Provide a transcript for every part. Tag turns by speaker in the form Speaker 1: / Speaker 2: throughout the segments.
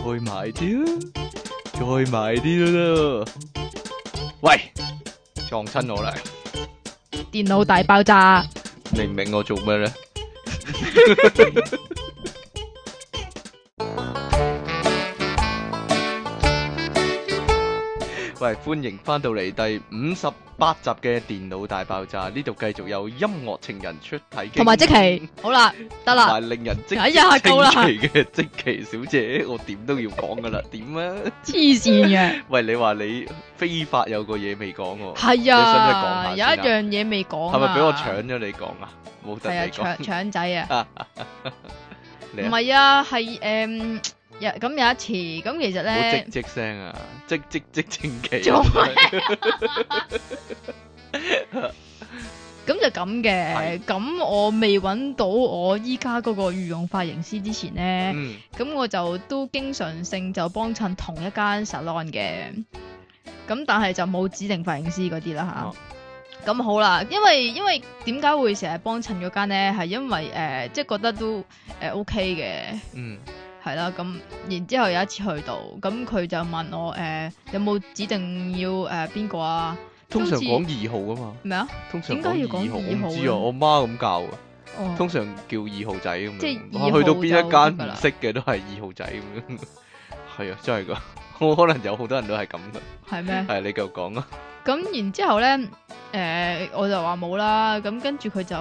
Speaker 1: 住啊，再埋啲都得。喂，撞親我啦！
Speaker 2: 電腦大爆炸，
Speaker 1: 明唔明我做 咩咧？喂，歡迎翻到嚟第五十八集嘅電腦大爆炸，呢度繼續有音樂情人出體傾，
Speaker 2: 同埋即期，好啦，
Speaker 1: 同
Speaker 2: 得啦，
Speaker 1: 埋令人即
Speaker 2: 哎呀夠啦
Speaker 1: 清奇嘅即奇小姐，我點都要講噶啦，點啊？
Speaker 2: 黐線嘅，
Speaker 1: 喂，你話你非法有個嘢未講喎，
Speaker 2: 係啊，
Speaker 1: 你
Speaker 2: 有
Speaker 1: 使唔
Speaker 2: 一
Speaker 1: 使講下先啊
Speaker 2: 樣嘢未講啊，
Speaker 1: 係咪俾我搶咗你講啊？冇得
Speaker 2: 係啊，
Speaker 1: 你講
Speaker 2: 腸，腸仔啊，唔
Speaker 1: 你啊
Speaker 2: 係啊，係誒，有咁有一次，咁其實
Speaker 1: 好
Speaker 2: 咧，
Speaker 1: 即即聲啊，即即即正奇。
Speaker 2: 做咁就咁嘅，
Speaker 1: 係
Speaker 2: 咁我未揾到我依家嗰個御用髮型師之前咧，
Speaker 1: 嗯，
Speaker 2: 咁我就都經常性就幫襯同一間 salon 嘅，咁但係就冇指定髮型師嗰啲啦吓。
Speaker 1: 哦
Speaker 2: 咁好啦，因為因為點解會成日幫襯嗰間咧？係因為誒、呃即係覺得都誒、呃 OK 嘅，
Speaker 1: 嗯，
Speaker 2: 係啦。咁然之後有一次去到，咁佢就問我誒、呃有冇指定要誒邊個啊？
Speaker 1: 通常
Speaker 2: 好似
Speaker 1: 講二號噶嘛，
Speaker 2: 咩啊？
Speaker 1: 通常
Speaker 2: 點解要
Speaker 1: 講二號，
Speaker 2: 講二號
Speaker 1: 我唔知
Speaker 2: 咧
Speaker 1: 啊，我媽咁教啊，
Speaker 2: 哦，
Speaker 1: 通常叫二號仔咁樣，
Speaker 2: 即係
Speaker 1: 我
Speaker 2: 二號
Speaker 1: 去到邊
Speaker 2: 就
Speaker 1: 一
Speaker 2: 得㗎
Speaker 1: 間唔
Speaker 2: 啦
Speaker 1: 識嘅都係二號仔咁樣， 係啊，真係噶，我可能有好多人都係 咁噶，
Speaker 2: 係咩？
Speaker 1: 係你繼續講啊，
Speaker 2: 咁然之後咧，誒、我就話冇啦。咁跟住佢就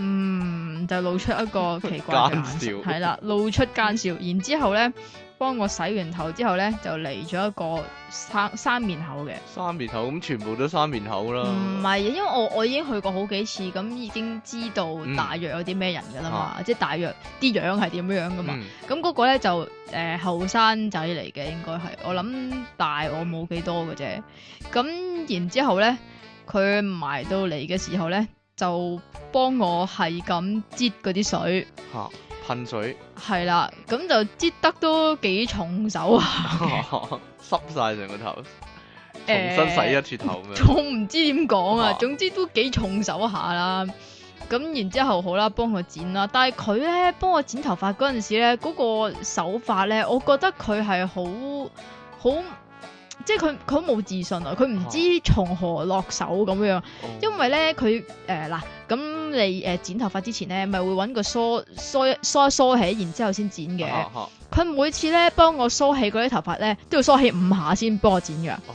Speaker 2: 嗯就露出一 個奇怪嘅眼神，
Speaker 1: 奸笑
Speaker 2: 係啦，露出奸笑。然之後咧，幫我洗完頭之後咧，就嚟咗一個三三面口嘅。
Speaker 1: 三面口咁全部都三面口啦，
Speaker 2: 唔係，啊因為我我已經去過好幾次，咁已經知道
Speaker 1: 嗯
Speaker 2: 大約有啲咩人噶啦嘛，
Speaker 1: 啊
Speaker 2: 即係大約啲樣係點樣樣噶嘛。
Speaker 1: 嗯
Speaker 2: 咁嗰、個咧就誒後生仔嚟嘅，應該係我諗大我冇幾多嘅啫。咁然之後咧，佢埋到嚟嘅時候咧，就幫我係咁擠嗰啲水，
Speaker 1: 嚇噴水
Speaker 2: 係啦，咁就擠得都幾重手啊！
Speaker 1: 濕晒成個頭，重
Speaker 2: 誒
Speaker 1: 新洗一次頭咁樣，
Speaker 2: 我唔知點講啊
Speaker 1: 啊，
Speaker 2: 總之都幾重手下啦。咁然之後好啦，幫我剪啦。但係佢咧幫我剪頭髮嗰陣時咧，嗰、個手法咧，我覺得佢係好好，即係佢佢好冇自信啊！佢唔知從何落手咁樣，
Speaker 1: 哦
Speaker 2: 因為咧佢誒嗱，咁、你誒、呃剪頭髮之前咧，咪會揾個梳梳梳一梳起，然之後先剪嘅。
Speaker 1: 嚇嚇
Speaker 2: 佢每次咧幫我梳起嗰啲頭髮咧，都要梳起五下先幫我剪嘅。
Speaker 1: 哦。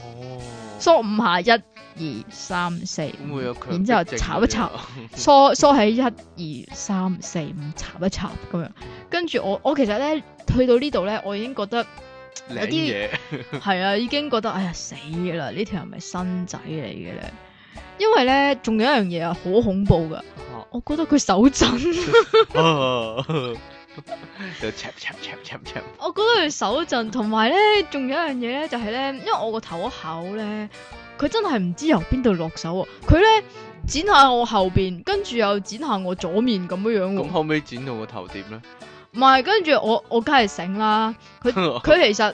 Speaker 2: 梳五下，一、二、三、四，
Speaker 1: 會有強
Speaker 2: 然之
Speaker 1: 迫
Speaker 2: 後
Speaker 1: 症
Speaker 2: 插
Speaker 1: 嗰
Speaker 2: 一
Speaker 1: 啲
Speaker 2: 插
Speaker 1: 啊，
Speaker 2: 梳梳起一、二、三、四、五，插一插咁樣。跟住我，我其實咧去到呢度咧，我已經覺得
Speaker 1: 有
Speaker 2: 有啲
Speaker 1: 啲啊嘢
Speaker 2: 係啊，已經覺得哎呀死啦！呢條係咪新仔嚟嘅咧？因為咧，仲有一樣嘢啊，好恐怖噶！我覺得佢手震，
Speaker 1: 就 chap chap chap chap chap，
Speaker 2: 我覺得佢手震，同埋咧，仲有一樣嘢咧，就係咧，因為我個頭口咧，佢真係唔知由邊度落手喎。佢咧剪下我後邊，跟住又剪下我左面咁樣樣喎
Speaker 1: 咁。後尾剪到個頭點咧？
Speaker 2: 唔係，跟住我我梗係醒啦。佢其實誒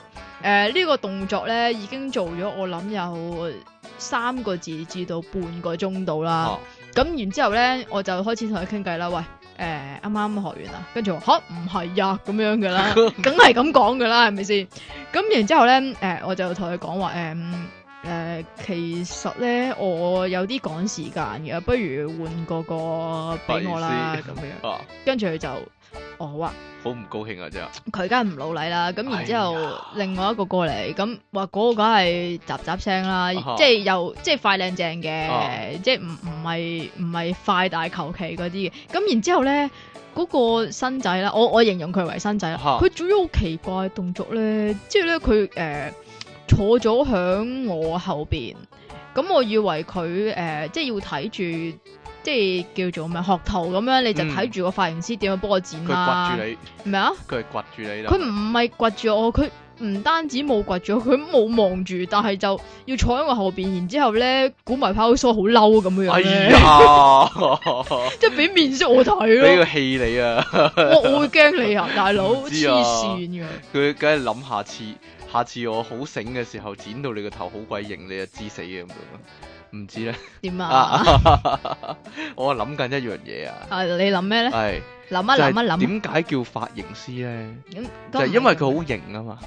Speaker 2: 呢、個動作咧已經做咗，我諗有三個字至到半個鐘度啦。
Speaker 1: 啊
Speaker 2: 咁、然之後咧，我就開始同佢傾偈啦。喂，誒啱啱學完啦，啊跟住我吓唔係呀咁樣噶啦，梗係咁講噶啦，係咪先？咁然之後咧，誒、我就同佢講話誒。嗯誒其實咧，我有啲趕時間嘅，不如換個個俾我
Speaker 1: 費
Speaker 2: 啦
Speaker 1: 事
Speaker 2: 咁樣。
Speaker 1: 啊，
Speaker 2: 跟住佢就，哦好啊，
Speaker 1: 好唔高興啊！真係
Speaker 2: 佢梗係唔老禮啦，咁然之後
Speaker 1: 哎呀
Speaker 2: 另外一個過嚟，咁話嗰個梗係雜雜聲啦，
Speaker 1: 啊哈
Speaker 2: 即係又即係快靚正嘅，
Speaker 1: 啊
Speaker 2: 即係唔唔係唔係快但係求其嗰啲嘅，咁然之後咧嗰、個新仔啦，我我形容佢為新仔啦，
Speaker 1: 哈
Speaker 2: 佢做咗好奇怪嘅動作咧，即係咧佢誒坐咗響我後邊，咁我以為佢誒、呃即係要睇住。即係叫做咩學徒咁樣，你就
Speaker 1: 嗯
Speaker 2: 睇住個髮型師點樣幫我剪啦
Speaker 1: 佢，掘住
Speaker 2: 咩啊？
Speaker 1: 你，佢係掘住你啦。
Speaker 2: 佢唔係掘住我，佢唔單止冇掘住我，佢冇望住，但係就要坐喺我後邊，然之後咧鼓埋拋梳，好嬲咁樣
Speaker 1: 哎
Speaker 2: 樣咧，
Speaker 1: 呀，
Speaker 2: 即係啊俾面色我睇
Speaker 1: 俾
Speaker 2: 咯。
Speaker 1: 個氣你啊！
Speaker 2: 我我會驚你啊，大佬
Speaker 1: 唔
Speaker 2: 黐
Speaker 1: 知啊
Speaker 2: 線嘅，
Speaker 1: 佢梗係諗下次，下次我好醒嘅時候剪到你個頭好鬼型，你就知死嘅咁樣。唔知咧，
Speaker 2: 點啊？
Speaker 1: 啊 我諗緊一樣嘢啊，
Speaker 2: 啊，你諗咩咧？
Speaker 1: 係
Speaker 2: 諗啊
Speaker 1: 就
Speaker 2: 一諗一
Speaker 1: 係
Speaker 2: 諗，
Speaker 1: 點解叫髮型師咧？
Speaker 2: 咁
Speaker 1: 就係因為佢好型啊嘛，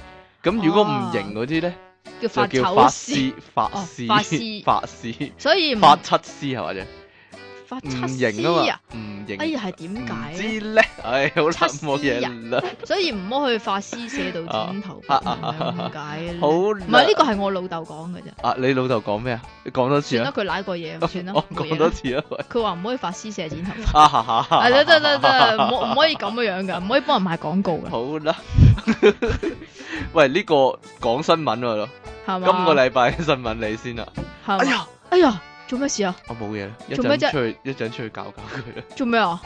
Speaker 1: 咁如果唔
Speaker 2: 哦
Speaker 1: 型嗰啲咧，
Speaker 2: 叫
Speaker 1: 就
Speaker 2: 發
Speaker 1: 叫
Speaker 2: 丑
Speaker 1: 法
Speaker 2: 哦師，
Speaker 1: 師、法
Speaker 2: 哦
Speaker 1: 師、
Speaker 2: 法 師
Speaker 1: 法師、
Speaker 2: 所以唔
Speaker 1: 法七師係咪啫？
Speaker 2: 發七
Speaker 1: 唔型
Speaker 2: 師
Speaker 1: 啊
Speaker 2: 啊，
Speaker 1: 嘛，唔型。
Speaker 2: 哎呀係點
Speaker 1: 唔
Speaker 2: 解咧？
Speaker 1: 知咧，唉，好啦，
Speaker 2: 七
Speaker 1: 冇嘢啦，
Speaker 2: 所以唔好去法師寫到剪頭髮，點解咧？
Speaker 1: 啊好
Speaker 2: 唔
Speaker 1: 唔
Speaker 2: 係呢個係我老豆講嘅啫，
Speaker 1: 啊，你老豆講咩啊？你講多次
Speaker 2: 算
Speaker 1: 啊，
Speaker 2: 啦佢舐 過嘢，算啦，
Speaker 1: 我
Speaker 2: 冇
Speaker 1: 講
Speaker 2: 嘢
Speaker 1: 多
Speaker 2: 啦
Speaker 1: 次啊，喂，
Speaker 2: 佢話唔可以法師寫剪頭 髮，
Speaker 1: 啊哈哈哈
Speaker 2: 係得得得得，唔可唔可以咁樣樣噶，唔可以幫人賣廣告噶，
Speaker 1: 好啦， 喂，呢個講新聞喎，
Speaker 2: 係
Speaker 1: 今
Speaker 2: 嘛？
Speaker 1: 個禮拜嘅新聞你先啦，哎
Speaker 2: 係嘛？
Speaker 1: 呀，
Speaker 2: 哎呀，做咩事啊？
Speaker 1: 我冇嘢啦，一
Speaker 2: 做咩
Speaker 1: 陣
Speaker 2: 啫
Speaker 1: 出去一陣出去搞搞佢 啦，
Speaker 2: 做咩啊？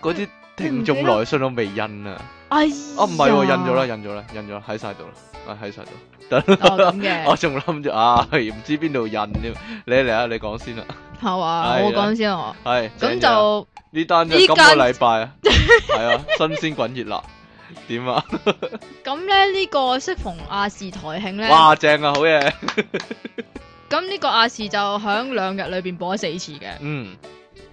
Speaker 1: 嗰啲
Speaker 2: 你
Speaker 1: 聽
Speaker 2: 唔記
Speaker 1: 眾
Speaker 2: 得
Speaker 1: 來信我未印啊，
Speaker 2: 哎
Speaker 1: 啊唔係喎，印咗啦，
Speaker 2: 呀，
Speaker 1: 印咗啦，印咗啦，喺晒度啦，啊喺晒度，
Speaker 2: 哦咁
Speaker 1: 我
Speaker 2: 嘅，
Speaker 1: 仲諗住啊，唔知邊度印添，你嚟啊，你講先啦，
Speaker 2: 係嘛？
Speaker 1: 係
Speaker 2: 我
Speaker 1: 啦
Speaker 2: 講先啊，
Speaker 1: 係，
Speaker 2: 咁
Speaker 1: 正嘢啊
Speaker 2: 就
Speaker 1: 呢單就
Speaker 2: 呢
Speaker 1: 今個
Speaker 2: 間
Speaker 1: 禮拜啊，係啊，新鮮滾熱辣，點 啊？
Speaker 2: 咁咧呢個適逢亞視台慶咧，
Speaker 1: 哇，正啊，好嘢，
Speaker 2: 咁呢個亞視就響兩日裏邊播咗四次嘅。
Speaker 1: 嗯，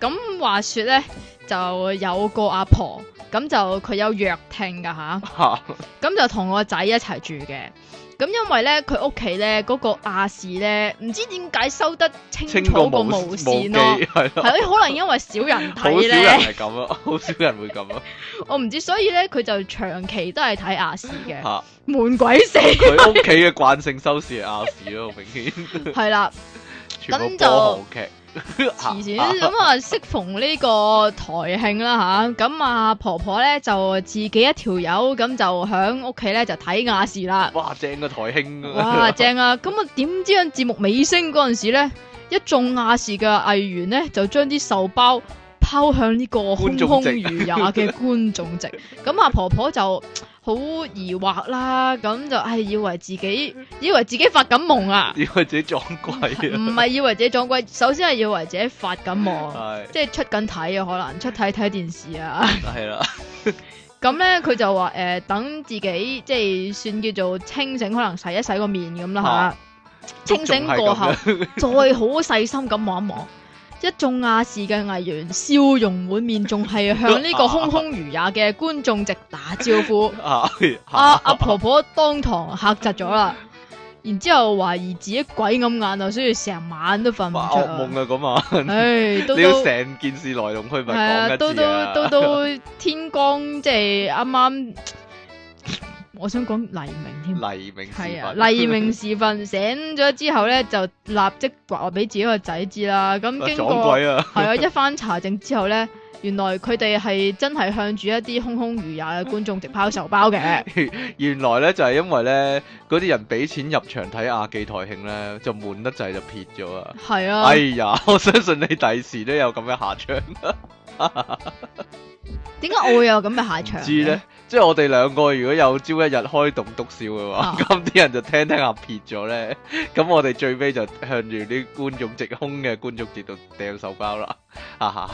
Speaker 2: 咁話說咧，就有個阿婆，咁就佢有弱聽噶吓，
Speaker 1: 嚇
Speaker 2: 咁就同我仔一齊住嘅。咁因為咧，佢屋企咧嗰個亞視咧，唔知點解收得清
Speaker 1: 清過
Speaker 2: 楚個
Speaker 1: 無
Speaker 2: 無
Speaker 1: 無
Speaker 2: 線
Speaker 1: 記
Speaker 2: 咯，
Speaker 1: 係咯，
Speaker 2: 係可能因為少人
Speaker 1: 好少
Speaker 2: 睇
Speaker 1: 人
Speaker 2: 咧，
Speaker 1: 係咁啊，好少人會咁啊，
Speaker 2: 我唔知，所以咧佢就長期都係睇亞視 嘅，
Speaker 1: 嚇
Speaker 2: 悶鬼死，
Speaker 1: 佢屋企嘅慣性收視係亞視咯，好明顯
Speaker 2: 係 啦，
Speaker 1: 全部
Speaker 2: 咁就
Speaker 1: 播韓劇，嚇
Speaker 2: 慈善
Speaker 1: 嚇
Speaker 2: 咁啊，適逢呢個台慶啦吓，咁啊婆婆咧就自己一條友咁就響屋企咧就睇亞視啦，
Speaker 1: 哇，正個台慶
Speaker 2: 哇
Speaker 1: 啊，
Speaker 2: 正啊！咁啊點知喺節目尾聲嗰陣時咧，一眾亞視嘅藝員咧就將啲壽包拋向呢個空空如也嘅觀眾席，咁啊婆婆就。好疑惑啦，咁就唉、以為自己以為自己發緊 夢 啊，
Speaker 1: 以為自己撞鬼啊，
Speaker 2: 唔係以為自己撞鬼，首先係以為自己發緊夢。
Speaker 1: 係
Speaker 2: 即係出緊睇啊，可能出睇睇電視啊。
Speaker 1: 係啦，
Speaker 2: 咁咧佢就話誒、呃等自己即係算叫做清醒，可能洗一洗個面咁啦
Speaker 1: 啊
Speaker 2: 吓。清醒過後，
Speaker 1: 仲係咁樣
Speaker 2: 再好細心咁望一望，一眾亞視嘅藝員笑容滿面，仲係向 呢個空空如也嘅觀眾席打招呼。
Speaker 1: 啊
Speaker 2: 阿阿婆婆當堂嚇窒咗啦，然之後懷疑自己鬼咁眼啊，所以成晚都瞓唔
Speaker 1: 發
Speaker 2: 着
Speaker 1: 惡
Speaker 2: 啊。
Speaker 1: 夢啊嗰晚。
Speaker 2: 唉，都
Speaker 1: 你要
Speaker 2: 都。
Speaker 1: 成件事來龍去脈
Speaker 2: 系啊，
Speaker 1: 講
Speaker 2: 到
Speaker 1: 一次
Speaker 2: 到
Speaker 1: 啊！
Speaker 2: 到 到天光，即係啱啱，我想講黎明添，
Speaker 1: 黎明
Speaker 2: 係啊，
Speaker 1: 時分
Speaker 2: 黎明時分醒咗之後咧，就立即話俾自己個仔知啦。咁經
Speaker 1: 撞
Speaker 2: 過係
Speaker 1: 鬼啊！
Speaker 2: 啊一番查證之後咧，原來佢哋係真係向住一啲空空如也嘅觀眾直拋手 包
Speaker 1: 哎
Speaker 2: 嘅，
Speaker 1: 原來咧就係因為咧嗰啲人俾錢入場睇亞記台慶咧，就悶得滯就撇咗啊！
Speaker 2: 係啊
Speaker 1: 哎，呀， 我相信你第時都有咁嘅下場，
Speaker 2: 點解我會有咁嘅下場嘅？
Speaker 1: 知咧？即係我哋兩個如果有朝一日開棟篤笑嘅話
Speaker 2: 啊，
Speaker 1: 咁啲人就聽聽下撇咗咧，咁我哋最尾就向住啲觀眾直空嘅觀眾節度掟手包啦，哈哈！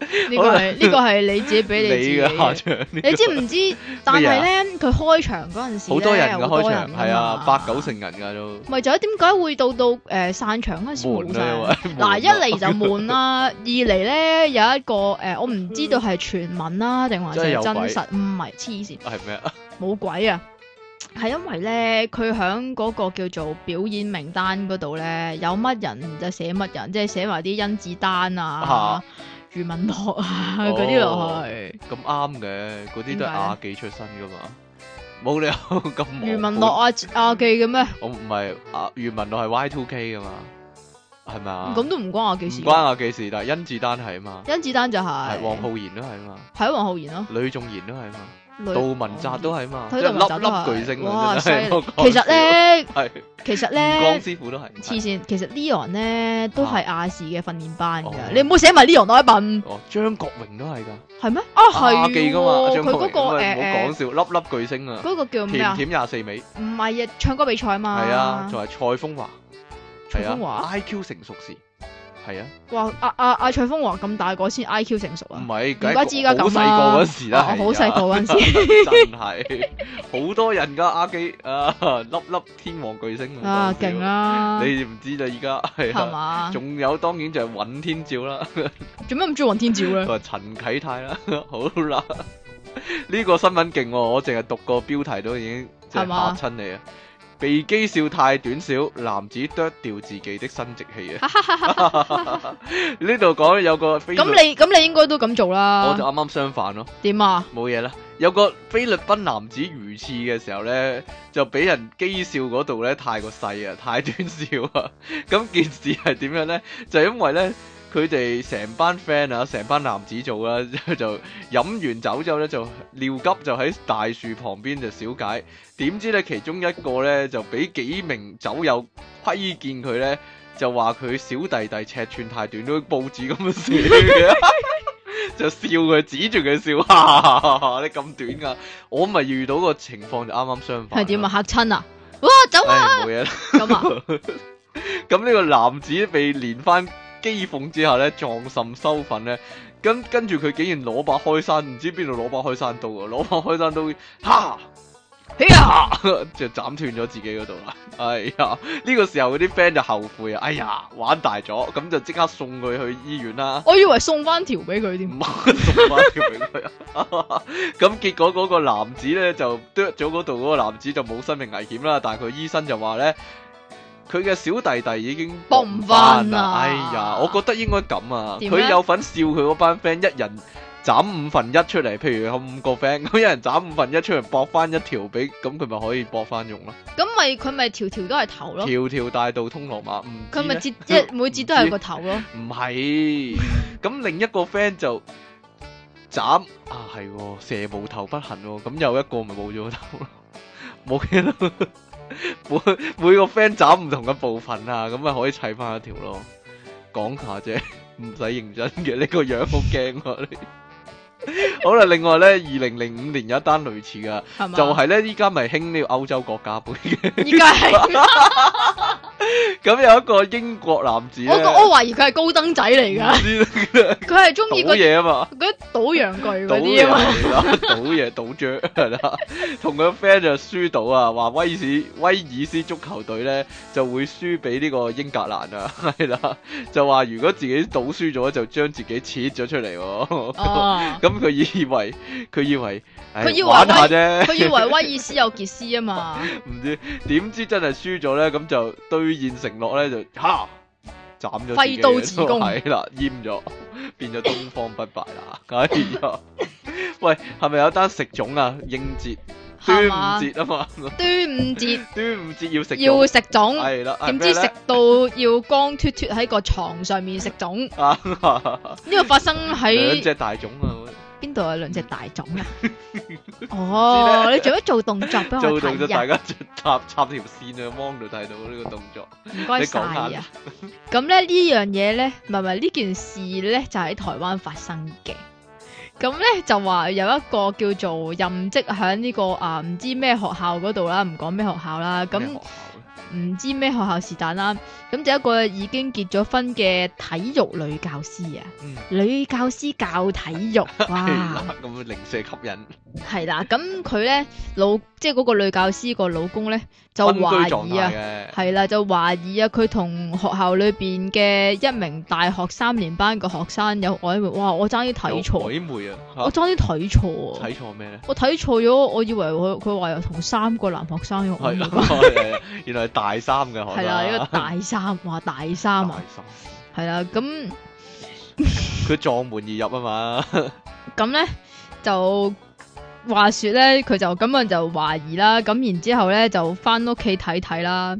Speaker 2: 呢個係呢個係你自己俾你自己
Speaker 1: 你嘅下
Speaker 2: 嘅。
Speaker 1: 場，呢
Speaker 2: 你
Speaker 1: 個
Speaker 2: 知唔知？但係咧，佢開場嗰陣時
Speaker 1: 好多人
Speaker 2: 嘅
Speaker 1: 嘅開場
Speaker 2: 係
Speaker 1: 係啊，八九成人㗎都。
Speaker 2: 咪就係點解會到到誒、呃散場嗰時冇
Speaker 1: 悶
Speaker 2: 晒？
Speaker 1: 啊，因為悶
Speaker 2: 嗱，
Speaker 1: 啊
Speaker 2: 一嚟就悶啦，二嚟咧有一個誒、呃我唔知道係傳聞啦，定還是
Speaker 1: 真係
Speaker 2: 係
Speaker 1: 有
Speaker 2: 真
Speaker 1: 鬼
Speaker 2: 實？唔係黐線，
Speaker 1: 係咩啊？
Speaker 2: 冇鬼啊！係因為咧，佢喺嗰個叫做表演名單嗰度咧，有乜人就寫乜人，即係寫埋啲甄子丹啊
Speaker 1: 啊、哦
Speaker 2: 余文樂啊 嗰啲落去。
Speaker 1: 咁啱嘅，嗰啲都係亞記出身噶嘛，冇理由 咁無辜
Speaker 2: 余文樂啊啊記嘅咩？
Speaker 1: 我唔係啊，余文樂係 Y Two K 噶嘛，係咪啊？
Speaker 2: 咁都唔關我記
Speaker 1: 唔
Speaker 2: 事。
Speaker 1: 關亞記事，但係甄子丹係啊嘛，
Speaker 2: 甄子丹就係
Speaker 1: 係黃浩然都係啊嘛，
Speaker 2: 係黃浩然咯，
Speaker 1: 呂仲賢都係啊嘛，
Speaker 2: 女
Speaker 1: 杜汶澤都係啊嘛，即
Speaker 2: 睇
Speaker 1: 係
Speaker 2: 杜汶澤都
Speaker 1: 粒
Speaker 2: 係
Speaker 1: 粒巨星
Speaker 2: 哇
Speaker 1: 啊！真
Speaker 2: 犀
Speaker 1: 係
Speaker 2: 利
Speaker 1: 我講
Speaker 2: 其實咧，
Speaker 1: 笑，係
Speaker 2: 其實
Speaker 1: 吳光
Speaker 2: 咧，
Speaker 1: 師傅都係
Speaker 2: 黐線，其實 Leon 咧都係亞視嘅訓練班
Speaker 1: 哦
Speaker 2: 㗎，你唔好寫埋 Leon 落去問，
Speaker 1: 哦，張國榮都係㗎，
Speaker 2: 係咩？啊係
Speaker 1: 亞記㗎嘛，
Speaker 2: 喎，
Speaker 1: 張
Speaker 2: 佢
Speaker 1: 國榮
Speaker 2: 嗰個
Speaker 1: 咁啊咪唔好講
Speaker 2: 誒誒
Speaker 1: 笑，粒粒巨星啊，
Speaker 2: 嗰個叫咩
Speaker 1: 甜
Speaker 2: 啊？
Speaker 1: 甜廿四味。
Speaker 2: 唔係啊，唱歌比賽嘛。
Speaker 1: 係啊，仲係蔡風華，
Speaker 2: 蔡
Speaker 1: 係啊
Speaker 2: 風華
Speaker 1: IQ 成熟時，係啊，
Speaker 2: 哇！阿阿阿蔡風華咁大個先 IQ 成熟
Speaker 1: 唔
Speaker 2: 啊，
Speaker 1: 係，
Speaker 2: 唔怪之依家
Speaker 1: 好
Speaker 2: 咁
Speaker 1: 細
Speaker 2: 啦
Speaker 1: 個嗰時啦，
Speaker 2: 啊我好細個嗰 陣時，
Speaker 1: 時，真係好多人噶阿基啊， 粒粒天王巨星咁
Speaker 2: 啊
Speaker 1: 講笑
Speaker 2: 勁！啦，
Speaker 1: 你唔知啦，依家係
Speaker 2: 係
Speaker 1: 啊，
Speaker 2: 嘛？
Speaker 1: 仲有當然就係尹天照啦，
Speaker 2: 啊做咩咁中意雲天照咧
Speaker 1: 同？埋陳啟泰啦，好啦，呢呢個新聞勁喎，我淨係讀個標題都已經即係
Speaker 2: 係嘛
Speaker 1: 嚇親你啊！被譏笑太短小，男子剁掉自己的生殖器 啊！ 呢度講有個菲律，
Speaker 2: 咁你咁你應該都咁做
Speaker 1: 我就
Speaker 2: 啦。
Speaker 1: 啱啱相反咯。
Speaker 2: 點啊？
Speaker 1: 冇嘢啦。有個菲律賓男子魚翅嘅時候咧，就俾人譏笑嗰度咧太過細啊，太 短小啊。咁件事係點樣咧？就因為咧。佢哋成班 friend 啊，成班男子組啦、 就飲完酒之後咧，就尿急就喺大樹旁邊就小解。點知咧，其中一個咧就俾幾名酒友窺見佢咧，就話佢小弟弟尺寸太短，都報紙咁樣寫嘅。 就笑佢，指住佢笑， 哈哈哈哈你咁短噶、我咪遇到個情況就啱啱相反。
Speaker 2: 係點啊？？嚇親啊？哇！走 啊！
Speaker 1: 唉，冇嘢啦。
Speaker 2: 咁啊？
Speaker 1: 咁呢個男子被連番讥諷之後咧，壯甚羞憤咧，跟跟住佢竟然攞把開山，唔知邊度攞把開山刀啊！攞把開山刀，哈！
Speaker 2: 哎呀！
Speaker 1: 就斬斷咗自己嗰度啦。哎呀，呢、個時候嗰啲 friend 就後悔啊！哎呀，玩大咗，咁就即刻送佢去醫院啦。
Speaker 2: 我以為送翻條俾佢添。
Speaker 1: 唔肯送翻條俾佢啊！咁結果嗰個男子咧就剁咗嗰度嗰個男子就冇生命危險啦，但係佢醫生就話咧，佢嘅小弟弟已經
Speaker 2: 搏唔返
Speaker 1: 搏唔
Speaker 2: 啦
Speaker 1: 哎呀，我覺得應該咁啊！
Speaker 2: 點咧
Speaker 1: 佢有份笑佢嗰班 friend，一人斬五分一出嚟，譬如有五個 friend，咁一人斬五分一出嚟搏翻一條俾，咁佢咪可以搏翻用咯？
Speaker 2: 咁咪佢咪條條都係頭咯？
Speaker 1: 條條大道通羅馬，唔知
Speaker 2: 佢咪
Speaker 1: 咧
Speaker 2: 節一每節都係個頭咯？
Speaker 1: 唔 係，咁另一個 friend 就斬啊，係喎，射無頭不行喎，咁有一個咪冇咗個頭咯， 冇嘢咯。 每每個 friend 斬唔同嘅部分啊，咁咪可以砌翻一條咯。講下啫， 唔使認真嘅，你個樣好驚啊你。 好啦，另外咧，二零零五年有一單類似噶，
Speaker 2: 係嘛？
Speaker 1: 就係咧，依家咪興呢個歐洲國家杯嘅，
Speaker 2: 依家係
Speaker 1: 咁有一個英國男子
Speaker 2: 我
Speaker 1: 咧，
Speaker 2: 覺我懷疑佢係高登仔嚟
Speaker 1: 唔
Speaker 2: 㗎，
Speaker 1: 知
Speaker 2: 佢係中意
Speaker 1: 賭
Speaker 2: 嗰
Speaker 1: 嘢啊嘛。
Speaker 2: 嗰啲賭洋具
Speaker 1: 賭
Speaker 2: 嗰
Speaker 1: 嘢
Speaker 2: 啲啊嘛。
Speaker 1: 嚟啦，賭嘢 賭雀係啦，同佢 friend 就輸到啊，話威士威爾斯足球隊咧就會輸俾呢個英格蘭啊， 係啦，就話如果自己賭輸咗就將自己切咗出嚟喎。
Speaker 2: 哦，
Speaker 1: 咁佢以為佢以為，唉
Speaker 2: 佢以為
Speaker 1: 玩下
Speaker 2: 威
Speaker 1: 啫，
Speaker 2: 佢以為威爾斯有傑斯啊嘛，
Speaker 1: 唔知點知真係輸咗咧，咁就兌現承諾咧就嚇斬咗
Speaker 2: 揮刀自宮
Speaker 1: 係啦，閹咗，變咗東方不敗啦。 哎呀，喂，係咪有單食粽啊？應節 端
Speaker 2: 係嘛
Speaker 1: 午？節啊嘛，
Speaker 2: 端午節
Speaker 1: 端午節要食
Speaker 2: 要
Speaker 1: 粽，
Speaker 2: 食粽，
Speaker 1: 係啦，係啊
Speaker 2: 點
Speaker 1: 咩
Speaker 2: 知
Speaker 1: 呢
Speaker 2: 食到要光脱脱喺個床上面食哎粽？ 呢
Speaker 1: 啊？
Speaker 2: 個發生
Speaker 1: 兩
Speaker 2: 喺
Speaker 1: 隻大粽啊！
Speaker 2: 邊度有兩隻大粽 啊？哦，你做一做動作俾
Speaker 1: 做
Speaker 2: 我
Speaker 1: 到咗
Speaker 2: 睇
Speaker 1: 大
Speaker 2: 啊！
Speaker 1: 家就插插條線啊，芒度睇到呢個動作。
Speaker 2: 唔該晒
Speaker 1: 你講
Speaker 2: 啊！咁咧呢樣嘢咧，唔係唔係呢件事咧，就喺台灣發生嘅。咁咧就話有一個叫做任職喺呢個啊唔知咩學校嗰度啦，唔講咩學校啦，咁
Speaker 1: 咩學校啊咧
Speaker 2: 唔知咩學校是但啦，咁就一個已經結咗婚嘅體育女教師啊，
Speaker 1: 嗯
Speaker 2: 女教師教體 育，
Speaker 1: 係
Speaker 2: 哇，
Speaker 1: 啦，咁零舍吸引，
Speaker 2: 係啦，咁佢咧老即係嗰個女教師個老公咧就
Speaker 1: 分居狀
Speaker 2: 懷疑啊，
Speaker 1: 態嘅，
Speaker 2: 係啦就懷疑啊，佢同學校裏邊嘅一名大學三年班嘅學生有曖昧，哇，我爭啲睇
Speaker 1: 有
Speaker 2: 錯，
Speaker 1: 曖昧啊，嚇
Speaker 2: 我爭啲睇錯啊，
Speaker 1: 睇錯咩咧？
Speaker 2: 我睇錯咗，我以為佢佢話有同三個男學生有
Speaker 1: 係
Speaker 2: 曖昧
Speaker 1: 啦，
Speaker 2: 關係，
Speaker 1: 係啦原來係大三嘅學生，
Speaker 2: 係啦，一個大三，哇，大三
Speaker 1: 大
Speaker 2: 啊！
Speaker 1: 三，
Speaker 2: 系啦，咁
Speaker 1: 佢撞門而入啊嘛，
Speaker 2: 咁咧就話说咧，佢就咁樣就懷疑啦，咁然之后咧就翻屋企睇睇啦。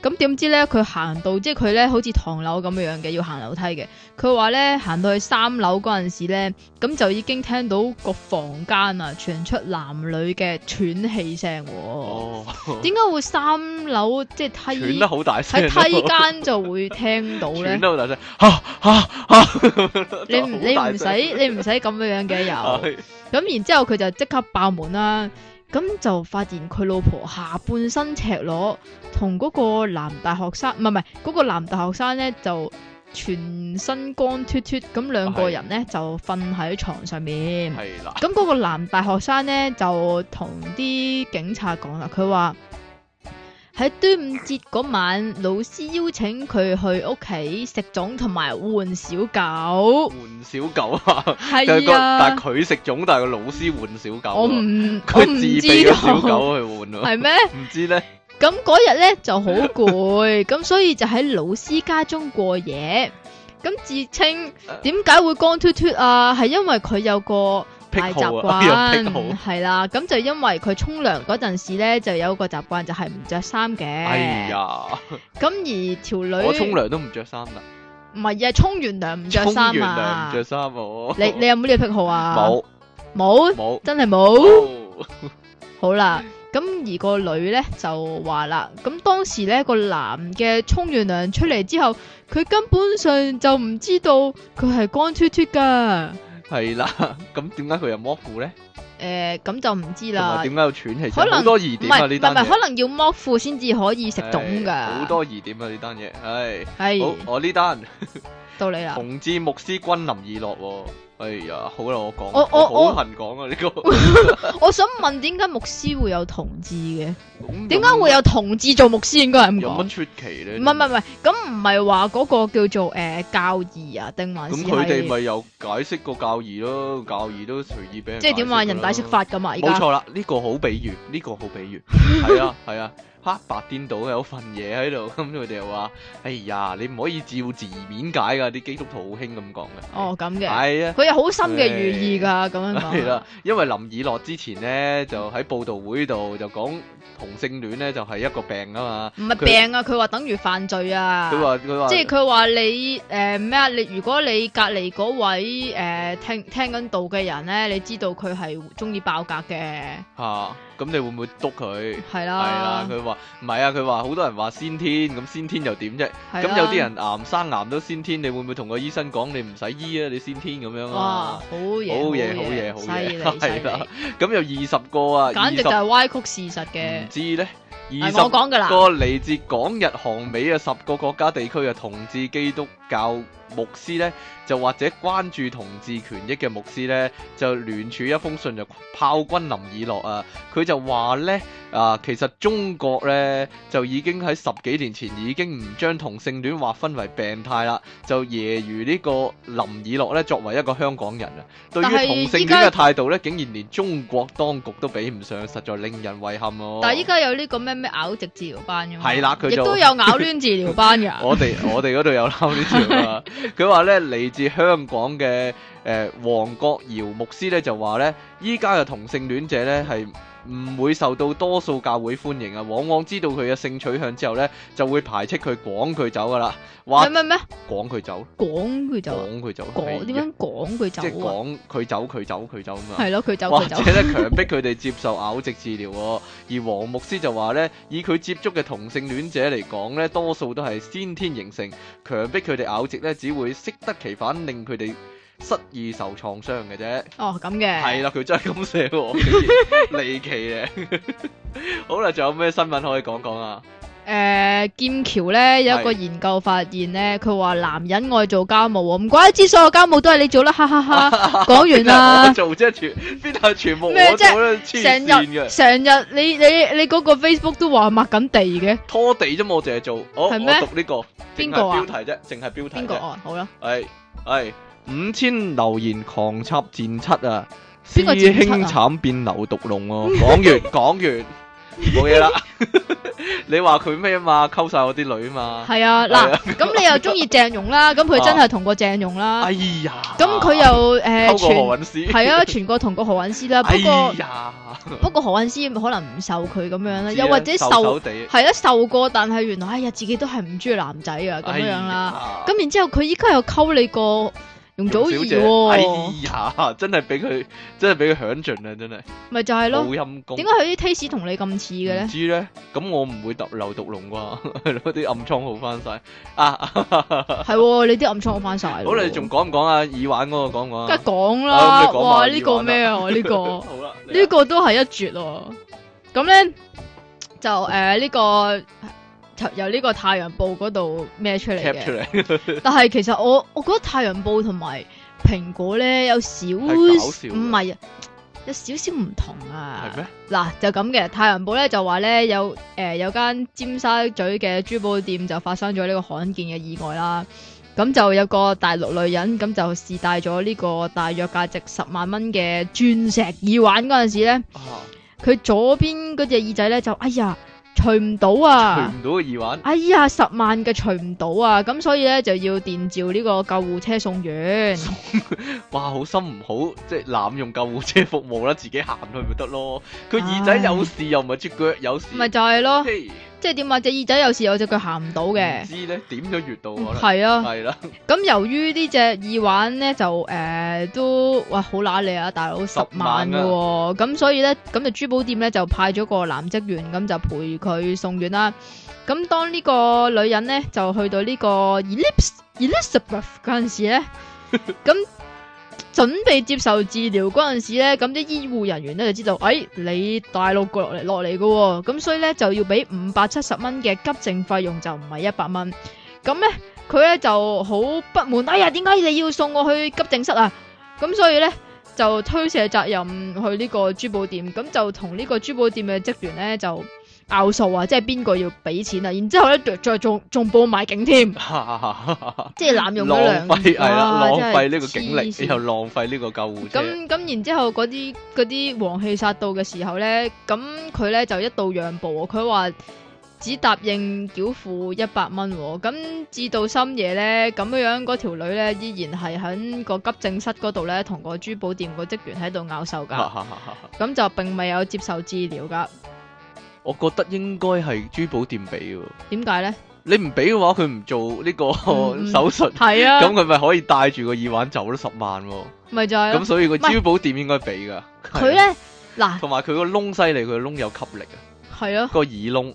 Speaker 2: 咁點知咧，佢行到即係佢咧，好似唐樓咁樣嘅，要行樓梯嘅。佢話咧，行到去三樓嗰陣時咧，咁就已經聽到個房間啊傳出男女嘅喘氣聲喎。
Speaker 1: 哦，
Speaker 2: 點解、會三樓即係
Speaker 1: 喘
Speaker 2: 梯
Speaker 1: 得好大聲咯，
Speaker 2: 喺梯 間就會聽 到咧
Speaker 1: 喘？得好大聲，嚇嚇嚇咁樣咯，
Speaker 2: 你唔你唔使你唔使咁樣嘅 又。咁然之後佢就即刻爆門啦，咁就發現佢老婆下半身赤裸，同嗰個男大學生唔係唔係嗰個男大學生咧就全身光脱脱，咁兩個人咧就瞓喺床上面。
Speaker 1: 係啦，
Speaker 2: 咁嗰個男大學生咧就同啲警察講啦，佢話啊喺端午節嗰晚，老師邀請佢去屋企食粽同埋換小 狗。
Speaker 1: 換小狗啊！但係
Speaker 2: 係
Speaker 1: 個但
Speaker 2: 啊
Speaker 1: 係，佢食粽，但係個老師換小狗啊。
Speaker 2: 我唔我
Speaker 1: 佢
Speaker 2: 唔
Speaker 1: 自
Speaker 2: 知
Speaker 1: 備咗小
Speaker 2: 道
Speaker 1: 狗去換咯。
Speaker 2: 係咩？
Speaker 1: 唔知咧，
Speaker 2: 咁嗰日咧就好攰，咁所以就喺老師家中過夜。咁自稱點解會光脱脱啊？係因為佢有個
Speaker 1: 癖
Speaker 2: 壞
Speaker 1: 好
Speaker 2: 習
Speaker 1: 啊，呢樣癖好
Speaker 2: 慣，。係啦。咁就因為佢沖涼嗰陣時咧，就有個習慣就係唔着衫嘅。
Speaker 1: 哎呀，
Speaker 2: 咁而條女
Speaker 1: 我沖涼都唔着衫啦，
Speaker 2: 唔係啊，沖完涼唔着
Speaker 1: 沖完
Speaker 2: 衫
Speaker 1: 涼
Speaker 2: 啊
Speaker 1: 唔着。衫我。
Speaker 2: 你你有冇呢個癖好啊？
Speaker 1: 冇
Speaker 2: 冇，
Speaker 1: 冇。
Speaker 2: 真係冇。
Speaker 1: 哦
Speaker 2: 好啦，咁而個女咧就話啦，咁當時咧個男嘅沖完涼出嚟之後，佢根本上就唔知道佢係乾脱脱噶，
Speaker 1: 係啦， 咁點解佢又剝褲咧？
Speaker 2: 诶、咁就唔知
Speaker 1: 同埋
Speaker 2: 啦。
Speaker 1: 點解要喘氣？
Speaker 2: 可能
Speaker 1: 好多疑
Speaker 2: 唔
Speaker 1: 點啊！
Speaker 2: 係唔
Speaker 1: 呢
Speaker 2: 係
Speaker 1: 單
Speaker 2: 唔係，
Speaker 1: 嘢
Speaker 2: 可能要剝褲先至可以食粽
Speaker 1: 唉好
Speaker 2: 噶，
Speaker 1: 多疑點啊！呢單嘢，唉，好
Speaker 2: 係
Speaker 1: 我呢單
Speaker 2: 到你啦。
Speaker 1: 同志牧師君臨以樂喎。哎呀，好啦，我講，
Speaker 2: 我我
Speaker 1: 好恨講啊呢個。
Speaker 2: 我想問點解牧師會有同志嘅？
Speaker 1: 咁
Speaker 2: 點解會有同志做牧師？應該係咁
Speaker 1: 有
Speaker 2: 講
Speaker 1: 乜。出奇咧？
Speaker 2: 唔係唔係唔係，咁唔係話嗰個叫做诶、呃教義啊，定還是
Speaker 1: 咁佢哋
Speaker 2: 係
Speaker 1: 咪又解釋個教義咯，教義都隨意俾人
Speaker 2: 即係點
Speaker 1: 解釋
Speaker 2: 話
Speaker 1: 㗎
Speaker 2: 人
Speaker 1: 啦
Speaker 2: 大釋法噶嘛？而
Speaker 1: 冇
Speaker 2: 家
Speaker 1: 錯啦，呢、個好比喻，呢、個好比喻， 係啊係啊，黑白顛倒有份嘢喺度， 咁佢哋又話：哎呀，你唔可以照字面解㗎，啲基督徒好興咁講嘅。
Speaker 2: 哦咁嘅。啊
Speaker 1: 係啊。
Speaker 2: 佢有好深嘅寓意㗎，咁樣講。
Speaker 1: 係啦，因為林以樂之前咧就喺報道會度就講同性戀咧就係一個病啊
Speaker 2: 唔係
Speaker 1: 佢
Speaker 2: 病啊，佢話等於犯罪啊
Speaker 1: 嘛，。佢話佢話
Speaker 2: 即係佢話你誒咩啊？你如果你隔離嗰位誒、呃、聽聽緊道嘅人咧，你知道佢係中意爆格嘅，
Speaker 1: 嚇，咁你會唔會督佢？
Speaker 2: 係
Speaker 1: 係啦
Speaker 2: 啦，，
Speaker 1: 佢話唔係啊，佢話好多人話先天，咁先天又點啫？
Speaker 2: 係啦
Speaker 1: 咁有啲人癌生癌都先天，你會唔會同個醫生講你唔使醫啊？你先天咁樣
Speaker 2: 哇
Speaker 1: 啊？，
Speaker 2: 好嘢，
Speaker 1: 好嘢好嘢好嘢
Speaker 2: 犀利犀
Speaker 1: 係啦
Speaker 2: 利，
Speaker 1: 咁有二十個啊，
Speaker 2: 簡直就係歪曲事實
Speaker 1: 20
Speaker 2: 嘅
Speaker 1: 唔。知咧，二
Speaker 2: 係
Speaker 1: 十
Speaker 2: 我講㗎啦，
Speaker 1: 個嚟自港日韓美啊嘅十個國家地區嘅同志基督教牧師咧，就或者關注同志權益嘅牧師咧，就聯署一封信就炮轟林以樂啊！佢就話咧啊，其實中國咧就已經喺十幾年前已經唔將同性戀劃分為病態啦，就揶揄呢個林以樂咧作為一個香港人啊，對
Speaker 2: 但係
Speaker 1: 於同性
Speaker 2: 依家
Speaker 1: 戀嘅態度咧，竟然連中國當局都比唔上，實在令人遺憾喎、
Speaker 2: 但係依家有呢個咩咩咬直治療班㗎嘛，
Speaker 1: 係啦佢
Speaker 2: 亦
Speaker 1: 就
Speaker 2: 都有咬攣治療班㗎。
Speaker 1: 我 哋我哋嗰度有撈呢條啊！佢話咧嚟自香港嘅誒、呃、黃國尧牧師咧就話咧，依家嘅同性戀者咧係唔會受到多數教會歡迎啊，往往知道佢嘅性取向之後咧，就會排斥佢，趕佢走噶啦，話
Speaker 2: 咩咩咩
Speaker 1: 趕佢走，
Speaker 2: 講佢就
Speaker 1: 趕佢走，係
Speaker 2: 講
Speaker 1: 啊
Speaker 2: 點樣講佢
Speaker 1: 即係
Speaker 2: 走啊？
Speaker 1: 趕佢走，佢走，佢走咁啊！
Speaker 2: 係咯，佢走
Speaker 1: 或
Speaker 2: 佢
Speaker 1: 者
Speaker 2: 走。
Speaker 1: 咧強迫佢哋接受咬直治療喎。而黃牧師就話咧，以佢接觸嘅同性戀者嚟講咧，多數都係先天形成，強迫佢哋咬直咧，只會適得其反，令佢哋失意受創傷嘅啫。
Speaker 2: 哦，咁嘅。
Speaker 1: 係啊啦，佢真係咁寫喎，竟然離奇咧。 好啦，仲有咩新聞可以講講啊？
Speaker 2: 诶，剑桥咧有一個
Speaker 1: 係
Speaker 2: 研究發現咧，佢話男人愛做家務喎，唔怪之所有家務都係你做啦，哈哈 哈。講完
Speaker 1: 我
Speaker 2: 啦，
Speaker 1: 做啫，全邊度係全部我
Speaker 2: 咩啫
Speaker 1: 做咧？黐
Speaker 2: 成
Speaker 1: 線
Speaker 2: 日
Speaker 1: 嘅，
Speaker 2: 成日你你你嗰個 Facebook 都話抹緊地嘅，
Speaker 1: 拖地啫嘛，我淨係做。哦我我
Speaker 2: 係咩
Speaker 1: 讀呢個，淨係
Speaker 2: 邊個啊
Speaker 1: 標題啫，淨係標題
Speaker 2: 邊個
Speaker 1: 啫。
Speaker 2: 哦？好啦，
Speaker 1: 系系哎五千留言狂插戰七啊！師
Speaker 2: 邊個戰七啊
Speaker 1: 兄慘變流毒龍喎、 講完講完冇嘢啦。 你話佢咩嘛？溝晒我啲女嘛？
Speaker 2: 係啊，
Speaker 1: 係
Speaker 2: 嗱，咁你又中意鄭 融啦，咁佢真係同過鄭融啦
Speaker 1: 哎，呀！
Speaker 2: 咁佢又
Speaker 1: 溝啊
Speaker 2: 诶
Speaker 1: 過
Speaker 2: 全
Speaker 1: 何韻詩，
Speaker 2: 係啊，全過同過何韻詩啦，
Speaker 1: 哎
Speaker 2: 不過。
Speaker 1: 呀，
Speaker 2: 不過何韻詩可能唔受佢咁樣啦，
Speaker 1: 知啊
Speaker 2: 又或者
Speaker 1: 瘦
Speaker 2: 受
Speaker 1: 瘦地
Speaker 2: 係啦受過，但係原來哎呀自己都係唔中意男仔啊咁樣
Speaker 1: 哎
Speaker 2: 啦。。咁、然之後佢依家又溝你個容祖
Speaker 1: 小
Speaker 2: 兒
Speaker 1: 姐，
Speaker 2: 喎，
Speaker 1: 哎呀，真係俾佢真係俾佢享盡啊！真係
Speaker 2: 咪、就係
Speaker 1: 好
Speaker 2: 咯。
Speaker 1: 陰公。
Speaker 2: 點解佢啲 taste 同你咁似嘅
Speaker 1: 唔
Speaker 2: 咧？
Speaker 1: 知咧，咁我唔會揼流毒龍啩， 係咯啲暗瘡好翻晒啊！
Speaker 2: 係喎，你啲暗瘡好翻晒咯。
Speaker 1: 好，你仲講唔講啊？耳環嗰個講唔講
Speaker 2: 梗係
Speaker 1: 啊？
Speaker 2: 講
Speaker 1: 啊
Speaker 2: 啦，
Speaker 1: 咁你講埋
Speaker 2: 哇
Speaker 1: 耳環
Speaker 2: 呢、個咩啊？呢、個
Speaker 1: 好啦，
Speaker 2: 呢個都係一絕咯。咁咧就呃誒呢、個由呢個太陽報嗰度孭出嚟
Speaker 1: 啊 cap
Speaker 2: 嘅
Speaker 1: 出。嚟，
Speaker 2: 但係其實我我覺得《太陽報》同埋《蘋果》咧有少
Speaker 1: 係搞笑嘅
Speaker 2: 唔係啊，有少少唔同啊
Speaker 1: 係。咩？
Speaker 2: 嗱就咁嘅，《太陽報》咧就話咧有诶、呃有間尖沙咀嘅珠寶店就發生咗呢個罕見嘅意外啦。咁就有個大陸女人咁就試戴咗呢個大約價值十萬蚊嘅鑽石耳環嗰陣時咧，
Speaker 1: 啊，
Speaker 2: 佢左邊嗰隻耳仔咧就哎呀除唔到啊！
Speaker 1: 除唔到個耳環，
Speaker 2: 哎呀，十萬嘅除唔到啊！咁所以咧就要電召呢個救護車送院。
Speaker 1: 哇，好心唔好，即係濫用救護車服務啦，自己行去咪得咯。佢耳仔有事又唔係隻腳有事，
Speaker 2: 咪就係咯，
Speaker 1: 嘿
Speaker 2: 即係點啊？隻耳仔有時有隻腳行唔到
Speaker 1: 唔
Speaker 2: 嘅，
Speaker 1: 知咧點咗穴道可能
Speaker 2: 係啊。
Speaker 1: 係 啦，
Speaker 2: 咁由於呢隻耳環咧就诶、呃都哇好揦你啊，大佬十萬嘅喎，咁所以咧咁就珠寶店咧就派咗個男職員咁就陪佢送院啦。咁當呢個女人咧就去到呢個 Elips Elizabeth 嗰陣時咧，咁 準備接受治療嗰陣時咧，咁啲醫護人員咧就知道，哎你大陸過落嚟落嚟嘅喎，咁所以咧就要俾五百七十蚊嘅急症費用，就唔係一百蚊。咁咧佢咧就好不滿，哎呀，點解你要送我去急症室啊？咁所以咧就推卸責任去呢個珠寶店，咁就同呢個珠寶店嘅職員咧就拗數啊，即係邊個要俾錢啊？然之後咧再再仲仲報埋警添，即係濫用咗
Speaker 1: 浪
Speaker 2: 兩
Speaker 1: 費係啦，
Speaker 2: 哇
Speaker 1: 浪
Speaker 2: 真係
Speaker 1: 費呢個警
Speaker 2: 黐線
Speaker 1: 力，又浪費呢個救護車。
Speaker 2: 咁咁然之後嗰啲嗰啲黃氣殺到嘅時候咧，咁佢咧就一度讓步喎，佢話只答應繳付一百蚊喎。咁至到深夜咧，咁樣樣嗰條女咧依然係喺個急症室嗰度咧，同個珠寶店個職員喺度拗手㗎。咁就並未有接受治療㗎。
Speaker 1: 我覺得應該係珠寶店俾喎，
Speaker 2: 點解咧？
Speaker 1: 你唔俾嘅話，佢唔做呢個
Speaker 2: 嗯嗯
Speaker 1: 手術，
Speaker 2: 係 啊，
Speaker 1: 咁佢咪可以帶住個耳環走咗十萬喎。
Speaker 2: 咪就係
Speaker 1: 咁
Speaker 2: 咯。
Speaker 1: 所以個
Speaker 2: 唔係
Speaker 1: 珠寶店應該俾噶。
Speaker 2: 佢
Speaker 1: 係啊，
Speaker 2: 咧嗱
Speaker 1: 同埋佢個窿犀利，佢個窿有吸力啊，
Speaker 2: 係咯，
Speaker 1: 個耳窿係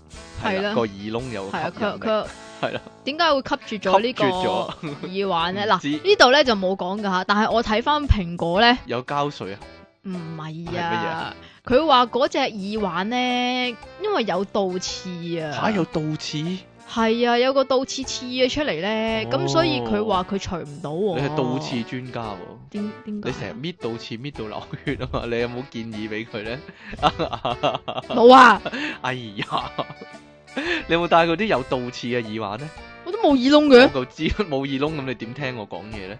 Speaker 2: 係
Speaker 1: 啦，
Speaker 2: 啦
Speaker 1: 個耳窿有吸
Speaker 2: 係啊，佢
Speaker 1: 引力，
Speaker 2: 佢
Speaker 1: 係啦，
Speaker 2: 點解會吸住咗呢
Speaker 1: 吸住
Speaker 2: 個？
Speaker 1: 咗
Speaker 2: 耳環咧，
Speaker 1: 唔知
Speaker 2: 嗱呢度咧就冇講噶吓，但係我睇翻蘋果咧，
Speaker 1: 有膠水啊，
Speaker 2: 唔係
Speaker 1: 係
Speaker 2: 啊，佢話嗰隻耳環咧，因為有倒刺啊，
Speaker 1: 嚇有倒刺，你
Speaker 2: 係啊，有個倒刺刺咗出嚟咧，咁、
Speaker 1: 哦
Speaker 2: 所以佢話佢除唔到喎。
Speaker 1: 係倒刺專家喎。
Speaker 2: 點點解
Speaker 1: 你成日搣到似搣到流血啊嘛，你 有冇建議俾佢咧？
Speaker 2: 冇啊？
Speaker 1: 哎呀， 你有冇戴嗰啲有倒刺嘅耳環咧？
Speaker 2: 我都冇耳窿
Speaker 1: 我
Speaker 2: 嘅，
Speaker 1: 就知冇耳窿，咁你點聽我講嘢咧？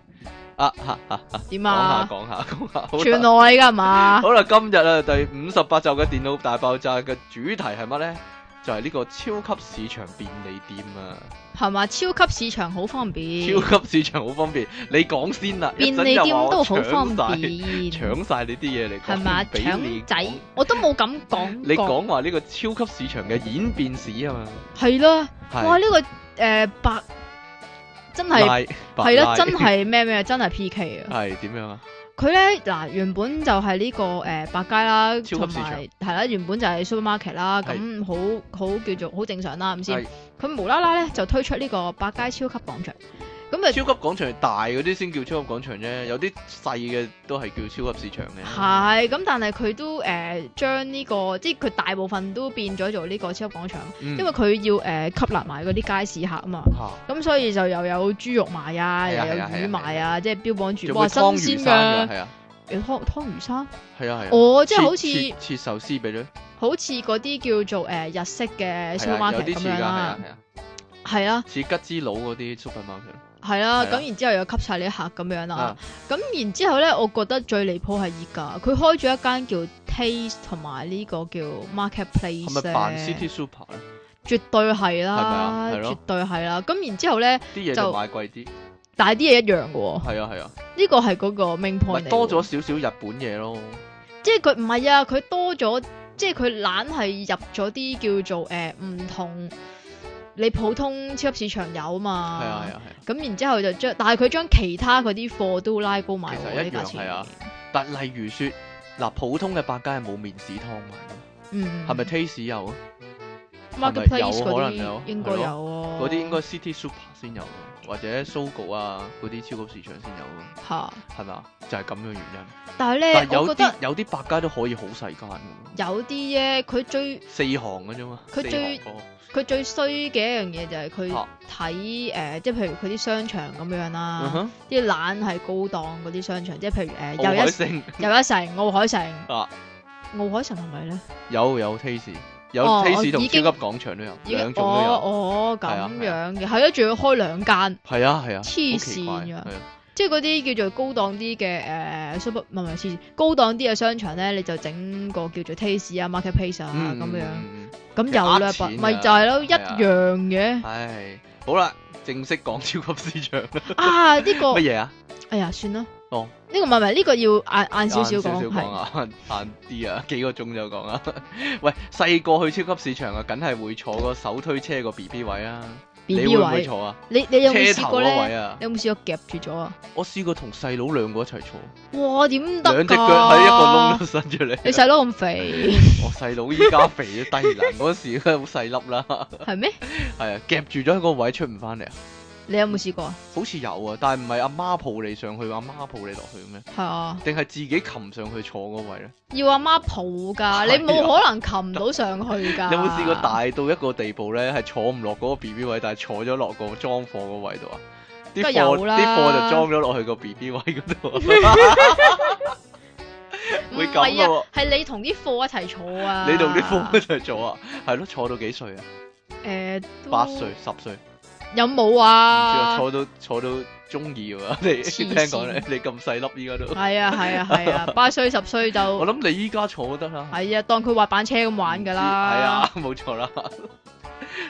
Speaker 1: 啊，嚇嚇
Speaker 2: 點
Speaker 1: 講下
Speaker 2: 啊？
Speaker 1: 講下講下，好
Speaker 2: 全
Speaker 1: 啦，
Speaker 2: 我嚟噶 嘛？
Speaker 1: 好啦，今日啊第五十八集嘅電腦大爆炸嘅主題係乜咧？就係呢個超級市場便利店啊！
Speaker 2: 係嘛？超級市場好方便，
Speaker 1: 超級市場好方便，你講先啦，
Speaker 2: 便利店都好方
Speaker 1: 便，
Speaker 2: 便，
Speaker 1: 搶晒你啲嘢嚟講，
Speaker 2: 係嘛？
Speaker 1: 俾你
Speaker 2: 搶仔
Speaker 1: 講
Speaker 2: 我都冇咁講
Speaker 1: 你
Speaker 2: 過，
Speaker 1: 講話呢個超級市場嘅演變史啊嘛，
Speaker 2: 係啦。哇！
Speaker 1: 係
Speaker 2: 呢、個个呃白真係
Speaker 1: 係
Speaker 2: 係啦，真係咩咩，真係 P K 啊！
Speaker 1: 係點樣啊？
Speaker 2: 佢咧嗱，原本就係呢、個个呃百佳啦，
Speaker 1: 超級
Speaker 2: 同
Speaker 1: 市場
Speaker 2: 埋係啦，原本就係 supermarket 啦，咁好好叫做好正常啦，咁先
Speaker 1: 係。
Speaker 2: 佢無啦啦咧就推出呢個百佳超級廣場，咁
Speaker 1: 超
Speaker 2: 啊
Speaker 1: 級廣場係大嗰啲先叫超級廣場啫，有啲細嘅都係叫超級市場嘅。
Speaker 2: 係咁，但係佢都诶将呢個即係佢大部分都變咗做呢個超級廣場，
Speaker 1: 因
Speaker 2: 因為佢要诶、呃吸納埋嗰啲街市客啊嘛。
Speaker 1: 嗯嚇
Speaker 2: 咁所以就又有豬肉賣啊，
Speaker 1: 係
Speaker 2: 又
Speaker 1: 啊
Speaker 2: 有
Speaker 1: 係啊係啊
Speaker 2: 魚賣
Speaker 1: 係
Speaker 2: 啊，即係標榜住
Speaker 1: 仲
Speaker 2: 哇
Speaker 1: 會
Speaker 2: 新
Speaker 1: 湯魚
Speaker 2: 鮮
Speaker 1: 生
Speaker 2: 嘅
Speaker 1: 㗎，係啊
Speaker 2: 誒湯湯魚生，
Speaker 1: 係啊係啊。
Speaker 2: 哦，即係好
Speaker 1: 切
Speaker 2: 似
Speaker 1: 切切壽司俾你，
Speaker 2: 好似嗰啲叫做誒日式嘅
Speaker 1: 係啊有
Speaker 2: supermarket
Speaker 1: 啲
Speaker 2: 咁
Speaker 1: 似㗎，
Speaker 2: 樣
Speaker 1: 係啊
Speaker 2: 啦，
Speaker 1: 係啊，
Speaker 2: 係啦，
Speaker 1: 似吉之佬嗰啲 supermarket
Speaker 2: 係啦，
Speaker 1: 係啊
Speaker 2: 咁然之後又吸晒你客咁樣啦
Speaker 1: 啊，
Speaker 2: 咁然之後咧，我覺得最離譜係熱㗎，佢開咗一間叫 Taste 同埋呢個叫 Marketplace
Speaker 1: 係咪扮 City Super 咧？
Speaker 2: 絕對係
Speaker 1: 係咪啊
Speaker 2: 啦，
Speaker 1: 係咯
Speaker 2: 絕對係啦，咁然之後咧，
Speaker 1: 啲嘢就
Speaker 2: 就
Speaker 1: 買貴啲，
Speaker 2: 但係啲嘢一樣嘅喎，
Speaker 1: 係啊係啊，
Speaker 2: 呢個係嗰個 main
Speaker 1: 咪
Speaker 2: point 嚟
Speaker 1: 多
Speaker 2: 喎
Speaker 1: 咗少少日本嘢咯，
Speaker 2: 即係佢唔係啊，佢多咗，即係佢懶係入咗啲叫做誒唔、同你普通超級市場有
Speaker 1: 係
Speaker 2: 嘛。
Speaker 1: 啊係啊係啊。
Speaker 2: 咁然之後就將，但係佢將其他嗰啲貨都拉高埋
Speaker 1: 其實
Speaker 2: 喎，
Speaker 1: 一
Speaker 2: 呢
Speaker 1: 樣
Speaker 2: 價錢。
Speaker 1: 係啊但例如說，嗱普通嘅百佳係冇面豉湯賣
Speaker 2: 嗯，
Speaker 1: 嘅，係咪 Taste 有啊？咪有
Speaker 2: marketplace
Speaker 1: 可能
Speaker 2: 嗰
Speaker 1: 有
Speaker 2: 啲應該有啊
Speaker 1: 嗰
Speaker 2: 嗰
Speaker 1: 啲應該 City Super 先有嘅。或者 Sogo 啊嗰啲超級市場先有咯，
Speaker 2: 吓。
Speaker 1: 係咪啊？就係咁樣原因。
Speaker 2: 但
Speaker 1: 但
Speaker 2: 係咧，
Speaker 1: 係
Speaker 2: 我
Speaker 1: 有
Speaker 2: 覺
Speaker 1: 啲
Speaker 2: 得
Speaker 1: 有啲百佳都可以好細間嘅喎，
Speaker 2: 有啲咧，佢最
Speaker 1: 四行嘅啫嘛，
Speaker 2: 佢
Speaker 1: 四
Speaker 2: 最
Speaker 1: 行貨
Speaker 2: 佢最衰嘅一樣嘢就係佢
Speaker 1: 啊
Speaker 2: 睇誒，即係譬如佢啲商場咁樣
Speaker 1: 嗯
Speaker 2: 啦，
Speaker 1: 哼，哦
Speaker 2: 啲懶係高檔嗰啲商場，即係譬如誒
Speaker 1: 奧
Speaker 2: 又
Speaker 1: 海
Speaker 2: 一
Speaker 1: 星
Speaker 2: 又一城、奧海城、
Speaker 1: 啊，
Speaker 2: 奧海城係咪咧？
Speaker 1: 有有 taste，有
Speaker 2: 哦
Speaker 1: taste 同
Speaker 2: 已經
Speaker 1: 超級廣場都有，
Speaker 2: 已經
Speaker 1: 兩種都有，
Speaker 2: 哦哦咁
Speaker 1: 係啊係
Speaker 2: 樣嘅，係啊，仲要開兩間，
Speaker 1: 係啊係啊，
Speaker 2: 黐
Speaker 1: 好奇怪
Speaker 2: 線㗎
Speaker 1: 係啊
Speaker 2: 即係嗰啲叫做高檔啲嘅誒 super 唔係唔係黐線，高檔啲嘅商場咧，你就整個叫做 taste 啊、marketplace 啊
Speaker 1: 嗯
Speaker 2: 咁樣，
Speaker 1: 嗯嗯
Speaker 2: 咁有啦
Speaker 1: 其實呃錢㗎
Speaker 2: 咪就係咯一
Speaker 1: 係啊
Speaker 2: 樣嘅
Speaker 1: 唉，好啦，正式講超級市場啦，
Speaker 2: 啊呢個
Speaker 1: 乜。嘢啊？
Speaker 2: 哎呀，算啦。
Speaker 1: 哦
Speaker 2: 呢個唔係唔係呢個要晏晏少少
Speaker 1: 晏
Speaker 2: 講，
Speaker 1: 講
Speaker 2: 係
Speaker 1: 啊，晏啲啊， 幾個鐘就講啦。喂，細個去超級市場啊，梗係會坐個手推車個 B B 位啊。
Speaker 2: B
Speaker 1: 你
Speaker 2: B
Speaker 1: 會唔會
Speaker 2: 位。
Speaker 1: 坐啊？
Speaker 2: 你你有冇
Speaker 1: 車
Speaker 2: 試
Speaker 1: 頭
Speaker 2: 過
Speaker 1: 嗰
Speaker 2: 咧
Speaker 1: 位？啊！
Speaker 2: 你有冇試過夾住咗啊？
Speaker 1: 我試過同細佬兩個一齊坐，
Speaker 2: 哇，點得㗎
Speaker 1: 兩隻腳喺一個窿。度伸出嚟。
Speaker 2: 你細佬咁肥
Speaker 1: 我細佬依家肥咗低能，嗰時咧好細粒啦，
Speaker 2: 係咩？
Speaker 1: 係啊，夾住咗喺個位出唔翻嚟啊！
Speaker 2: 你有冇試過啊？
Speaker 1: 好似有啊，但係唔係阿媽抱你上去，阿媽抱你落去咩？
Speaker 2: 係啊，
Speaker 1: 定係自己擒上去坐嗰位咧？
Speaker 2: 要阿媽抱㗎，
Speaker 1: 係啊
Speaker 2: 你冇可能擒到上去 㗎。
Speaker 1: 你有冇試過大到一個地步咧，係坐唔落嗰個 B B 位，但係坐咗落個裝貨個位度啊？啲
Speaker 2: 梗係
Speaker 1: 貨
Speaker 2: 有
Speaker 1: 啲
Speaker 2: 啦
Speaker 1: 貨就裝咗落去個 B B 位嗰度啊，
Speaker 2: 唔
Speaker 1: 會咁
Speaker 2: 係
Speaker 1: 㗎喎
Speaker 2: 啊，係你同啲貨一齊坐啊。
Speaker 1: 你同啲貨一齊坐啊？係咯，坐到幾歲啊？
Speaker 2: 誒都
Speaker 1: 八歲、十歲，唔
Speaker 2: 有冇
Speaker 1: 知啊，
Speaker 2: 啊？
Speaker 1: 坐到坐到中意啊！你
Speaker 2: 黐線
Speaker 1: 聽講咧，你咁細粒依家都，
Speaker 2: 係啊係啊 係啊，八歲十歲
Speaker 1: 我
Speaker 2: 就
Speaker 1: 諗你依家坐都得啦。
Speaker 2: 係啊，當佢滑板車咁玩㗎啦。
Speaker 1: 係啊， 冇錯啦。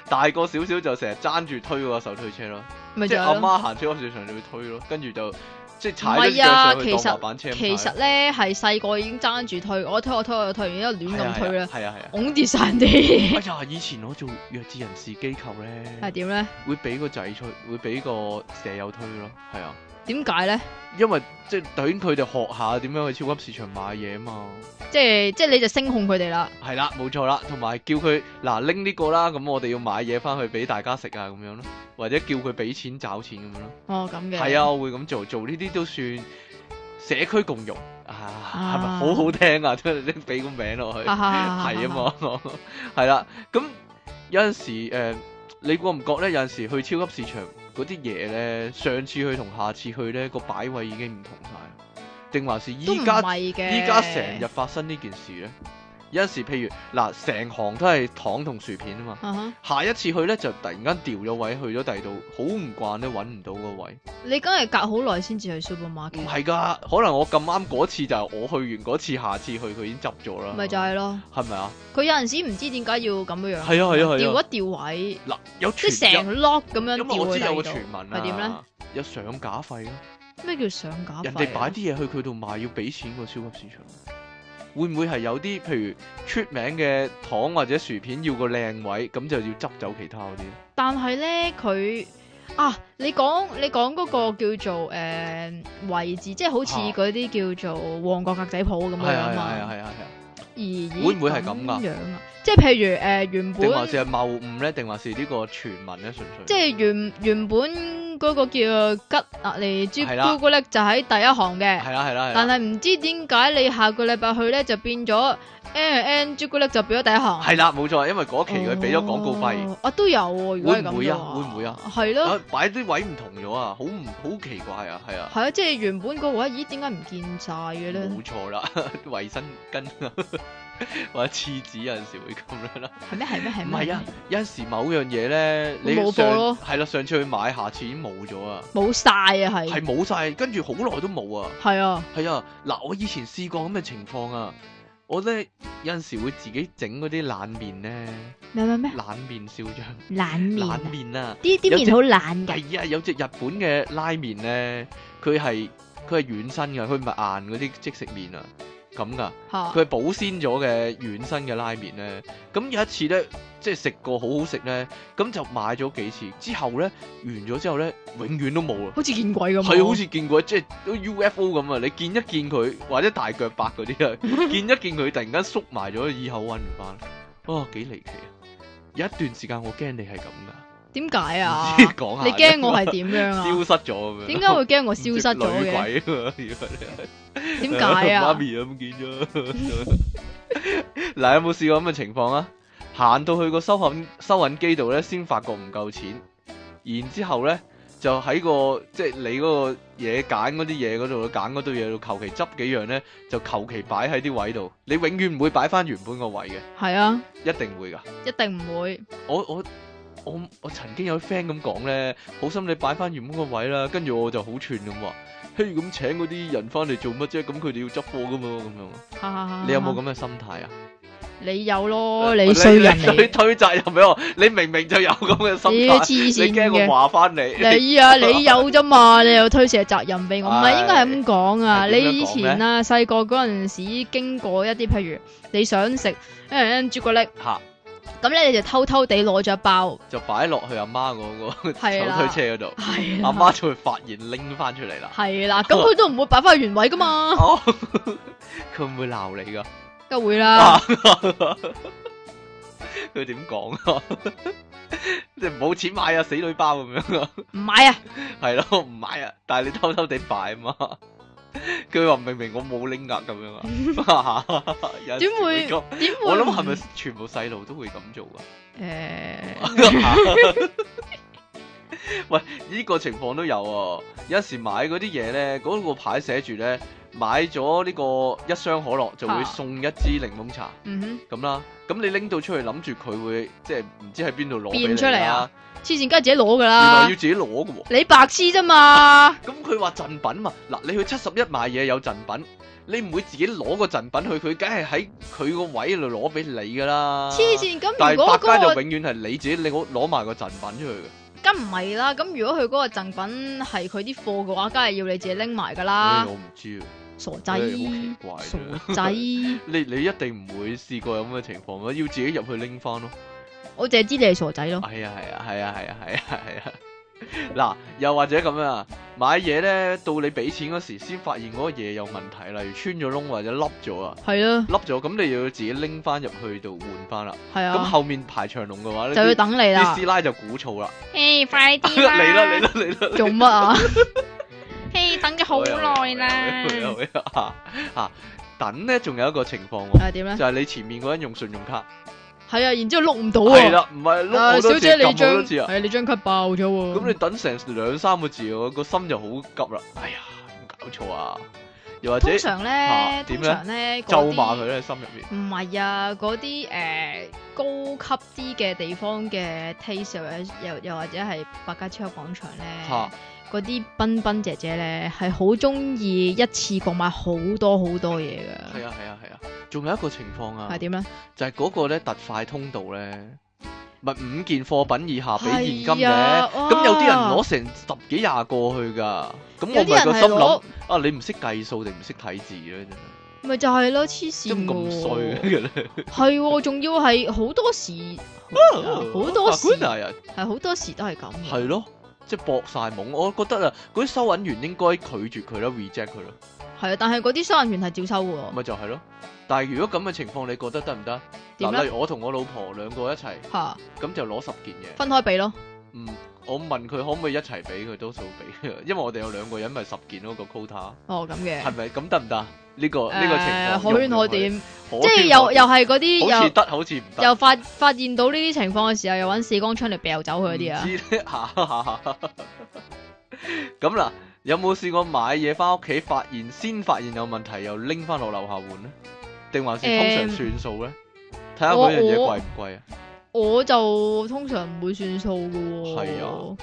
Speaker 1: 大個少少就成日爭住推嗰個手推車咯，
Speaker 2: 咪
Speaker 1: 即
Speaker 2: 就
Speaker 1: 係
Speaker 2: 係
Speaker 1: 阿
Speaker 2: 咯
Speaker 1: 媽行超級市場就會推咯，跟住就即係踩
Speaker 2: 唔
Speaker 1: 咗
Speaker 2: 係
Speaker 1: 腳
Speaker 2: 啊
Speaker 1: 上去當
Speaker 2: 其實
Speaker 1: 滑板車咁
Speaker 2: 其實
Speaker 1: 踩
Speaker 2: 咧係細個已經爭住推，我推我推我推，然之後亂咁推啦，
Speaker 1: 係啊係啊。
Speaker 2: 拱跌晒人哋。
Speaker 1: 哎呀！以前我做弱智人士機構
Speaker 2: 係
Speaker 1: 咧，
Speaker 2: 點咧？
Speaker 1: 會俾個仔推，會俾個舍友推咯，係啊，
Speaker 2: 點解咧？
Speaker 1: 因為即係等佢哋學下點樣去超級市場買嘢嘛。
Speaker 2: 即係即係你就聲控佢哋啦。
Speaker 1: 係啦，冇錯啦，同埋叫佢嗱拎呢個啦，咁我哋要買嘢翻去俾大家食啊，咁樣咯，或者叫佢俾錢找錢咁樣咯。
Speaker 2: 哦，咁嘅。
Speaker 1: 係啊，，我會咁做，做呢啲都算社區共融啊，係咪
Speaker 2: 啊
Speaker 1: 好好聽啊？ 都拎俾個名落去，係
Speaker 2: 哈哈哈哈
Speaker 1: 啊。嘛， 係啦。咁有陣時誒、呃你覺唔覺咧？有陣時去超級市場嗰啲嘢咧，上次去同下次去咧個擺位已經唔同晒，定還是
Speaker 2: 都唔
Speaker 1: 依家
Speaker 2: 係嘅。
Speaker 1: 依家成日發生呢件事咧？有陣時譬如嗱，成行都係糖同薯片啊嘛，
Speaker 2: 啊哈。
Speaker 1: 下一次去咧就突然間調咗位去咗第二度，好唔慣咧揾唔到個位。
Speaker 2: 你梗係隔好耐先至去
Speaker 1: 唔
Speaker 2: supermarket，
Speaker 1: 係㗎，可能我咁啱嗰次就係我去完嗰次，下次去佢已經執咗啦。
Speaker 2: 咪就係咯。
Speaker 1: 係咪啊？
Speaker 2: 佢有陣時唔知點解要咁
Speaker 1: 係
Speaker 2: 樣樣。
Speaker 1: 啊係啊係啊
Speaker 2: 調一調位，
Speaker 1: 嗱，有
Speaker 2: 即係
Speaker 1: 傳有
Speaker 2: 成 lock 咁樣
Speaker 1: 因為我
Speaker 2: 調
Speaker 1: 知有個
Speaker 2: 去第二
Speaker 1: 傳聞啊，
Speaker 2: 係點咧？
Speaker 1: 有上架費啦，
Speaker 2: 度。咩叫上架費啊？
Speaker 1: 人哋擺啲嘢去佢度賣要俾錢個超級市場，會唔會係有啲譬如出名嘅糖或者薯片要個靚位，咁就要執走其他嗰啲？
Speaker 2: 但係咧，佢啊，你講你講嗰個叫做誒、呃位置，即係好似
Speaker 1: 啊
Speaker 2: 嗰啲叫做旺角格仔鋪咁樣
Speaker 1: 係啊
Speaker 2: 啊
Speaker 1: 係啊係
Speaker 2: 嘛。
Speaker 1: 啊係啊係啊！
Speaker 2: 咦咦
Speaker 1: 會唔會係咁㗎
Speaker 2: 樣啊？即係譬如誒、呃原
Speaker 1: 定還
Speaker 2: 本
Speaker 1: 是係謬誤咧？定還是呢個傳聞咧？純粹
Speaker 2: 即係原原本嗰個叫吉納利朱
Speaker 1: 係啦
Speaker 2: 朱古力就喺第一行嘅，
Speaker 1: 係啊啦係啦係
Speaker 2: 但
Speaker 1: 啦
Speaker 2: 係唔知點解你下個禮拜去咧就變咗 N N 朱古力就變咗第一行。
Speaker 1: 係啦，冇錯，因為嗰期佢俾咗廣告費。
Speaker 2: 哦啊都有喎，如果係咁
Speaker 1: 會唔會啊
Speaker 2: 嘅話
Speaker 1: 會唔會啊？
Speaker 2: 係咯。
Speaker 1: 啊擺啲位唔同咗啊，好唔好奇怪啊，係啊，
Speaker 2: 系啊，即系原本嗰位，咦？點解唔見晒嘅咧？
Speaker 1: 冇錯啦， 衛生巾啊， 或者廁紙有陣時會咁樣啦。
Speaker 2: 係咩？係咩？係
Speaker 1: 唔
Speaker 2: 咩？
Speaker 1: 係啊，有陣時某樣嘢咧，你
Speaker 2: 冇貨
Speaker 1: 上
Speaker 2: 咯
Speaker 1: 係啦，上次去買，下次已經冇咗啊，
Speaker 2: 冇晒啊，
Speaker 1: 係
Speaker 2: 係
Speaker 1: 冇晒，跟住好耐都冇啊。
Speaker 2: 係啊，
Speaker 1: 係啊，嗱，我以前試過咁嘅情況啊，我咧有陣時會自己整嗰啲冷面咧，
Speaker 2: 咩咩咩
Speaker 1: 冷面燒醬，
Speaker 2: 冷面啊
Speaker 1: 冷，面啊。
Speaker 2: 啲啲
Speaker 1: 有
Speaker 2: 面
Speaker 1: 隻
Speaker 2: 好冷嘅，
Speaker 1: 係啊，有隻日本嘅拉麵咧，佢係佢係軟身嘅，佢唔係硬嗰啲即食麵啊，咁噶，
Speaker 2: 吓
Speaker 1: 佢係保鮮咗嘅軟身嘅拉麵咧。咁有一次咧，即係食過好好食咧，咁就買咗幾次，之後咧完咗之後咧，永遠都冇啦。
Speaker 2: 好似見鬼咁啊。
Speaker 1: 係好似見過，即係都 UFO 咁啊！你見一見佢，或者大腳白嗰 啲啊，見一見佢突然間縮埋咗，以後揾唔翻，哦，幾離奇啊！有一段時間我驚你係咁噶，
Speaker 2: 點解啊？
Speaker 1: 唔知講下
Speaker 2: 你驚我係點樣
Speaker 1: 消
Speaker 2: 啊？
Speaker 1: 失咗咁樣。
Speaker 2: 點解會驚我
Speaker 1: 唔
Speaker 2: 消
Speaker 1: 知
Speaker 2: 失咗
Speaker 1: 女
Speaker 2: 嘅？
Speaker 1: 鬼啊嘛？以為你係
Speaker 2: 點解
Speaker 1: 媽
Speaker 2: 啊？
Speaker 1: 咪啊，唔見咗。 嗱，有冇試過咁嘅情況啊？行到去個收銀收銀機度咧，先發覺唔夠錢，然之後咧就喺個即係你嗰個嘢揀嗰啲嘢嗰度，揀嗰堆嘢度，求其執幾樣咧，就求其擺喺啲位度。你永遠唔會擺翻原本個位嘅，
Speaker 2: 係啊，
Speaker 1: 一定會㗎。
Speaker 2: 一定唔會。
Speaker 1: 我我我我曾經有啲 friend 咁講咧，好心你擺翻原本個位啦，跟住我就好串咁話，嘿咁請嗰啲人翻嚟做乜啫？咁佢哋要執貨噶嘛，咁樣。
Speaker 2: 哈哈哈哈
Speaker 1: 你有冇咁嘅心態啊？
Speaker 2: 你有咯，
Speaker 1: 我
Speaker 2: 哦你衰人
Speaker 1: 推
Speaker 2: 嚟，
Speaker 1: 推責任俾我，你明明就有咁嘅
Speaker 2: 你
Speaker 1: 心
Speaker 2: 黐
Speaker 1: 態，
Speaker 2: 線
Speaker 1: 你驚我
Speaker 2: 嘅。
Speaker 1: 話翻你？
Speaker 2: 你啊，你有啫嘛，你又推卸責任俾我，唔係應該係咁講啊！
Speaker 1: 係
Speaker 2: 你
Speaker 1: 點樣講
Speaker 2: 以前啊細個嗰陣時經過一啲，譬如你想食誒朱古力，
Speaker 1: 吓
Speaker 2: 咁咧你就偷偷地攞咗一 包，
Speaker 1: 就擺落去阿媽嗰個手
Speaker 2: 係啦
Speaker 1: 推車嗰啊度，
Speaker 2: 係
Speaker 1: 阿
Speaker 2: 啦，
Speaker 1: 媽就會發現拎翻出嚟 啦。
Speaker 2: 係啦，咁佢都唔會擺翻去原 位噶嘛，
Speaker 1: 哦，佢會唔會鬧你噶？
Speaker 2: 梗會啦，
Speaker 1: 佢點講啊？即係冇錢買啊，死女包咁樣啊！
Speaker 2: 唔買啊，
Speaker 1: 係咯， 唔買啊，但係你偷偷地擺啊嘛。 佢話明明我冇拎額咁樣 啊， 有
Speaker 2: 點
Speaker 1: 時
Speaker 2: 會
Speaker 1: 咁
Speaker 2: 點會？
Speaker 1: 我諗係咪全部細路都會咁做啊？
Speaker 2: 咪
Speaker 1: 喂，呢、個情況都有啊！有時買嗰啲嘢咧，嗰、個牌寫住咧，買咗呢個一箱可樂就會
Speaker 2: 啊
Speaker 1: 送一支檸檬茶
Speaker 2: 嗯哼，
Speaker 1: 咁啦。咁你拎到出去諗住佢會即係唔知喺邊度攞俾你
Speaker 2: 變出嚟啊
Speaker 1: 啦，
Speaker 2: 黐線，梗係自己攞噶
Speaker 1: 原來要
Speaker 2: 啦
Speaker 1: 自，己攞嘅喎。
Speaker 2: 你白痴啫嘛，
Speaker 1: 咁佢話贈品嘛，嗱你去七十一買嘢有贈品，你唔會自己攞個贈品去，佢梗係喺佢個位度攞俾你噶啦。
Speaker 2: 黐！線，咁
Speaker 1: 但
Speaker 2: 如
Speaker 1: 係百
Speaker 2: 果嗰
Speaker 1: 佳
Speaker 2: 個
Speaker 1: 就永遠係你自己你攞攞埋個贈品出去嘅。
Speaker 2: 梗唔係啦，咁如果佢嗰個贈品係佢啲貨嘅話，梗係要你自己拎埋噶
Speaker 1: 唉，
Speaker 2: 啦
Speaker 1: 我唔知啊，
Speaker 2: 傻仔
Speaker 1: 唉好，奇怪
Speaker 2: 傻
Speaker 1: 啫。
Speaker 2: 仔，
Speaker 1: 你你一定唔會試過有咁嘅情況啦，要自己入去拎翻咯。
Speaker 2: 我淨係知你係傻仔咯，
Speaker 1: 係啊係啊係啊係啊係啊係啊！嗱，又或者咁啊，買嘢咧到你俾錢嗰時先發現嗰個嘢有問題，例如穿咗窿或者凹咗啊，
Speaker 2: 係咯，
Speaker 1: 凹咗咁你又要自己拎翻入去度換翻啦。
Speaker 2: 係
Speaker 1: 咁
Speaker 2: 啊，
Speaker 1: 後面排長龍嘅話咧，
Speaker 2: 就要
Speaker 1: 啲
Speaker 2: 等你
Speaker 1: 啲
Speaker 2: 啦，
Speaker 1: 師奶就鼓噪啦，
Speaker 3: 嘿，快
Speaker 1: 嚟
Speaker 3: 啲啦！
Speaker 1: 啦嚟啦嚟啦，
Speaker 2: 做乜啊？
Speaker 3: 嘿，等咗好耐
Speaker 1: 哎
Speaker 3: 啦。
Speaker 1: 嚇啊等咧，仲有一個情況喎，
Speaker 2: 係點咧？
Speaker 1: 就係你前面嗰人用信用卡，
Speaker 2: 係啊，然之後碌唔到
Speaker 1: 係
Speaker 2: 喎，
Speaker 1: 啦，唔係碌
Speaker 2: 啊
Speaker 1: 好
Speaker 2: 小
Speaker 1: 多次，
Speaker 2: 姐
Speaker 1: 撳
Speaker 2: 你
Speaker 1: 好多
Speaker 2: 張
Speaker 1: 次啊，
Speaker 2: 係你張卡爆咗喎，
Speaker 1: 咁你等成兩三個字，我個心就好急啦。哎呀，有冇搞錯啊！又或者
Speaker 2: 通常
Speaker 1: 啊
Speaker 2: 咧，
Speaker 1: 點
Speaker 2: 通
Speaker 1: 咧
Speaker 2: 常咧，
Speaker 1: 咒
Speaker 2: 嗰
Speaker 1: 罵
Speaker 2: 啲
Speaker 1: 佢咧，心入面
Speaker 2: 唔係啊，嗰啲誒高級啲嘅地方嘅 taste 又或又又或者係百佳超級廣場咧
Speaker 1: 嚇，
Speaker 2: 嗰啲賓賓姐姐咧係好中意一次過買好多好多嘢㗎，
Speaker 1: 係啊係啊係啊，仲有一個情況啊
Speaker 2: 係，點咧？
Speaker 1: 就係嗰個咧特快通道咧，咪五件貨品以下俾現金
Speaker 2: 係
Speaker 1: 嘅
Speaker 2: 啊。
Speaker 1: 咁有啲人
Speaker 2: 哇
Speaker 1: 攞成十幾廿個去噶，咁
Speaker 2: 有
Speaker 1: 我
Speaker 2: 啲
Speaker 1: 咪個
Speaker 2: 人
Speaker 1: 心
Speaker 2: 係
Speaker 1: 諗
Speaker 2: 攞，
Speaker 1: 啊，你唔識計數定唔識睇字咧，
Speaker 2: 咪就係咯，黐
Speaker 1: 真
Speaker 2: 線
Speaker 1: 係咁衰
Speaker 2: 㗎
Speaker 1: 嘅咧。
Speaker 2: 喎，係喎，仲要係好多時，好多時係
Speaker 1: 係啊，
Speaker 2: 好多時都係咁嘅，
Speaker 1: 係咯，即係搏晒懵。我覺得啊，嗰啲收銀員應該拒絕佢啦，reject 佢咯，
Speaker 2: 係啊，但係嗰啲收銀員係照收㗎喎，
Speaker 1: 咪就係咯。但係如果咁嘅情況，你覺得得唔得？
Speaker 2: 點
Speaker 1: 嗱，
Speaker 2: 咧
Speaker 1: 例？如我同我老婆兩個一齊，
Speaker 2: 嚇，
Speaker 1: 咁就攞十件嘢。
Speaker 2: 分開俾咯，
Speaker 1: 嗯，我問佢可唔可以一齊俾佢，多數俾，因為我哋有兩個人咪十件咯個 quota。
Speaker 2: 哦咁嘅
Speaker 1: 係，咪咁得唔得？呢個呢個情
Speaker 2: 誒
Speaker 1: 況
Speaker 2: 可圈可
Speaker 1: 用唔
Speaker 2: 點。
Speaker 1: 用可圈
Speaker 2: 即
Speaker 1: 可
Speaker 2: 係
Speaker 1: 點
Speaker 2: 又又係嗰啲
Speaker 1: 好似
Speaker 2: 又
Speaker 1: 得，好似唔得。
Speaker 2: 又發發現到呢啲情況嘅時候，又揾四光槍嚟掉走佢嗰啲
Speaker 1: 唔
Speaker 2: 啊！
Speaker 1: 知咧咁嗱，有冇試過買嘢翻屋企，發現先發現有問題，又拎翻落樓下換呢？定還是通常
Speaker 2: 誒
Speaker 1: 算數呢？睇下嗰樣嘢
Speaker 2: 我
Speaker 1: 貴
Speaker 2: 我
Speaker 1: 唔貴啊？
Speaker 2: 我就通常唔會算數噶喎。
Speaker 1: 係啊，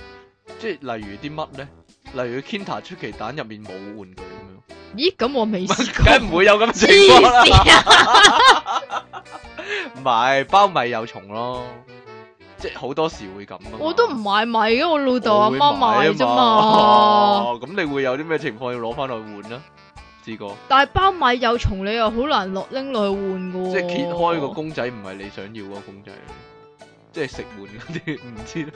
Speaker 1: 即係例如啲乜呢？例如 Kinta 出奇蛋入面冇玩具咁
Speaker 2: 咦？咁我未試
Speaker 1: 樣，梗
Speaker 2: 過，
Speaker 1: 唔會有咁嘅情況
Speaker 2: 黐
Speaker 1: 啦。
Speaker 2: 線啊！
Speaker 1: 唔係包米有蟲咯，即係好多時會咁啊。
Speaker 2: 我都唔買米嘅，我老豆
Speaker 1: 我
Speaker 2: 阿
Speaker 1: 會
Speaker 2: 媽買啫嘛。
Speaker 1: 啊。咁你會有啲咩情況要攞翻去換啊？試過，
Speaker 2: 但係包米有蟲，你又好難落拎落去換噶喎。
Speaker 1: 即係揭開個公仔唔係你想要嗰個啊公仔，即係食換嗰啲， 唔知咧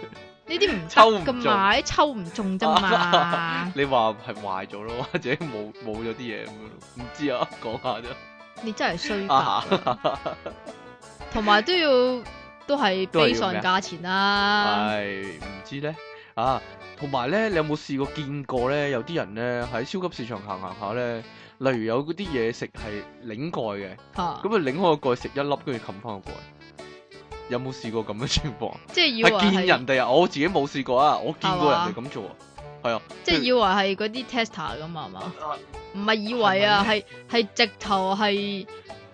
Speaker 2: 呢啲唔
Speaker 1: 抽唔
Speaker 2: 得噶
Speaker 1: 中。
Speaker 2: 嘛，抽唔中啫嘛
Speaker 1: 你話係壞咗咯， 或者冇冇咗啲嘢咁樣咯，唔知啊， 講下啫。
Speaker 2: 啊你真係衰格
Speaker 1: 啊，
Speaker 2: 同埋都要都係
Speaker 1: 都係要
Speaker 2: 非常
Speaker 1: 咩啊
Speaker 2: 價錢啦。
Speaker 1: 系唔知咧啊，同埋咧，你有冇試過見過咧？有啲人咧喺超級市場行行下咧，例如有嗰啲嘢食係擰蓋嘅，
Speaker 2: 吓，
Speaker 1: 咁啊擰開個蓋食一粒，跟住冚翻個蓋。有冇試過咁嘅情況？
Speaker 2: 即係以為
Speaker 1: 係見
Speaker 2: 係，
Speaker 1: 人哋啊，我自己冇試過啊，我見過人
Speaker 2: 係嘛
Speaker 1: 哋咁做啊。
Speaker 2: 即係以為係嗰啲 tester 咁啊係嘛？
Speaker 1: 啊
Speaker 2: 唔係以為啊，
Speaker 1: 係
Speaker 2: 係係直頭係。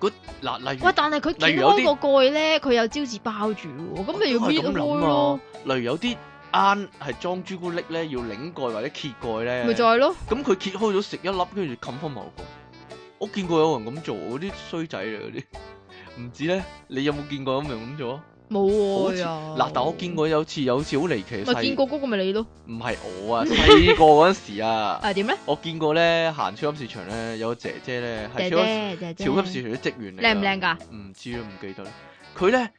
Speaker 1: 嗰嗱，例如
Speaker 2: 喂，但係佢
Speaker 1: 例
Speaker 2: 掀
Speaker 1: 如有
Speaker 2: 開
Speaker 1: 啲
Speaker 2: 個蓋咧，佢有招紙包住喎，咁咪要
Speaker 1: 都係
Speaker 2: 搣
Speaker 1: 咁
Speaker 2: 開
Speaker 1: 諗
Speaker 2: 咯
Speaker 1: 啊，，例如有啲罌係裝朱古力咧，要擰蓋或者揭蓋咧，
Speaker 2: 咪就係咯。
Speaker 1: 咁佢揭開咗食一粒，跟住冚翻埋個。我見過有人咁做，嗰啲衰仔嚟嗰啲。唔知咧，你有冇見過有人咁做啊？
Speaker 2: 冇
Speaker 1: 好
Speaker 2: 喎
Speaker 1: 似
Speaker 2: 又
Speaker 1: 嗱，但我見過有次有次好離奇，
Speaker 2: 咪見
Speaker 1: 細
Speaker 2: 過嗰個咪你咯？
Speaker 1: 唔係 我啊，細個嗰陣時啊，
Speaker 2: 誒點咧？
Speaker 1: 我見過咧行超級市場咧，有個姐姐咧係
Speaker 2: 姐
Speaker 1: 超級
Speaker 2: 姐姐姐，
Speaker 1: 超級市場啲職員嚟㗎。嗯
Speaker 2: 靚唔靚㗎？
Speaker 1: 唔知啦，唔記得啦。佢咧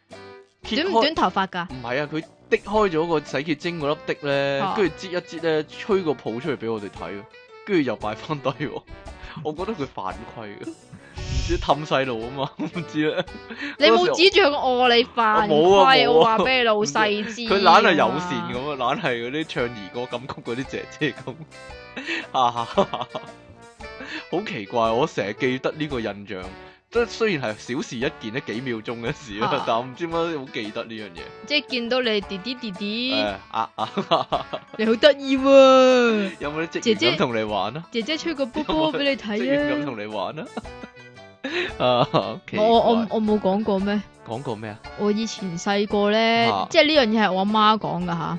Speaker 1: 揭
Speaker 2: 短唔
Speaker 1: 開。
Speaker 2: 短頭髮 㗎？
Speaker 1: 唔係啊，佢滴開咗個洗潔精嗰粒滴咧
Speaker 2: 啊，
Speaker 1: 跟住擠一擠咧，吹個泡出嚟俾我哋睇喎，跟住又擺翻低喎。我覺得佢犯規嘅，唔知氹細路啊嘛，唔知咧。
Speaker 2: 你
Speaker 1: 嗰
Speaker 2: 冇
Speaker 1: 時候
Speaker 2: 指住佢我你
Speaker 1: 我
Speaker 2: 犯
Speaker 1: 冇啊冇
Speaker 2: 規，
Speaker 1: 啊
Speaker 2: 我話俾你老細知。
Speaker 1: 佢懶係友善，咁啊，懶係嗰啲唱兒歌金曲嗰啲姐姐咁， 啊，好奇怪，我成日記得呢個印象。即係雖然係小事一件，咧幾秒鐘嘅事啦，
Speaker 2: 啊
Speaker 1: 但我唔知點解好記得呢樣嘢。
Speaker 2: 即係見到你弟弟弟弟，
Speaker 1: 誒啊啊！
Speaker 2: 你好得意喎！
Speaker 1: 有冇啲職
Speaker 2: 姐
Speaker 1: 員
Speaker 2: 姐
Speaker 1: 咁同你玩啊？
Speaker 2: 姐姐吹 個波波俾你
Speaker 1: 即係咁
Speaker 2: 睇啊！
Speaker 1: 同你玩啦。 啊，奇
Speaker 2: 我我
Speaker 1: 怪
Speaker 2: 我冇講過咩？
Speaker 1: 講過咩啊？
Speaker 2: 我以前細個咧
Speaker 1: 啊，
Speaker 2: 即係呢樣嘢係我阿媽講㗎吓。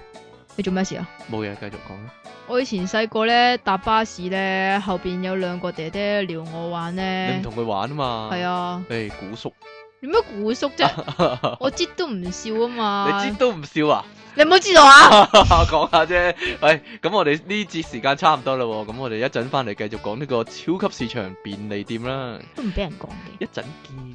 Speaker 2: 你做咩事啊？
Speaker 1: 冇嘢，繼續講啊啦。
Speaker 2: 我以前細個咧搭巴士咧，後邊有兩個爹爹撩我玩
Speaker 1: 你唔
Speaker 2: 咧，
Speaker 1: 同佢玩啊嘛。
Speaker 2: 係。啊，
Speaker 1: 誒，古叔，
Speaker 2: 你咩古叔啫？ 我知都唔笑啊嘛！
Speaker 1: 你知都唔笑啊？
Speaker 2: 你唔好知道啊！
Speaker 1: 講下啫。喂，咁我哋呢節時間差唔多啦喎，咁我哋一陣翻嚟繼續講呢個超級市場便利店啦。
Speaker 2: 都唔俾人講嘅。
Speaker 1: 一陣見。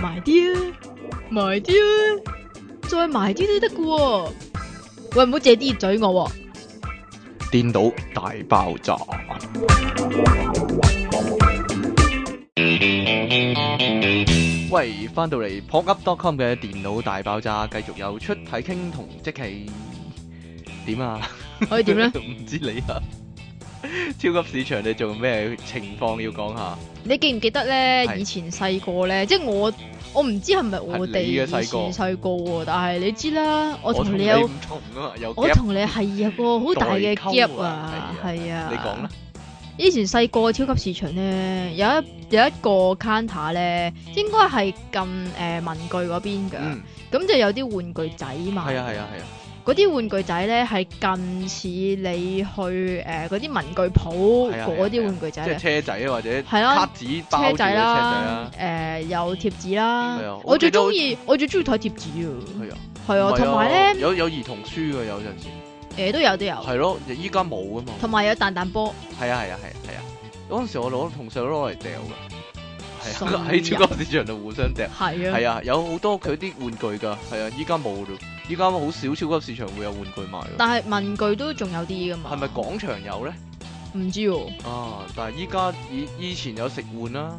Speaker 2: 埋啲啊，埋啲啊，再埋啲都得噶喎。喂，唔好借啲嘴我、喎。
Speaker 1: 電腦大爆炸。喂，翻到嚟 p o p u p c o m 嘅電腦大爆炸，繼續有出體傾同即期點啊？
Speaker 2: 可以點 咧？
Speaker 1: 唔知你啊！超級市場你做咩情況要講下？
Speaker 2: 你記唔記得咧？
Speaker 1: 係
Speaker 2: 以前細個咧，即係我，我唔知係咪我
Speaker 1: 係
Speaker 2: 哋
Speaker 1: 你
Speaker 2: 以
Speaker 1: 嘅
Speaker 2: 前
Speaker 1: 細個
Speaker 2: 細個喎，但係你知啦，我同
Speaker 1: 你
Speaker 2: 你有
Speaker 1: 唔，同啊嘛，有
Speaker 2: 我
Speaker 1: gap，
Speaker 2: 同你係有個好大嘅
Speaker 1: 代溝啊
Speaker 2: gap 啊，係啊。
Speaker 1: 你講啦。。
Speaker 2: 以前細個超級市場咧，有一有一個 counter 咧，應該係近誒文具嗰邊㗎，
Speaker 1: 嗯，
Speaker 2: 咁就有啲玩具仔嘛。
Speaker 1: 係啊，係啊，係啊。
Speaker 2: 嗰啲玩具仔咧係近似你去誒嗰啲文具
Speaker 1: 係
Speaker 2: 鋪
Speaker 1: 啊係啊
Speaker 2: 嗰啲玩具仔
Speaker 1: 即係
Speaker 2: 嚟，
Speaker 1: 車仔啊，或者
Speaker 2: 係
Speaker 1: 卡
Speaker 2: 啦，
Speaker 1: 紙包住
Speaker 2: 車
Speaker 1: 嘅車
Speaker 2: 仔
Speaker 1: 仔啊
Speaker 2: 啦
Speaker 1: 啦，，
Speaker 2: 誒有貼紙
Speaker 1: 係啊
Speaker 2: 啦，
Speaker 1: 我記
Speaker 2: 我最
Speaker 1: 得
Speaker 2: 中意我最中意睇貼紙啊，
Speaker 1: 係啊。
Speaker 2: 係
Speaker 1: 唔
Speaker 2: 啊，
Speaker 1: 係
Speaker 2: 同埋咧
Speaker 1: 有有兒童書嘅有陣時。
Speaker 2: 誒都有都有，
Speaker 1: 係咯，依家冇噶嘛。
Speaker 2: 同埋有彈彈波，
Speaker 1: 係啊係啊係啊係啊！嗰陣時我攞同細佬攞嚟掉噶，係啊
Speaker 2: 信
Speaker 1: 喺超級市場度互相掉。
Speaker 2: 係啊，
Speaker 1: 係啊，有好多佢啲玩具㗎，係啊，依家冇嘞，依家好少超級市場會有玩具賣㗎。
Speaker 2: 但係文具都仲有啲噶嘛，
Speaker 1: 係咪廣場有咧？
Speaker 2: 唔知喎，
Speaker 1: 啊，但係依家以以前有食玩啦，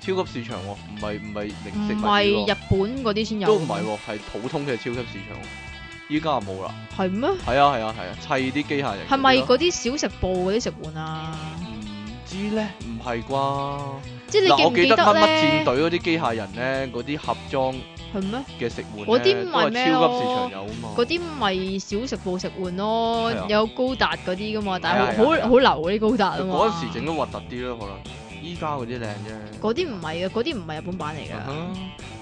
Speaker 1: 超級市場喎，唔係唔係零食
Speaker 2: 唔
Speaker 1: 物
Speaker 2: 係
Speaker 1: 喎
Speaker 2: 日本嗰啲先有，
Speaker 1: 都唔係，喎，係普通嘅超級市場喎。依家冇啦，
Speaker 2: 係咩？
Speaker 1: 係啊係啊係啊，砌啲機械人嗰啲咯。
Speaker 2: 係咪嗰啲小食部嗰啲食玩啊？
Speaker 1: 唔知咧？唔係啩？
Speaker 2: 即係你
Speaker 1: 嗱，
Speaker 2: 記
Speaker 1: 我
Speaker 2: 唔記
Speaker 1: 記得乜乜戰
Speaker 2: 咧？
Speaker 1: 隊嗰啲機械人咧，嗰啲盒裝
Speaker 2: 係咩？
Speaker 1: 嘅食玩
Speaker 2: 嗰啲
Speaker 1: 咧
Speaker 2: 咪
Speaker 1: 都係
Speaker 2: 咩
Speaker 1: 超級
Speaker 2: 咯
Speaker 1: 市場有啊嘛。
Speaker 2: 嗰啲咪小食部食玩咯
Speaker 1: 係啊，
Speaker 2: 有高達嗰啲噶嘛，但係
Speaker 1: 係啊係啊係啊
Speaker 2: 好好流嗰啲高達啊嘛。
Speaker 1: 嗰陣時整得核突啲咯，可能依家嗰啲靚啫。
Speaker 2: 嗰啲唔係嘅，啊嗰啲唔係日本版嚟
Speaker 1: 嗯
Speaker 2: 㗎。
Speaker 1: 哼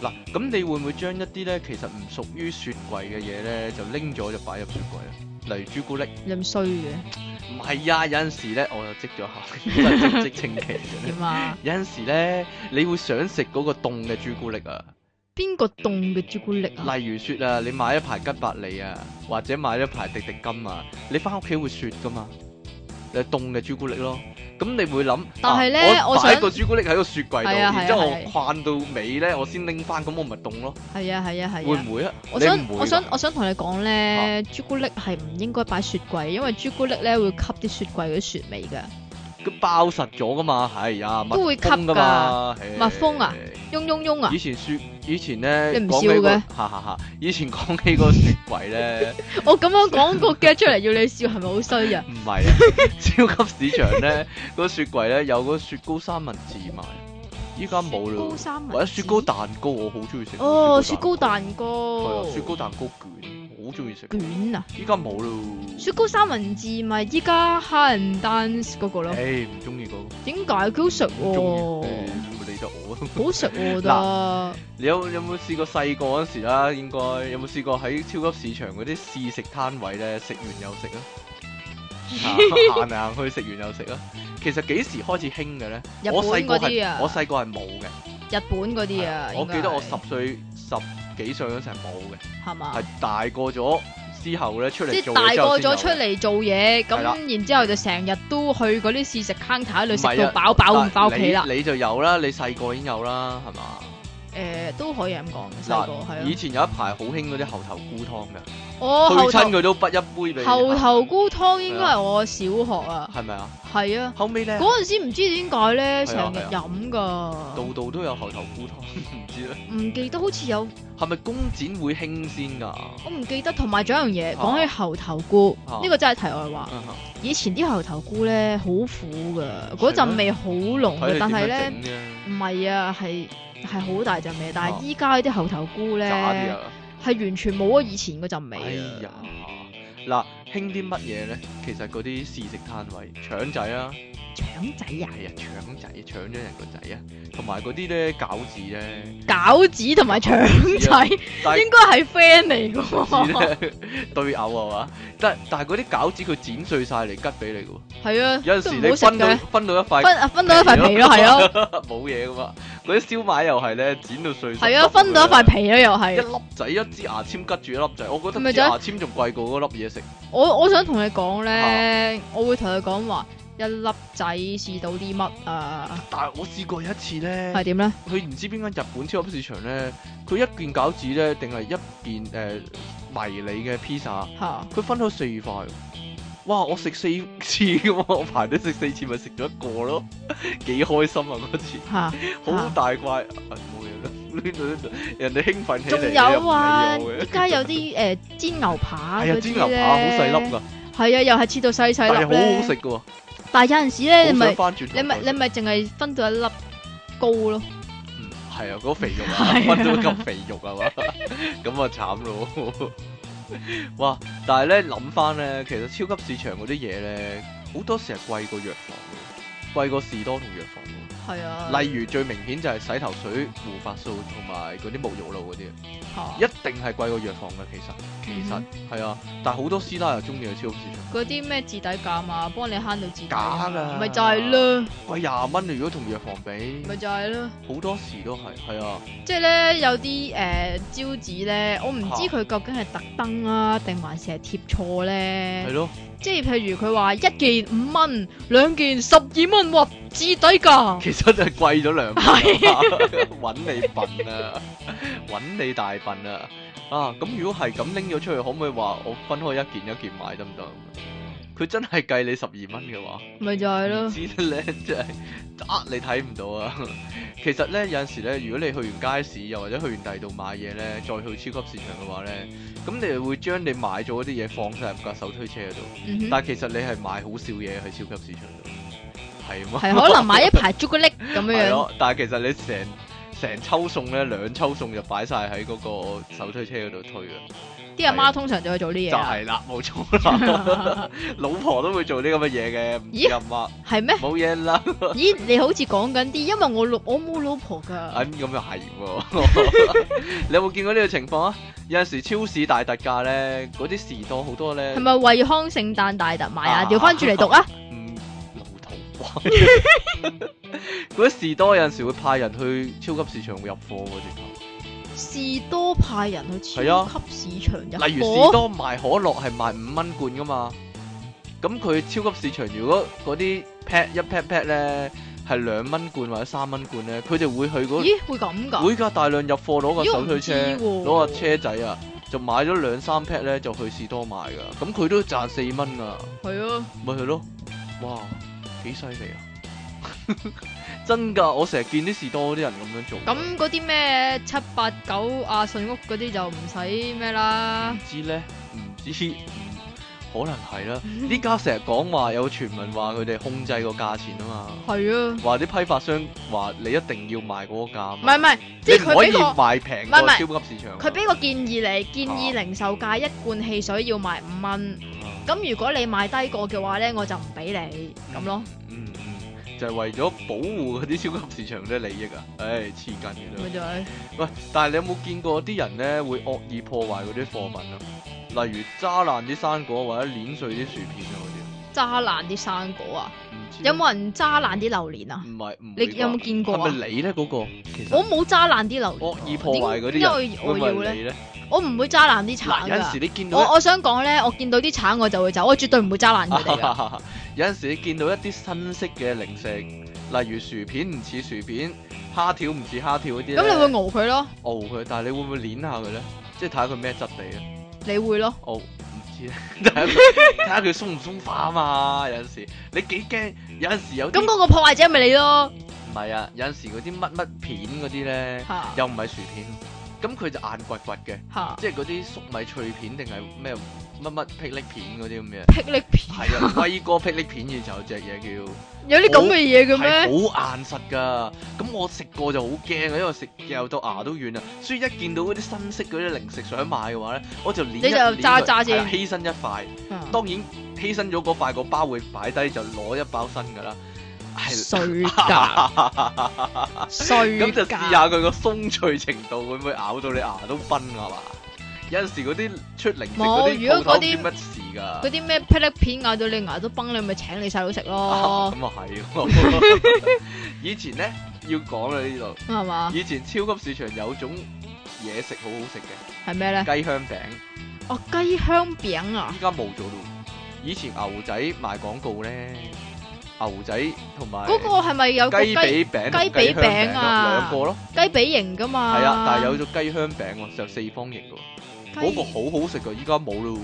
Speaker 1: 嗱，咁你會唔會將一啲咧其實唔屬於雪櫃嘅嘢咧，就拎咗就擺入雪櫃啊？例如朱古力，
Speaker 2: 你咁衰嘅
Speaker 1: 唔係啊，有陣時咧我又積咗下，真係積積清奇嘅咧。
Speaker 2: 點啊？
Speaker 1: 有陣時咧，你會想食嗰個凍嘅朱古力啊，
Speaker 2: 邊個凍嘅朱古力啊？
Speaker 1: 例如雪啊，你買一排吉百利啊，或者買一排滴滴金啊，你翻屋企會雪噶嘛？誒凍嘅朱古力咯。咁你會諗，
Speaker 2: 但係呢
Speaker 1: 啊
Speaker 2: 我
Speaker 1: 我
Speaker 2: 想
Speaker 1: 擺個朱古力喺個雪櫃度，
Speaker 2: 係啊係啊
Speaker 1: 然之後
Speaker 2: 係啊
Speaker 1: 我框到尾咧，我先拎翻，咁我咪凍咯。
Speaker 2: 系啊系啊系
Speaker 1: 會
Speaker 2: 啊。
Speaker 1: 唔會啊？
Speaker 2: 我
Speaker 1: 你
Speaker 2: 想
Speaker 1: 唔會
Speaker 2: 我想
Speaker 1: 㗎啊
Speaker 2: 我想同你講咧，朱古力係唔應該擺雪櫃，因為朱古力咧會吸啲雪櫃嗰啲雪味㗎。
Speaker 1: 佢包實咗噶嘛，係啊，
Speaker 2: 都會吸㗎
Speaker 1: 㗎嘛，唉
Speaker 2: 密封啊嗡嗡嗡啊
Speaker 1: 以！前雪，以前咧，
Speaker 2: 你唔
Speaker 1: 講起
Speaker 2: 笑
Speaker 1: 個
Speaker 2: 嘅，
Speaker 1: 哈哈哈！以前講起個雪櫃咧，
Speaker 2: 我咁樣講個 get 出嚟要你笑，係咪好衰啊？
Speaker 1: 唔係啊， 超級市場咧，個雪櫃咧有個雪糕三文治賣，依家冇
Speaker 2: 雪糕
Speaker 1: 啦，
Speaker 2: 三文
Speaker 1: 或者雪糕
Speaker 2: 治
Speaker 1: 蛋糕，我好中意食。
Speaker 2: 哦，雪糕蛋
Speaker 1: 係
Speaker 2: 糕
Speaker 1: 啊，雪糕蛋糕卷，好中意食。
Speaker 2: 卷啊！
Speaker 1: 依家冇咯，
Speaker 2: 雪糕三文治咪依家 High and Dance 嗰個咯，
Speaker 1: 誒唔中意嗰個，
Speaker 2: 點解佢好食
Speaker 1: 唔中意，
Speaker 2: 喎？
Speaker 1: 誒唔理得我。
Speaker 2: 好食喎，我覺得
Speaker 1: 你有有冇試過細個嗰時啦？應該有冇試過喺超級市場嗰啲試食攤位咧，食完又 食啊，行行嚟行去食完又食啊？其實幾時開始興嘅咧？
Speaker 2: 日本
Speaker 1: 我細個
Speaker 2: 嗰啲啊
Speaker 1: 係我細個係冇嘅，
Speaker 2: 日本嗰啲啊，
Speaker 1: 我記得我
Speaker 2: 應
Speaker 1: 十
Speaker 2: 該係
Speaker 1: 歲十幾歲嗰陣係冇嘅，
Speaker 2: 係嘛
Speaker 1: 係，大個咗之後咧出
Speaker 2: 啊即
Speaker 1: 嚟
Speaker 2: 係
Speaker 1: 做
Speaker 2: 大
Speaker 1: 嘢之後
Speaker 2: 個
Speaker 1: 先有
Speaker 2: 咗出嚟做嘢，
Speaker 1: 係啦
Speaker 2: 咁然之後就成日都去嗰啲試食 counter 度
Speaker 1: 唔
Speaker 2: 食
Speaker 1: 係啊
Speaker 2: 到飽飽唔翻屋企啦
Speaker 1: 但。你你就有啦，你細個已經有啦，係嘛？
Speaker 2: 誒都可以咁講，細個係
Speaker 1: 嗱，以
Speaker 2: 啊。哦
Speaker 1: 前有一排好興嗰啲猴頭菇湯
Speaker 2: 我
Speaker 1: 嘅，
Speaker 2: 後
Speaker 1: 去親
Speaker 2: 頭
Speaker 1: 佢都不一杯俾你啊
Speaker 2: 後
Speaker 1: 飲
Speaker 2: 頭菇湯應該係我小學啊，
Speaker 1: 係咪啊？
Speaker 2: 係啊。
Speaker 1: 後尾咧。
Speaker 2: 嗰陣時唔知點解咧，
Speaker 1: 係啊
Speaker 2: 成日飲噶，
Speaker 1: 度度都有猴頭菇湯， 唔知咧，
Speaker 2: 唔記得好似有，
Speaker 1: 係咪公展會興先㗎？
Speaker 2: 我唔記得。同埋仲有一樣嘢，
Speaker 1: 啊
Speaker 2: 講起猴頭菇，
Speaker 1: 啊
Speaker 2: 呢個真係題外話。以前啲猴頭菇咧好苦噶，嗰陣味好濃
Speaker 1: 睇
Speaker 2: 嘅，
Speaker 1: 你
Speaker 2: 但係
Speaker 1: 點
Speaker 2: 咧
Speaker 1: 樣整
Speaker 2: 唔係啊，係係好大陣味。但
Speaker 1: 啊
Speaker 2: 係依家啲猴頭菇
Speaker 1: 啫，假啲
Speaker 2: 咧
Speaker 1: 啊！
Speaker 2: 係完全冇咗以前嗰陣
Speaker 1: 哎
Speaker 2: 味
Speaker 1: 呀
Speaker 2: 啊！，
Speaker 1: 嗱，興啲乜嘢咧？其實嗰啲試食攤位，腸仔啊，
Speaker 2: 腸仔啊，
Speaker 1: 係啊，腸仔搶咗人個仔啊，同埋嗰啲咧餃子咧，
Speaker 2: 餃子同埋腸
Speaker 1: 哎
Speaker 2: 仔應
Speaker 1: 但係
Speaker 2: 該係 friend 嚟噶
Speaker 1: 餃
Speaker 2: 喎，
Speaker 1: 子咧 對偶係嘛？但但係嗰啲餃子佢剪碎晒嚟吉俾你㗎喎，
Speaker 2: 係啊，
Speaker 1: 有陣
Speaker 2: 都
Speaker 1: 時
Speaker 2: 唔
Speaker 1: 你
Speaker 2: 好食
Speaker 1: 分到
Speaker 2: 嘅，
Speaker 1: 分到一哎塊
Speaker 2: 分啊分到一塊皮咯，係咯。
Speaker 1: 冇嘢噶嘛，嗰啲燒賣又係咧剪到碎晒，
Speaker 2: 系啊，分到一塊
Speaker 1: 皮。
Speaker 2: 皮啦，又
Speaker 1: 一
Speaker 2: 係。
Speaker 1: 粒仔一支牙籤吉住一粒仔，我覺得
Speaker 2: 咪
Speaker 1: 支
Speaker 2: 就係
Speaker 1: 牙籤仲貴過嗰粒嘢食。
Speaker 2: 我我想同你講
Speaker 1: 啊
Speaker 2: 咧，我會同佢講話一粒仔試到啲乜啊？
Speaker 1: 但係我試過有一次咧，
Speaker 2: 係點咧？
Speaker 1: 佢唔知邊間日本超級市場咧，佢一件餃子咧定係一件誒、呃迷你嘅披薩，
Speaker 2: 吓，
Speaker 1: 佢分咗四塊。哇！我食四 次嘅喎，我排隊食四次，咪食咗一個咯， 幾開心啊！嗰次
Speaker 2: 吓，
Speaker 1: 好大塊，啊冇嘢啦， 呢度人哋興奮起嚟，
Speaker 2: 仲
Speaker 1: 你又唔
Speaker 2: 有啊！
Speaker 1: 理我嘅
Speaker 2: 依家有啲诶煎牛扒
Speaker 1: 係
Speaker 2: 嗰
Speaker 1: 啊，煎
Speaker 2: 啲
Speaker 1: 牛扒好細粒
Speaker 2: 噶。
Speaker 1: 㗎，
Speaker 2: 係啊，又係切到細細
Speaker 1: 但係
Speaker 2: 粒
Speaker 1: 好好
Speaker 2: 咧。
Speaker 1: 食㗎
Speaker 2: 但係有陣時
Speaker 1: 喎，
Speaker 2: 咧，
Speaker 1: 好
Speaker 2: 你
Speaker 1: 想
Speaker 2: 咪
Speaker 1: 翻轉頭
Speaker 2: 你咪
Speaker 1: 再食
Speaker 2: 你咪淨係分到一粒高咯。
Speaker 1: 嗯，係啊，嗰個肥肉啊，
Speaker 2: 係啊
Speaker 1: 分到嚿肥肉啊嘛， 咁啊慘咯。 哇！但係咧諗翻咧，其實超級市場嗰啲嘢咧，好多時係貴過藥房嘅，貴過士多同藥房嘅。
Speaker 2: 係啊。
Speaker 1: 例如最明顯就係洗頭水、護髮素同埋嗰啲沐浴露嗰啲，啊
Speaker 2: 嚇
Speaker 1: 一定係貴過藥房嘅。其實其實
Speaker 2: 嗯
Speaker 1: 係啊，但係好多師奶又中意去超級市場，
Speaker 2: 嗰啲咩字底價嘛，幫你慳到字底
Speaker 1: 假
Speaker 2: 價
Speaker 1: 㗎
Speaker 2: 咪就係咯，
Speaker 1: 貴廿蚊。如果同藥房比，
Speaker 2: 咪就係咯。
Speaker 1: 好多時都係係啊，
Speaker 2: 即系咧有啲誒、呃、招紙咧，我唔知佢究竟係特登啊，定還是係貼錯
Speaker 1: 係
Speaker 2: 咧？
Speaker 1: 咯，
Speaker 2: 即係譬如佢話一件五蚊，兩件十二蚊，哇，至抵㗎！
Speaker 1: 其實就係貴咗兩蚊。
Speaker 2: 係
Speaker 1: 揾你笨啊， 揾你大笨啊！啊，咁如果係咁拎咗出去，可唔可以話我分開一件一件買得唔得？佢真係計你十二蚊嘅話，
Speaker 2: 咪就係
Speaker 1: 唔
Speaker 2: 咯，
Speaker 1: 知咧真係呃你睇唔到啊！ 其實咧有陣時咧，如果你去完街市又或者去完第二度買嘢咧，再去超級市場嘅話咧，咁你就會將你買咗嗰啲嘢放晒入架手推車嗰度，
Speaker 2: 嗯哼
Speaker 1: 但係其實你係買好少嘢喺超級市場度，係嘛？
Speaker 2: 係可能買一排朱古力咁樣
Speaker 1: 係
Speaker 2: 樣，
Speaker 1: 咯，但係其實你成成抽餸咧，兩抽餸就擺晒喺嗰個手推車嗰度推嘅，
Speaker 2: 啲阿媽通常就會做呢
Speaker 1: 就
Speaker 2: 嘢啦。
Speaker 1: 係啦，冇錯 啦，老婆都會做啲咁嘅嘢嘅，唔知
Speaker 2: 咦
Speaker 1: 阿媽
Speaker 2: 係咩？
Speaker 1: 冇嘢啦，
Speaker 2: 咦，你好似講緊啲，因為我老我冇老婆㗎，
Speaker 1: 咁咁又係喎， 你有冇見過呢個情況啊？有陣時超市大特價咧，嗰啲士多好多咧
Speaker 2: 係，咪惠康聖誕大特賣啊？
Speaker 1: 啊
Speaker 2: 調翻轉嚟讀 啊！
Speaker 1: 唔老土話， 嗰啲士多有陣時會派人去超級市場會入貨喎，直頭。
Speaker 2: 士多派人去
Speaker 1: 係
Speaker 2: 超
Speaker 1: 啊
Speaker 2: 級市場入
Speaker 1: 例如
Speaker 2: 貨
Speaker 1: 士多賣可樂係賣五蚊罐噶嘛，咁佢超級市場如果嗰啲 pack 一 pack pack 咧係兩蚊罐或者三蚊罐咧，佢哋會去嗰
Speaker 2: 咦，會咁㗎？
Speaker 1: 會㗎大量入貨攞個
Speaker 2: 咦
Speaker 1: 手推車，
Speaker 2: 我唔知喎
Speaker 1: 攞個車仔啊，就買咗兩三 pack 咧就去士多賣㗎，咁佢都賺四蚊㗎。
Speaker 2: 係啊咯，
Speaker 1: 咪係咯，哇，幾犀利啊！ 真㗎，我成日見啲士多啲人咁樣做。
Speaker 2: 咁嗰啲咩七八九啊信屋嗰啲就唔使咩啦
Speaker 1: 唔。知咧，唔知，唔可能係啦。呢家成日講話有傳聞話佢哋控制個價錢啊嘛，
Speaker 2: 係啊，
Speaker 1: 話啲批發商話你一定要賣嗰個價啊
Speaker 2: 唔係
Speaker 1: 嘛，
Speaker 2: 唔係，即
Speaker 1: 你唔
Speaker 2: 係佢
Speaker 1: 可
Speaker 2: 俾
Speaker 1: 以
Speaker 2: 個
Speaker 1: 賣平
Speaker 2: 唔
Speaker 1: 過
Speaker 2: 係唔
Speaker 1: 超
Speaker 2: 係
Speaker 1: 級市場啊。
Speaker 2: 佢俾個建議你，建
Speaker 1: 啊
Speaker 2: 議零售價一罐汽水要賣五蚊。咁如果你賣低過嘅話咧，我就唔俾你咁咯。
Speaker 1: 嗯，嗯嗯，就係為咗保護嗰啲超級市場嘅利益啊！唉，黐筋嘅都
Speaker 2: 咪。就係
Speaker 1: 喂，但係你有冇見過啲人咧會惡意破壞嗰啲貨品啊？例如揸爛啲生果或者碾碎啲薯片啊嗰
Speaker 2: 揸爛啲生果啊！
Speaker 1: 啲，唔知
Speaker 2: 有冇人揸爛啲榴蓮啊？
Speaker 1: 唔係唔
Speaker 2: 你
Speaker 1: 會
Speaker 2: 有冇
Speaker 1: 吧
Speaker 2: 見過
Speaker 1: 嗯係
Speaker 2: 啊？
Speaker 1: 咪你咧嗰個？其實
Speaker 2: 我冇揸爛啲榴
Speaker 1: 惡
Speaker 2: 蓮，啊
Speaker 1: 意破壞嗰
Speaker 2: 點
Speaker 1: 啲人，
Speaker 2: 點解我
Speaker 1: 會
Speaker 2: 要
Speaker 1: 唔會係
Speaker 2: 咧
Speaker 1: 你咧？
Speaker 2: 我唔會揸爛
Speaker 1: 嗱，
Speaker 2: 啲橙
Speaker 1: 有陣時
Speaker 2: 㗎。
Speaker 1: 你見到一
Speaker 2: 我我想講咧，我見到啲橙我就會走，我絕對唔會揸爛 佢哋㗎。
Speaker 1: 有陣時你見到一啲新式嘅零食，例如薯片唔似薯片，蝦條唔似蝦條嗰啲咧，
Speaker 2: 咁你會熬佢咯，
Speaker 1: 熬佢，但係你會唔會攣下佢咧？即係睇下佢咩質地啊咧？
Speaker 2: 你會咯。
Speaker 1: 我哦唔知咧， 睇下佢睇下佢鬆唔鬆化啊嘛！有陣時你幾驚，有陣時有
Speaker 2: 咁
Speaker 1: 啲
Speaker 2: 嗰個破壞者咪 你咯
Speaker 1: 唔係啊，有陣時嗰啲乜乜片嗰啲咧，
Speaker 2: 嚇
Speaker 1: 又唔係薯片，咁佢就硬掘掘嘅。
Speaker 2: 嚇
Speaker 1: 即係嗰啲粟米脆片定係咩乜乜霹靂片嗰啲咁嘅，
Speaker 2: 霹靂片
Speaker 1: 係啊，威哥霹靂片以前有隻嘢叫，
Speaker 2: 有啲咁嘅嘢嘅
Speaker 1: 係
Speaker 2: 咩？
Speaker 1: 好硬實㗎。咁我食過就好驚啊，因為食嚼到牙都軟啊。所以一見到嗰啲新式嗰啲零食想買嘅話咧，我就捏一
Speaker 2: 你就
Speaker 1: 捏
Speaker 2: 揸
Speaker 1: 佢
Speaker 2: 揸
Speaker 1: 係啦
Speaker 2: 先
Speaker 1: 犧牲一塊。
Speaker 2: 啊
Speaker 1: 當然犧牲咗嗰塊個包會擺低，就攞一包新㗎啦。係
Speaker 2: 衰㗎衰
Speaker 1: 咁就試
Speaker 2: 㗎，
Speaker 1: 下佢個鬆脆程度會唔會咬到你牙都崩啊嘛？有陣時嗰啲出零食嗰
Speaker 2: 冇
Speaker 1: 啲
Speaker 2: 如
Speaker 1: 鋪頭
Speaker 2: 果嗰
Speaker 1: 唔
Speaker 2: 啲
Speaker 1: 知乜事㗎。
Speaker 2: 嗰啲咩霹靂片咬到你牙都崩，你咪請你細佬食
Speaker 1: 啊
Speaker 2: 咯，
Speaker 1: 咁啊係喎， 以前咧要講啦呢度，
Speaker 2: 係嘛？
Speaker 1: 以前超級市場有種嘢食好好食嘅
Speaker 2: 係咩咧？
Speaker 1: 雞香餅，
Speaker 2: 哦，雞香餅啊，
Speaker 1: 依家冇咗咯。以前牛仔賣廣告咧，牛仔同埋
Speaker 2: 嗯嗰個係咪有個
Speaker 1: 雞
Speaker 2: 雞
Speaker 1: 髀餅同
Speaker 2: 雞髀
Speaker 1: 香
Speaker 2: 餅啊
Speaker 1: 兩個咯，
Speaker 2: 雞髀型㗎嘛？
Speaker 1: 係啊，但係有咗雞香餅喎，就四方形嘅喎，
Speaker 2: 嗯雞
Speaker 1: 嗰個好好食嘅，依家冇咯。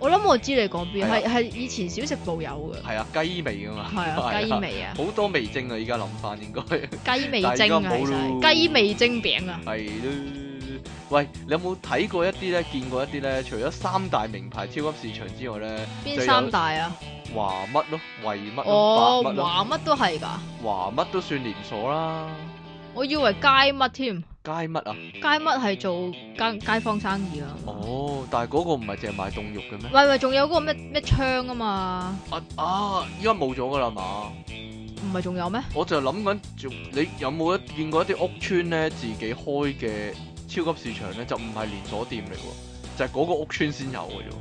Speaker 2: 我諗我知你講邊，
Speaker 1: 係啊
Speaker 2: 係係以前小食部有嘅，
Speaker 1: 係啊，雞味噶嘛，
Speaker 2: 係 啊，雞，味啊，
Speaker 1: 好多味精啊，依家諗翻應該。
Speaker 2: 雞味
Speaker 1: 但係而家
Speaker 2: 精啊，
Speaker 1: 冇
Speaker 2: 其實
Speaker 1: 咯
Speaker 2: 係雞味蒸餅啊，
Speaker 1: 係咯。喂，你有冇睇過一啲咧？見過一啲咧？除咗三大名牌超級市場之外咧，就
Speaker 2: 邊
Speaker 1: 有
Speaker 2: 三大啊？
Speaker 1: 華乜咯、惠乜
Speaker 2: 哦
Speaker 1: 咯、，百乜咯，
Speaker 2: 華乜都係㗎，
Speaker 1: 華乜都算連鎖啦。
Speaker 2: 我以為街乜添，街
Speaker 1: 街乜啊？
Speaker 2: 乜係做街街坊生意啊。
Speaker 1: 哦，但係嗰個唔係淨係賣凍肉嘅咩？
Speaker 2: 喂喂，仲有嗰個咩咩槍啊嘛，
Speaker 1: 啊啊！依家冇咗噶啦嘛，
Speaker 2: 唔係仲有咩？
Speaker 1: 我就諗緊，仲你有冇一見過一啲屋村咧自己開嘅超級市場咧，就唔係連鎖店嚟喎，就係、嗰個屋村先有嘅啫喎，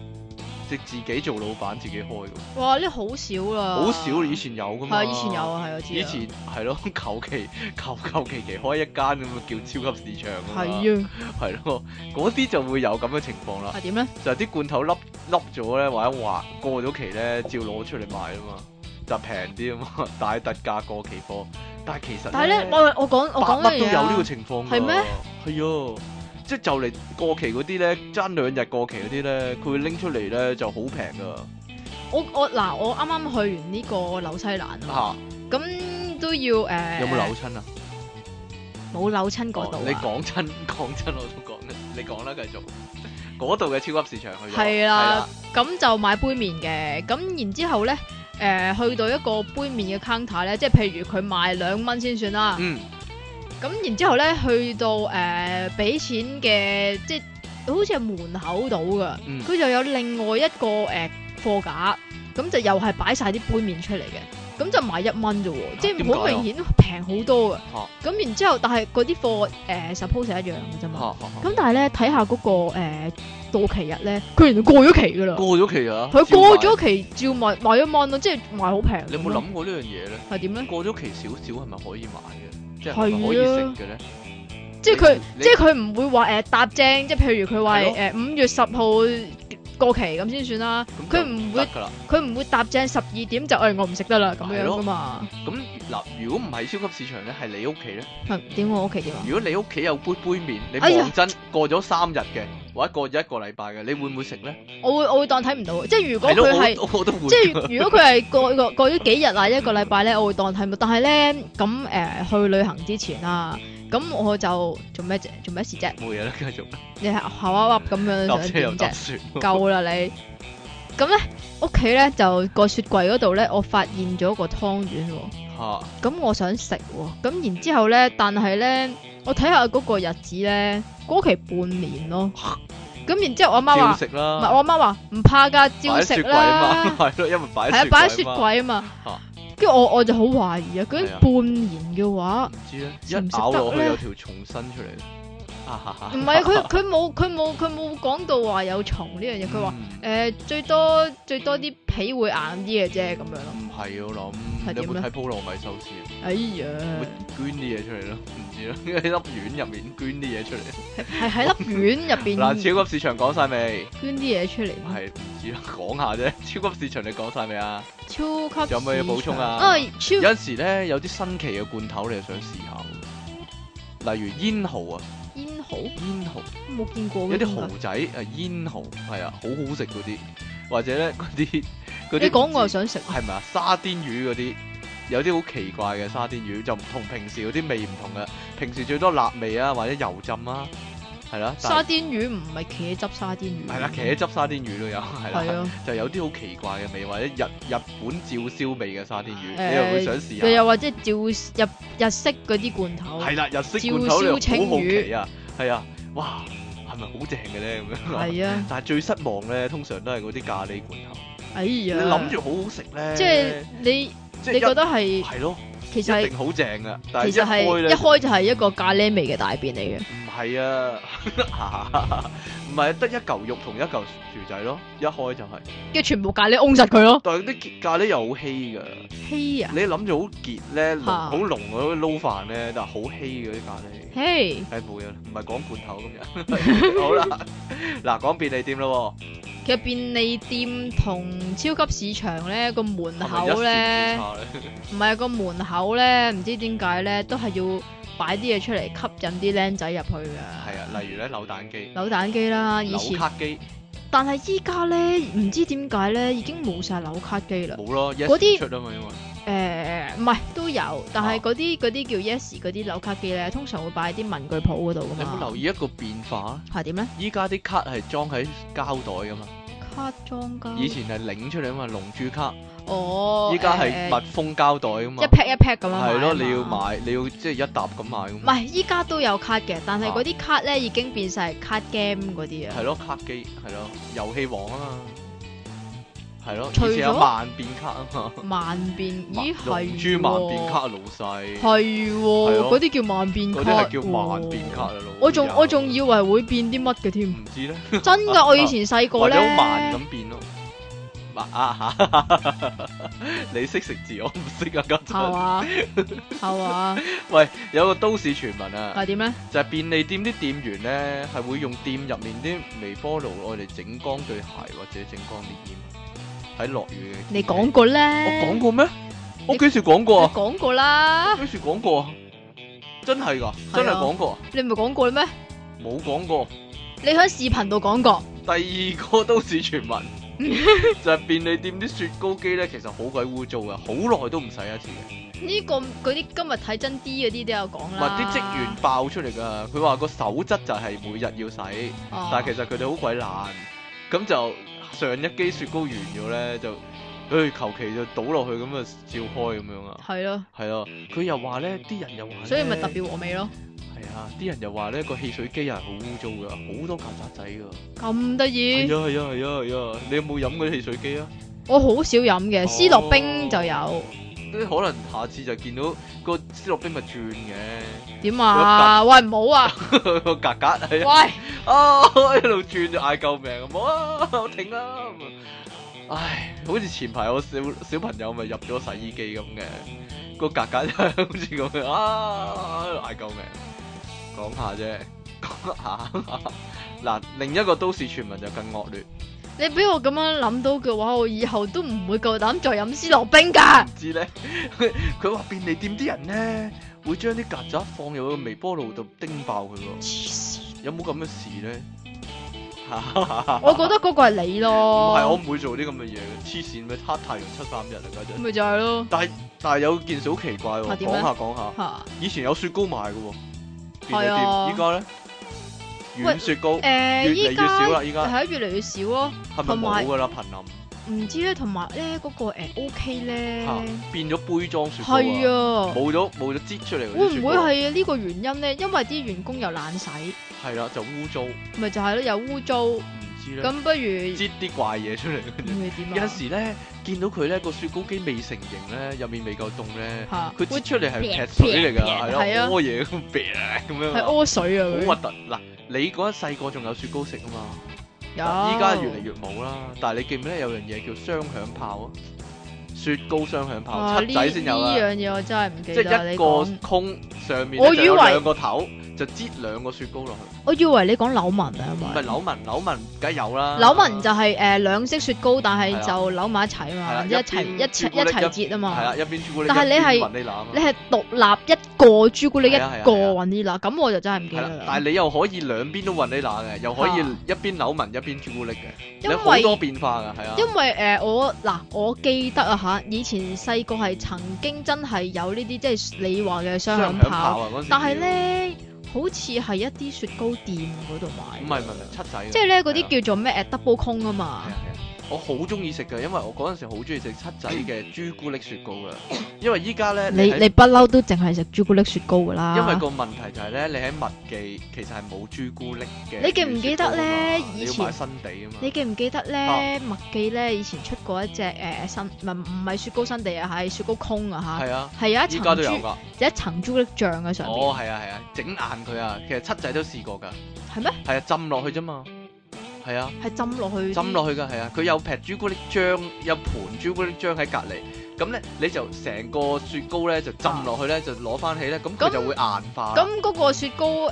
Speaker 1: 即係自己做老闆自己開嘅喎。
Speaker 2: 哇，呢好少啦，
Speaker 1: 好少，以前有噶嘛。
Speaker 2: 係以前有啊，係我知啊。
Speaker 1: 以前係咯， 求其求求其其開一間咁樣叫超級市場啊嘛，
Speaker 2: 係啊，
Speaker 1: 係咯，嗰啲就會有咁嘅情況啦，
Speaker 2: 係點咧？
Speaker 1: 就係啲罐頭凹凹咗咧，或者滑過咗期咧，照攞出嚟賣啊嘛，就平啲啊嘛， 但係特價過期貨，但係其實
Speaker 2: 但係咧，我我講我
Speaker 1: 百
Speaker 2: 講
Speaker 1: 哦乜
Speaker 2: 嘅
Speaker 1: 都
Speaker 2: 嘢
Speaker 1: 有呢個
Speaker 2: 啊，
Speaker 1: 情況㗎，
Speaker 2: 係咩？
Speaker 1: 係啊，即係就嚟過期嗰啲咧，爭兩日過期嗰啲咧，佢會拎出嚟咧就好平噶，
Speaker 2: 我我嗱，我啱啱去完呢個紐西蘭
Speaker 1: 嚇、
Speaker 2: 啊，咁都要誒
Speaker 1: 有冇扭親啊？
Speaker 2: 冇扭親嗰度
Speaker 1: 哦
Speaker 2: 啊
Speaker 1: 你講真 講真我都講啦，你講啦繼續。嗰度嘅超級市場去咗。
Speaker 2: 係啦
Speaker 1: 係，
Speaker 2: 咁就買杯麵嘅，咁然之後咧，誒、去到一個杯麵嘅 counter 咧，即係譬如佢賣兩蚊先算啦，
Speaker 1: 嗯，
Speaker 2: 咁、然之後咧去到呃誒俾、錢嘅，即係好似係門口度噶，
Speaker 1: 嗯
Speaker 2: 佢、就有另外一個誒、貨架，咁就又係擺晒啲杯麵出嚟嘅，咁就賣一蚊啫喎，即
Speaker 1: 點
Speaker 2: 係
Speaker 1: 解啊
Speaker 2: 好明顯平好多噶
Speaker 1: 嚇，
Speaker 2: 咁然之後但係嗰啲貨誒、suppose 呃係一樣嘅啫
Speaker 1: 嚇
Speaker 2: 嘛。
Speaker 1: 嚇嚇。
Speaker 2: 咁但係咧，睇下嗰個誒到期日咧，佢原來過咗期噶啦，
Speaker 1: 過咗期啊！
Speaker 2: 佢
Speaker 1: 照
Speaker 2: 過
Speaker 1: 賣。
Speaker 2: 咗期照賣賣一蚊咯，即係賣好平。
Speaker 1: 你有冇諗過呢樣嘢咧？
Speaker 2: 係點咧？
Speaker 1: 過咗期少少係咪可以買嘅？即係係咪可以
Speaker 2: 係啊
Speaker 1: 食嘅咧？
Speaker 2: 即係佢
Speaker 1: 你
Speaker 2: 呃即係佢唔會話誒搭正，即係譬如佢話呃
Speaker 1: 係咯
Speaker 2: 誒五月十號過期咁先算啦。
Speaker 1: 咁
Speaker 2: 佢
Speaker 1: 就
Speaker 2: 唔
Speaker 1: 得
Speaker 2: 會
Speaker 1: 㗎啦。
Speaker 2: 佢唔會搭正十二點就哎誒我唔食得啦咁
Speaker 1: 係
Speaker 2: 樣
Speaker 1: 咯
Speaker 2: 噶嘛。
Speaker 1: 咁嗱，如果唔係超級市場咧，係你屋企咧？
Speaker 2: 係點我屋企點啊？
Speaker 1: 如果你屋企有杯杯麵，你
Speaker 2: 哎呀
Speaker 1: 望真過咗三日嘅，或者過咗一個禮拜嘅，你會唔會食咧？
Speaker 2: 我會我會當睇唔到，即係如果
Speaker 1: 係咯，
Speaker 2: 佢嗯係。
Speaker 1: 我都我都會。
Speaker 2: 即係如果佢係過過過咗幾日啊，一個禮拜咧，我會當睇冇。但係咧，咁誒、呃去旅行之前啦，咁我就做咩啫？做咩事啫？
Speaker 1: 冇嘢啦，繼續
Speaker 2: 你係口噏噏咁樣
Speaker 1: 搭
Speaker 2: 想
Speaker 1: 車又
Speaker 2: 嗯點
Speaker 1: 搭
Speaker 2: 啫？
Speaker 1: 船。
Speaker 2: 夠啦你。咁咧屋企咧就個雪櫃嗰度咧，我發現咗個湯圓喎。
Speaker 1: 嚇
Speaker 2: 咁我想食喎。咁然之後咧，但係咧，我睇下嗰個日子咧，過期半年咯。咁然之後我阿媽
Speaker 1: 照
Speaker 2: 話，
Speaker 1: 食啊
Speaker 2: 唔
Speaker 1: 啦。
Speaker 2: 係我阿媽話唔怕㗎，照
Speaker 1: 擺喺
Speaker 2: 食
Speaker 1: 雪櫃啊
Speaker 2: 啦
Speaker 1: 嘛，。 係咯，因為擺
Speaker 2: 系啊，
Speaker 1: 擺
Speaker 2: 擺喺雪
Speaker 1: 櫃啊嘛。
Speaker 2: 櫃啊嘛
Speaker 1: 嚇，
Speaker 2: 跟住我我就好懷疑啊，究竟
Speaker 1: 係啊
Speaker 2: 半年嘅話，
Speaker 1: 唔知咧，
Speaker 2: 啊食唔
Speaker 1: 一
Speaker 2: 食
Speaker 1: 咬
Speaker 2: 得
Speaker 1: 落去
Speaker 2: 咧
Speaker 1: 有條蟲伸出嚟。啊哈哈
Speaker 2: 唔係 佢佢冇佢冇佢冇講到話有蟲呢樣嘢，佢話
Speaker 1: 嗯
Speaker 2: 誒最多最多啲皮會硬啲嘅啫咁樣咯。
Speaker 1: 唔係我諗，你有
Speaker 2: 係點
Speaker 1: 冇
Speaker 2: 咧
Speaker 1: 睇普羅米修斯啊？
Speaker 2: 哎呀，
Speaker 1: 會捐啲嘢出嚟咯，唔知啦， 喺粒丸入面捐啲嘢出嚟。
Speaker 2: 係喺粒丸入
Speaker 1: 嗱，
Speaker 2: 邊
Speaker 1: 超級市場講晒未？
Speaker 2: 捐啲嘢出嚟。
Speaker 1: 係唔知啦，講下啫。超級市場你講晒未啊？
Speaker 2: 超級市場
Speaker 1: 有冇嘢補充啊
Speaker 2: 啊，超
Speaker 1: 有陣時咧有啲新奇嘅罐頭，你係想試下喎。例如煙蠔啊，
Speaker 2: 煙蠔
Speaker 1: 煙蠔
Speaker 2: 冇見過
Speaker 1: 有
Speaker 2: 嘅
Speaker 1: 啲
Speaker 2: 點解
Speaker 1: 蠔仔啊，煙蠔係啊，好好食嗰啲，或者咧嗰啲嗰啲
Speaker 2: 你講我又想食，
Speaker 1: 係咪啊？沙甸魚嗰啲有啲好奇怪嘅沙甸魚，就唔同平時嗰啲味唔同嘅。平時最多辣味啊，或者油浸啊，係啦、但
Speaker 2: 沙
Speaker 1: 係
Speaker 2: 甸魚唔係茄汁沙甸魚。
Speaker 1: 係啦，茄汁沙甸魚都有，係啦。
Speaker 2: 係啊。
Speaker 1: 就有啲好奇怪嘅味，或者日日本照燒味嘅沙甸魚，
Speaker 2: 誒
Speaker 1: 你又會想試
Speaker 2: 佢
Speaker 1: 下？
Speaker 2: 又或者照日日式嗰啲罐頭，
Speaker 1: 係啦，日式
Speaker 2: 照
Speaker 1: 罐頭你又
Speaker 2: 燒青
Speaker 1: 好好
Speaker 2: 魚
Speaker 1: 奇啊，係啊，哇，係咪好正嘅咧咁樣？
Speaker 2: 係啊，
Speaker 1: 但係最失望咧，通常都係嗰啲咖喱罐頭，
Speaker 2: 哎
Speaker 1: 你
Speaker 2: 呀，
Speaker 1: 諗住好好食咧，
Speaker 2: 即係你
Speaker 1: 即係
Speaker 2: 你
Speaker 1: 一
Speaker 2: 覺得係
Speaker 1: 係咯，
Speaker 2: 其
Speaker 1: 一
Speaker 2: 實
Speaker 1: 定好正噶，但係
Speaker 2: 係其實係
Speaker 1: 開
Speaker 2: 一
Speaker 1: 咧
Speaker 2: 開就係一個咖喱味嘅大便嚟嘅，
Speaker 1: 唔係啊， 唔係得一嚿肉同一嚿薯仔咯，一開就係，
Speaker 2: 跟住全部咖喱擁實佢咯，
Speaker 1: 但係啲咖喱又好稀㗎。
Speaker 2: 嘿啊，
Speaker 1: 你諗住好結咧，濃
Speaker 2: 嚇
Speaker 1: 好濃嗰啲撈飯咧，但係好稀嗰啲咖喱。
Speaker 2: 嘿，
Speaker 1: 誒冇嘢啦，唔係講罐頭咁樣。 好啦，嗱講便利店咯
Speaker 2: 其實便利店同超級市場咧個門
Speaker 1: 喎，係咪一
Speaker 2: 口
Speaker 1: 線之
Speaker 2: 咧，
Speaker 1: 差咧？
Speaker 2: 唔係個門口咧，唔知點解咧都係要擺啲嘢出嚟吸引啲僆仔入去嘅，
Speaker 1: 係啊，例如咧扭蛋機、
Speaker 2: 扭蛋機啦，以
Speaker 1: 扭
Speaker 2: 前。
Speaker 1: 卡機
Speaker 2: 但係依家咧，唔知點解咧，已經冇晒扭卡機啦。
Speaker 1: 冇咯，一
Speaker 2: 嗰啲
Speaker 1: 線出啊嘛，因為
Speaker 2: 誒、唔係都有，但
Speaker 1: 啊
Speaker 2: 係嗰啲嗰啲叫 Yes 嗰啲扭卡機咧，通常會擺喺啲文具鋪嗰度噶
Speaker 1: 你有冇
Speaker 2: 嘛
Speaker 1: 留。意一個變化啊？
Speaker 2: 係點咧？
Speaker 1: 依家啲卡係裝喺膠袋噶嘛，
Speaker 2: 卡裝膠。
Speaker 1: 以前係擰出嚟啊嘛，龍珠卡，
Speaker 2: 哦，
Speaker 1: 依家係
Speaker 2: 誒
Speaker 1: 密封膠袋噶嘛
Speaker 2: 一，劈一劈咁樣。啊
Speaker 1: 係咯，你要。買，你要即係一沓咁買噶
Speaker 2: 唔
Speaker 1: 嘛，
Speaker 2: 係，依家都有卡嘅，但
Speaker 1: 啊
Speaker 2: 係嗰啲卡咧已經變晒卡 game 嗰啲啊
Speaker 1: 係。咯，卡機係咯，遊戲王啊嘛，係咯，
Speaker 2: 除
Speaker 1: 以前有
Speaker 2: 咗
Speaker 1: 萬變卡啊嘛。
Speaker 2: 萬變， 咦係
Speaker 1: 龍珠萬變卡啊老細，
Speaker 2: 係
Speaker 1: 係
Speaker 2: 喎，
Speaker 1: 咯
Speaker 2: 嗰啲叫萬變卡。哦
Speaker 1: 嗰啲係叫萬變卡啊老細。
Speaker 2: 我仲我仲以為會變啲乜嘅添，
Speaker 1: 唔知咧，
Speaker 2: 真 㗎！我以前細個
Speaker 1: 或者
Speaker 2: 咧，
Speaker 1: 好慢咁變咯。慢啊嚇！ 你識食字，我唔識啊！家
Speaker 2: 係
Speaker 1: 陣
Speaker 2: 嘛係嘛，
Speaker 1: 有個都市傳聞啊，
Speaker 2: 係點咧？
Speaker 1: 就係便利店啲店員咧係會用店入面啲微波爐我哋整乾對鞋或者整乾啲煙。喺落雨嘅。
Speaker 2: 你講過咧，
Speaker 1: 我講過咩？我幾時講過
Speaker 2: 你
Speaker 1: 啊？
Speaker 2: 講過啦，
Speaker 1: 幾時講過啊？真係㗎，真係
Speaker 2: 係啊
Speaker 1: 講過啊？
Speaker 2: 你唔係講過啦咩？
Speaker 1: 冇講過。
Speaker 2: 你喺視頻度講過，
Speaker 1: 第二個都市傳 聞就係便利店啲雪糕機咧，其實好鬼污糟嘅，好耐都唔洗一次嘅。
Speaker 2: 呢、個嗰啲今日睇真啲嗰啲都有講
Speaker 1: 唔
Speaker 2: 啦。
Speaker 1: 係啲職員爆出嚟㗎，佢話個手質就係每日要洗，
Speaker 2: 哦，
Speaker 1: 但係其實佢哋好鬼懶，咁就上一機雪糕完咗咧就，唉求其就倒落去咁啊照開咁樣啊，
Speaker 2: 係咯，
Speaker 1: 係咯，佢又話咧啲人又話呢，
Speaker 2: 所以咪特別和味咯，
Speaker 1: 係啊，啲人又話咧個汽水機又係好污糟㗎，好多曱甴仔㗎。
Speaker 2: 咁得意。
Speaker 1: 係啊係啊係啊係啊，你有冇飲過啲汽水機啊？
Speaker 2: 我好少飲嘅，
Speaker 1: 哦
Speaker 2: 思樂冰就有。
Speaker 1: 你可能下次就見到個思樂冰咪轉嘅，
Speaker 2: 點啊？喂，唔好 啊！
Speaker 1: 個格格係啊
Speaker 2: 喂，
Speaker 1: 啊一路轉就嗌救命咁啊！我停啦咁啊！唉，好似前排我小小朋友咪入咗洗衣機咁嘅，個格格就係好似咁樣啊嗌救命，講下啫，講下。嗱，另一個都市傳聞就更惡劣，
Speaker 2: 你俾我咁樣諗到嘅話，我以後都唔會夠膽再飲思樂冰噶。
Speaker 1: 唔知咧， 佢話便利店啲人咧會將啲曱甴放入個微波爐度叮爆佢喎，
Speaker 2: 黐線
Speaker 1: 有冇咁嘅事咧？
Speaker 2: 我覺得嗰個係你
Speaker 1: 唔
Speaker 2: 咯，
Speaker 1: 係，我唔會做啲咁嘅嘢嘅，黐線咩？黑太陽七三日啊，家陣。
Speaker 2: 咪就係咯
Speaker 1: 但係有件事好奇怪喎，
Speaker 2: 啊點
Speaker 1: 講
Speaker 2: 咧
Speaker 1: 下講下，
Speaker 2: 吓。
Speaker 1: 以前有雪糕賣嘅喎，便利
Speaker 2: 係啊
Speaker 1: 店，依家咧
Speaker 2: 喂
Speaker 1: 軟雪糕
Speaker 2: 誒，
Speaker 1: 越嚟
Speaker 2: 依
Speaker 1: 越
Speaker 2: 家
Speaker 1: 少啦，依家
Speaker 2: 係越嚟越少咯，
Speaker 1: 係
Speaker 2: 同
Speaker 1: 咪冇
Speaker 2: 埋
Speaker 1: 㗎啦？瀕臨
Speaker 2: 唔知咧，同埋咧嗰個誒 O K 咧，
Speaker 1: 嚇變咗杯裝雪糕
Speaker 2: 係
Speaker 1: 啊，
Speaker 2: 啊，
Speaker 1: 冇咗冇咗擠出嚟嗰啲
Speaker 2: 會
Speaker 1: 雪
Speaker 2: 唔
Speaker 1: 糕
Speaker 2: 會
Speaker 1: 啊，
Speaker 2: 係呢個原因咧？因為啲員工又懶洗，
Speaker 1: 係啦就污糟，唔
Speaker 2: 咪就係咯，又污糟，
Speaker 1: 知咧
Speaker 2: 咁不如
Speaker 1: 擠啲怪嘢出嚟嗰啲。
Speaker 2: 會點
Speaker 1: 有陣
Speaker 2: 啊？
Speaker 1: 時咧，見到佢咧個雪糕機未成型咧，入面未夠凍咧，
Speaker 2: 吓，
Speaker 1: 佢
Speaker 2: 會
Speaker 1: 擠出嚟係
Speaker 3: 劈
Speaker 1: 劈水嚟㗎，
Speaker 3: 劈
Speaker 1: 係
Speaker 2: 係啊
Speaker 1: 咯，屙嘢咁劈咁樣
Speaker 2: 係
Speaker 1: 啊，好
Speaker 2: 屙水啊！
Speaker 1: 核
Speaker 2: 佢
Speaker 1: 突。嗱，你嗰陣細個仲有雪糕食啊嘛，
Speaker 2: 有
Speaker 1: 依家越嚟越冇啦。但係你記唔記得有樣嘢叫雙響炮啊？雪糕雙響
Speaker 2: 啊
Speaker 1: 炮，七仔先有
Speaker 2: 呢
Speaker 1: 啊，
Speaker 2: 呢樣嘢我真係唔記
Speaker 1: 即
Speaker 2: 得
Speaker 1: 係
Speaker 2: 你
Speaker 1: 一
Speaker 2: 講
Speaker 1: 個空上面
Speaker 2: 我
Speaker 1: 咧就有
Speaker 2: 以為
Speaker 1: 兩個頭，就擠兩個雪糕落去。
Speaker 2: 我以為你講柳紋啊，
Speaker 1: 唔
Speaker 2: 係
Speaker 1: 係
Speaker 2: 咪？
Speaker 1: 扭紋，扭紋梗係有啦。
Speaker 2: 柳紋就係誒兩色雪糕，但
Speaker 1: 係啊
Speaker 2: 係就扭埋一齊
Speaker 1: 係
Speaker 2: 嘛，
Speaker 1: 啊
Speaker 2: 一齊
Speaker 1: 一邊
Speaker 2: 一
Speaker 1: 朱
Speaker 2: 齊
Speaker 1: 古力
Speaker 2: 一齊折啊
Speaker 1: 係
Speaker 2: 嘛
Speaker 1: 啦，。一邊朱古力，
Speaker 2: 但係你係
Speaker 1: 一邊雲呢拿啊嘛
Speaker 2: 你係獨立一個朱古力一
Speaker 1: 係啊係啊
Speaker 2: 個
Speaker 1: 係
Speaker 2: 雲呢拿，咁我就真係唔記
Speaker 1: 係
Speaker 2: 得
Speaker 1: 啦，但
Speaker 2: 啦。
Speaker 1: 係你又可以兩邊都混你拿嘅，又可以
Speaker 2: 啊
Speaker 1: 一邊扭紋一邊朱古力嘅，
Speaker 2: 因
Speaker 1: 你好多
Speaker 2: 為
Speaker 1: 變化㗎，係啊，
Speaker 2: 因為誒、呃我嗱，我記得啊嚇，以前細個係曾經真係有呢啲即係你話嘅雙響炮，
Speaker 1: 啊嗰陣時
Speaker 2: 但係，咧好似係一啲雪糕店嗰度
Speaker 1: 唔
Speaker 2: 買，
Speaker 1: 係唔係唔係七仔嘅，
Speaker 2: 即係咧嗰
Speaker 1: 係啊
Speaker 2: 啲叫做咩誒 double 空啊嘛
Speaker 1: 係啊，係啊我好中意食㗎，因為我嗰陣時好中意食七仔嘅朱古力雪糕 㗎，因為依家咧
Speaker 2: 你
Speaker 1: 喺
Speaker 2: 你啊不嬲都淨係食朱古力雪糕噶啦。
Speaker 1: 因為個問題就係咧，你喺麥記其實係冇朱古力嘅雪糕㗎啊嘛，
Speaker 2: 你記唔記得咧
Speaker 1: 你
Speaker 2: 以
Speaker 1: 要
Speaker 2: 前
Speaker 1: 買新地啊嘛，
Speaker 2: 你記唔記得咧？
Speaker 1: 啊
Speaker 2: 麥記咧以前出過一隻誒、呃新唔係唔係雪糕新地啊，係雪糕空啊
Speaker 1: 係啊，
Speaker 2: 嚇，係有一
Speaker 1: 依
Speaker 2: 層
Speaker 1: 家都有
Speaker 2: 朱
Speaker 1: 㗎，
Speaker 2: 有一層朱古力醬喺上面，
Speaker 1: 哦係啊係啊，整硬佢啊，其實七仔都試過㗎，
Speaker 2: 係咩？
Speaker 1: 係啊浸落去啫嘛，係啊。
Speaker 2: 係浸落去啲，
Speaker 1: 浸落去㗎，係啊，佢有劈朱古力漿，有盤朱古力漿喺隔離，咁咧你就成個雪糕咧就浸落去咧，就攞翻起咧，咁佢
Speaker 2: 啊咁
Speaker 1: 就會硬化。
Speaker 2: 咁嗰個雪糕誒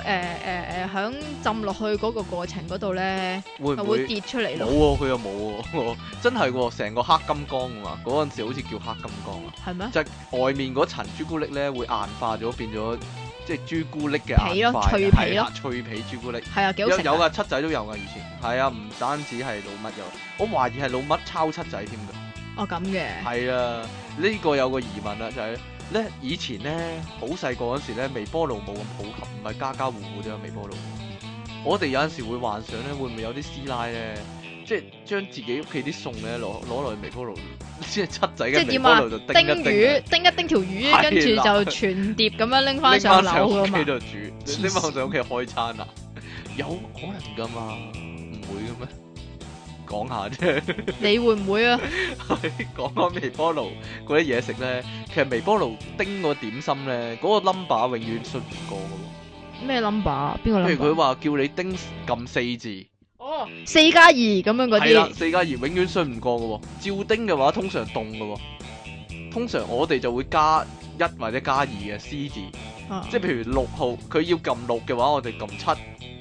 Speaker 2: 誒誒響浸落去嗰個過程嗰度咧，
Speaker 1: 會
Speaker 2: 係
Speaker 1: 唔
Speaker 2: 會
Speaker 1: 會
Speaker 2: 跌出嚟
Speaker 1: 冇
Speaker 2: 咯，
Speaker 1: 喎？佢又冇喎，真係喎，成個黑金剛啊嘛！嗰陣時好似叫黑金剛啊，
Speaker 2: 係咩？
Speaker 1: 就係外面嗰層朱古力咧會硬化咗，變咗即係朱古力嘅
Speaker 2: 皮咯
Speaker 1: 硬塊
Speaker 2: 脆皮
Speaker 1: 係
Speaker 2: 咯
Speaker 1: 啊脆皮朱古力。
Speaker 2: 係啊，幾好
Speaker 1: 有
Speaker 2: 食
Speaker 1: 有
Speaker 2: 㗎。
Speaker 1: 噶七仔都有噶，以前係啊，唔單止係老乜有，我懷疑係老乜抄七仔添㗎。
Speaker 2: 哦咁嘅，
Speaker 1: 係啊，呢、個有個疑問啊啦，就係、咧以前咧好細個嗰時咧，微波爐冇咁普及，唔係家家戶戶都有微波爐。我哋有陣時會幻想咧，會唔會有啲師奶咧，即係將自己屋企啲餸咧攞攞落去微波爐， 即係七仔
Speaker 2: 即係
Speaker 1: 嘅微
Speaker 2: 點
Speaker 1: 波
Speaker 2: 啊
Speaker 1: 爐就叮
Speaker 2: 叮
Speaker 1: 一叮
Speaker 2: 魚，叮一叮條魚，
Speaker 1: 係
Speaker 2: 跟住
Speaker 1: 啦
Speaker 2: 就全碟咁樣拎
Speaker 1: 啊，
Speaker 2: 翻
Speaker 1: 拎
Speaker 2: 上
Speaker 1: 翻
Speaker 2: 樓
Speaker 1: 上屋
Speaker 2: 㗎嘛
Speaker 1: 企。度 煮，
Speaker 2: 線
Speaker 1: 拎翻上屋企開餐啊，有可能噶嘛？唔會嘅咩？講下啫。
Speaker 2: 你會唔會啊？
Speaker 1: 講開微波爐嗰啲嘢食咧，其實微波爐叮個點心咧，嗰、個 number 永遠信唔過嘅
Speaker 2: 咩 number？邊個
Speaker 1: 喎。
Speaker 2: 啊
Speaker 1: 譬如佢
Speaker 2: number？
Speaker 1: 話叫你叮撳四字，
Speaker 2: 哦，四加二咁樣嗰
Speaker 1: 係啦，
Speaker 2: 啲，
Speaker 1: 四加二永遠信唔過嘅喎。照叮嘅話，通常凍嘅喎。通常我哋就會加一或者加二嘅 C 字，
Speaker 2: 啊
Speaker 1: 即係譬如六號，佢要撳六嘅話，我哋撳七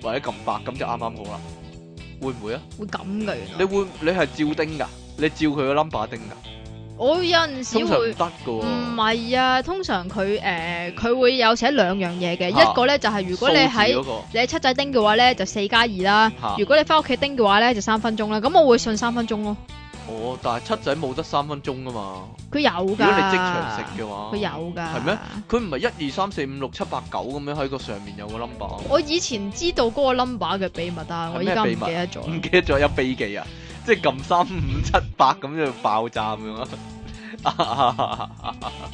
Speaker 1: 或者撳八，咁就啱啱好啦。會唔會啊？
Speaker 2: 會咁噶原
Speaker 1: 你
Speaker 2: 來。
Speaker 1: 會你係照叮㗎？你照佢個 number 叮㗎？
Speaker 2: 我有陣時
Speaker 1: 通常唔
Speaker 2: 會
Speaker 1: 得。嘅喎。
Speaker 2: 唔係啊，通常佢誒佢會有寫兩樣嘢嘅，
Speaker 1: 啊
Speaker 2: 一個咧就係如果你
Speaker 1: 數字
Speaker 2: 喺
Speaker 1: 嗰個
Speaker 2: 你喺七仔叮嘅話咧就四加二啦，
Speaker 1: 嚇
Speaker 2: 如果你翻屋企叮嘅話咧就三分鐘啦，咁我會信三分鐘咯，
Speaker 1: 哦，但係七仔冇得三分鐘噶嘛。
Speaker 2: 佢有
Speaker 1: 如
Speaker 2: 噶。
Speaker 1: 果你即場食嘅話，
Speaker 2: 佢有噶。
Speaker 1: 係咩？佢唔係一二三四五六七八九咁樣喺個上面有個 number，啊
Speaker 2: 我以前知道嗰個 number 嘅秘密啊，我依家
Speaker 1: 係
Speaker 2: 唔
Speaker 1: 咩秘密
Speaker 2: 記得咗啦。
Speaker 1: 唔記得咗有秘技啊，即係撳三五七八咁就爆炸咁樣啊！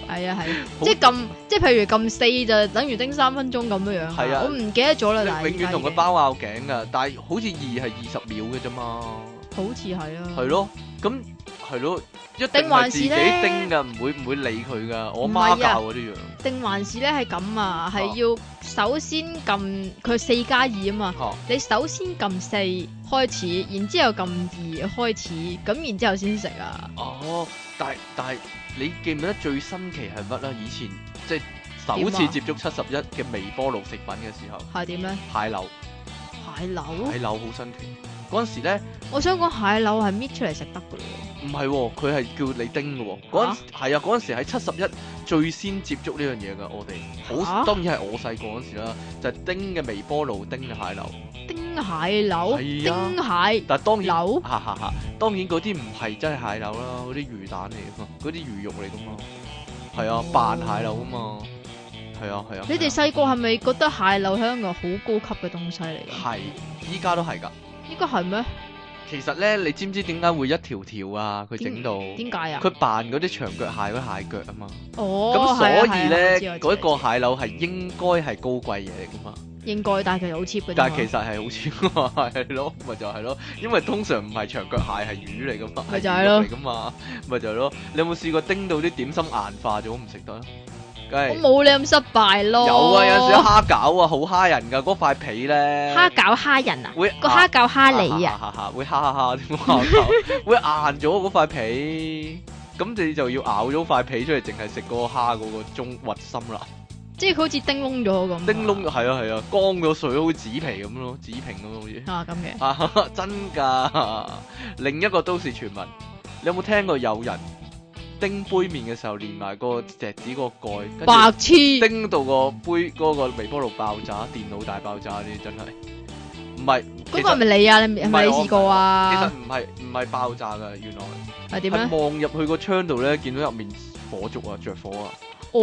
Speaker 2: 係啊係啊，
Speaker 1: 好
Speaker 2: 即係撳，即係譬如撳四就等於叮三分鐘咁樣樣。
Speaker 1: 係啊
Speaker 2: 我唔記得咗 啦，但係
Speaker 1: 你永遠同佢包拗頸噶，但係好似二係二十秒嘅啫嘛，
Speaker 2: 好似係啊啦。
Speaker 1: 係咯，咁係咯，一定
Speaker 2: 定
Speaker 1: 係
Speaker 2: 還
Speaker 1: 自
Speaker 2: 是
Speaker 1: 己
Speaker 2: 呢
Speaker 1: 叮噶，唔會唔會理佢噶，我媽
Speaker 2: 唔係啊
Speaker 1: 教我呢樣。
Speaker 2: 定還是咧係咁啊？係
Speaker 1: 啊
Speaker 2: 要首先撳佢四加二啊嘛，
Speaker 1: 嚇
Speaker 2: 你首先撳四開始，然之後撳二開始，咁然之後先食啊。
Speaker 1: 哦，但係但係你記唔記得最新奇係乜啦？以前即係首
Speaker 2: 點
Speaker 1: 次
Speaker 2: 啊
Speaker 1: 接觸七十一嘅微波爐食品嘅時候，
Speaker 2: 係點咧？
Speaker 1: 蟹柳
Speaker 2: 蟹柳
Speaker 1: 蟹柳好新奇，嗰陣時咧
Speaker 2: 我想講蟹柳係搣出嚟食得噶咯，
Speaker 1: 唔係喎，佢係叫你叮嘅喎。嗰陣時係啊，嗰陣時喺七十一最先接觸呢樣嘢㗎，我哋好
Speaker 2: 嚇
Speaker 1: 當然係我細個嗰陣時啦，就係叮嘅微波爐叮嘅蟹柳。
Speaker 2: 丁蟹柳，
Speaker 1: 係啊
Speaker 2: 丁蟹
Speaker 1: 但係當然，
Speaker 2: 柳
Speaker 1: 哈哈哈，當然嗰啲唔係真係蟹柳啦，嗰啲魚蛋嚟噶嘛，嗰啲魚肉嚟噶嘛，係啊
Speaker 2: 哦，
Speaker 1: 扮蟹柳噶嘛，係啊係啊。
Speaker 2: 你
Speaker 1: 係
Speaker 2: 哋細個係咪覺得蟹柳香港好高級嘅東西嚟
Speaker 1: 啊
Speaker 2: 㗎？
Speaker 1: 係，依家都係㗎。
Speaker 2: 應該係咩？
Speaker 1: 其實咧，你知唔知點解會一條條啊？佢整到
Speaker 2: 點解啊？
Speaker 1: 佢扮嗰啲長腳蟹嗰啲蟹腳啊嘛，
Speaker 2: 哦，
Speaker 1: 咁
Speaker 2: 係啊
Speaker 1: 所
Speaker 2: 係啊
Speaker 1: 以咧
Speaker 2: 我知我知嗯
Speaker 1: 嗰
Speaker 2: 我
Speaker 1: 個蟹柳係應該係高貴嘢嚟噶嘛，
Speaker 2: 知應該，但係其實好 cheap 嘅啫嘛。
Speaker 1: 但係其實係好似 係咯，咪就係咯，因為通常唔係長腳蟹係魚嚟噶嘛，
Speaker 2: 咪就
Speaker 1: 係
Speaker 2: 係
Speaker 1: 魚
Speaker 2: 咯
Speaker 1: 肉嚟噶嘛，咪就係咯。你有冇試過叮到啲點心硬化咗唔食得啊？梗
Speaker 2: 我
Speaker 1: 係
Speaker 2: 冇你咁失敗咯。
Speaker 1: 有啊，有陣時蝦餃啊，好蝦人噶，嗰塊皮咧
Speaker 3: 蝦餃蝦人啊，
Speaker 1: 會
Speaker 3: 個蝦餃蝦你啊，
Speaker 1: 啊，會蝦蝦啲蝦球，會硬咗嗰塊皮，咁你就要咬咗塊皮出嚟，淨係食嗰個蝦嗰個中核心啦。
Speaker 2: 即係佢好似叮窿咗咁。
Speaker 1: 叮窿係啊係啊，乾咗水好似紙皮咁咯，紙皮咁咯好似。
Speaker 2: 啊咁嘅。
Speaker 1: 啊，真㗎！另一個都市傳聞，你有冇聽過有人叮杯麵嘅時候連埋個石子個蓋，跟住
Speaker 2: 白痴，
Speaker 1: 叮到個杯嗰、個微波爐爆炸，電腦大爆炸呢啲真係唔係其
Speaker 2: 嗰
Speaker 1: 實
Speaker 2: 個係咪你啊？你係咪你
Speaker 1: 唔係我
Speaker 2: 試過
Speaker 1: 其實
Speaker 2: 啊？
Speaker 1: 唔係唔係爆炸㗎，原來。
Speaker 2: 係點
Speaker 1: 係
Speaker 2: 咧？
Speaker 1: 望入去個窗度咧，見到入面火燭啊，着火啊，
Speaker 2: 哦，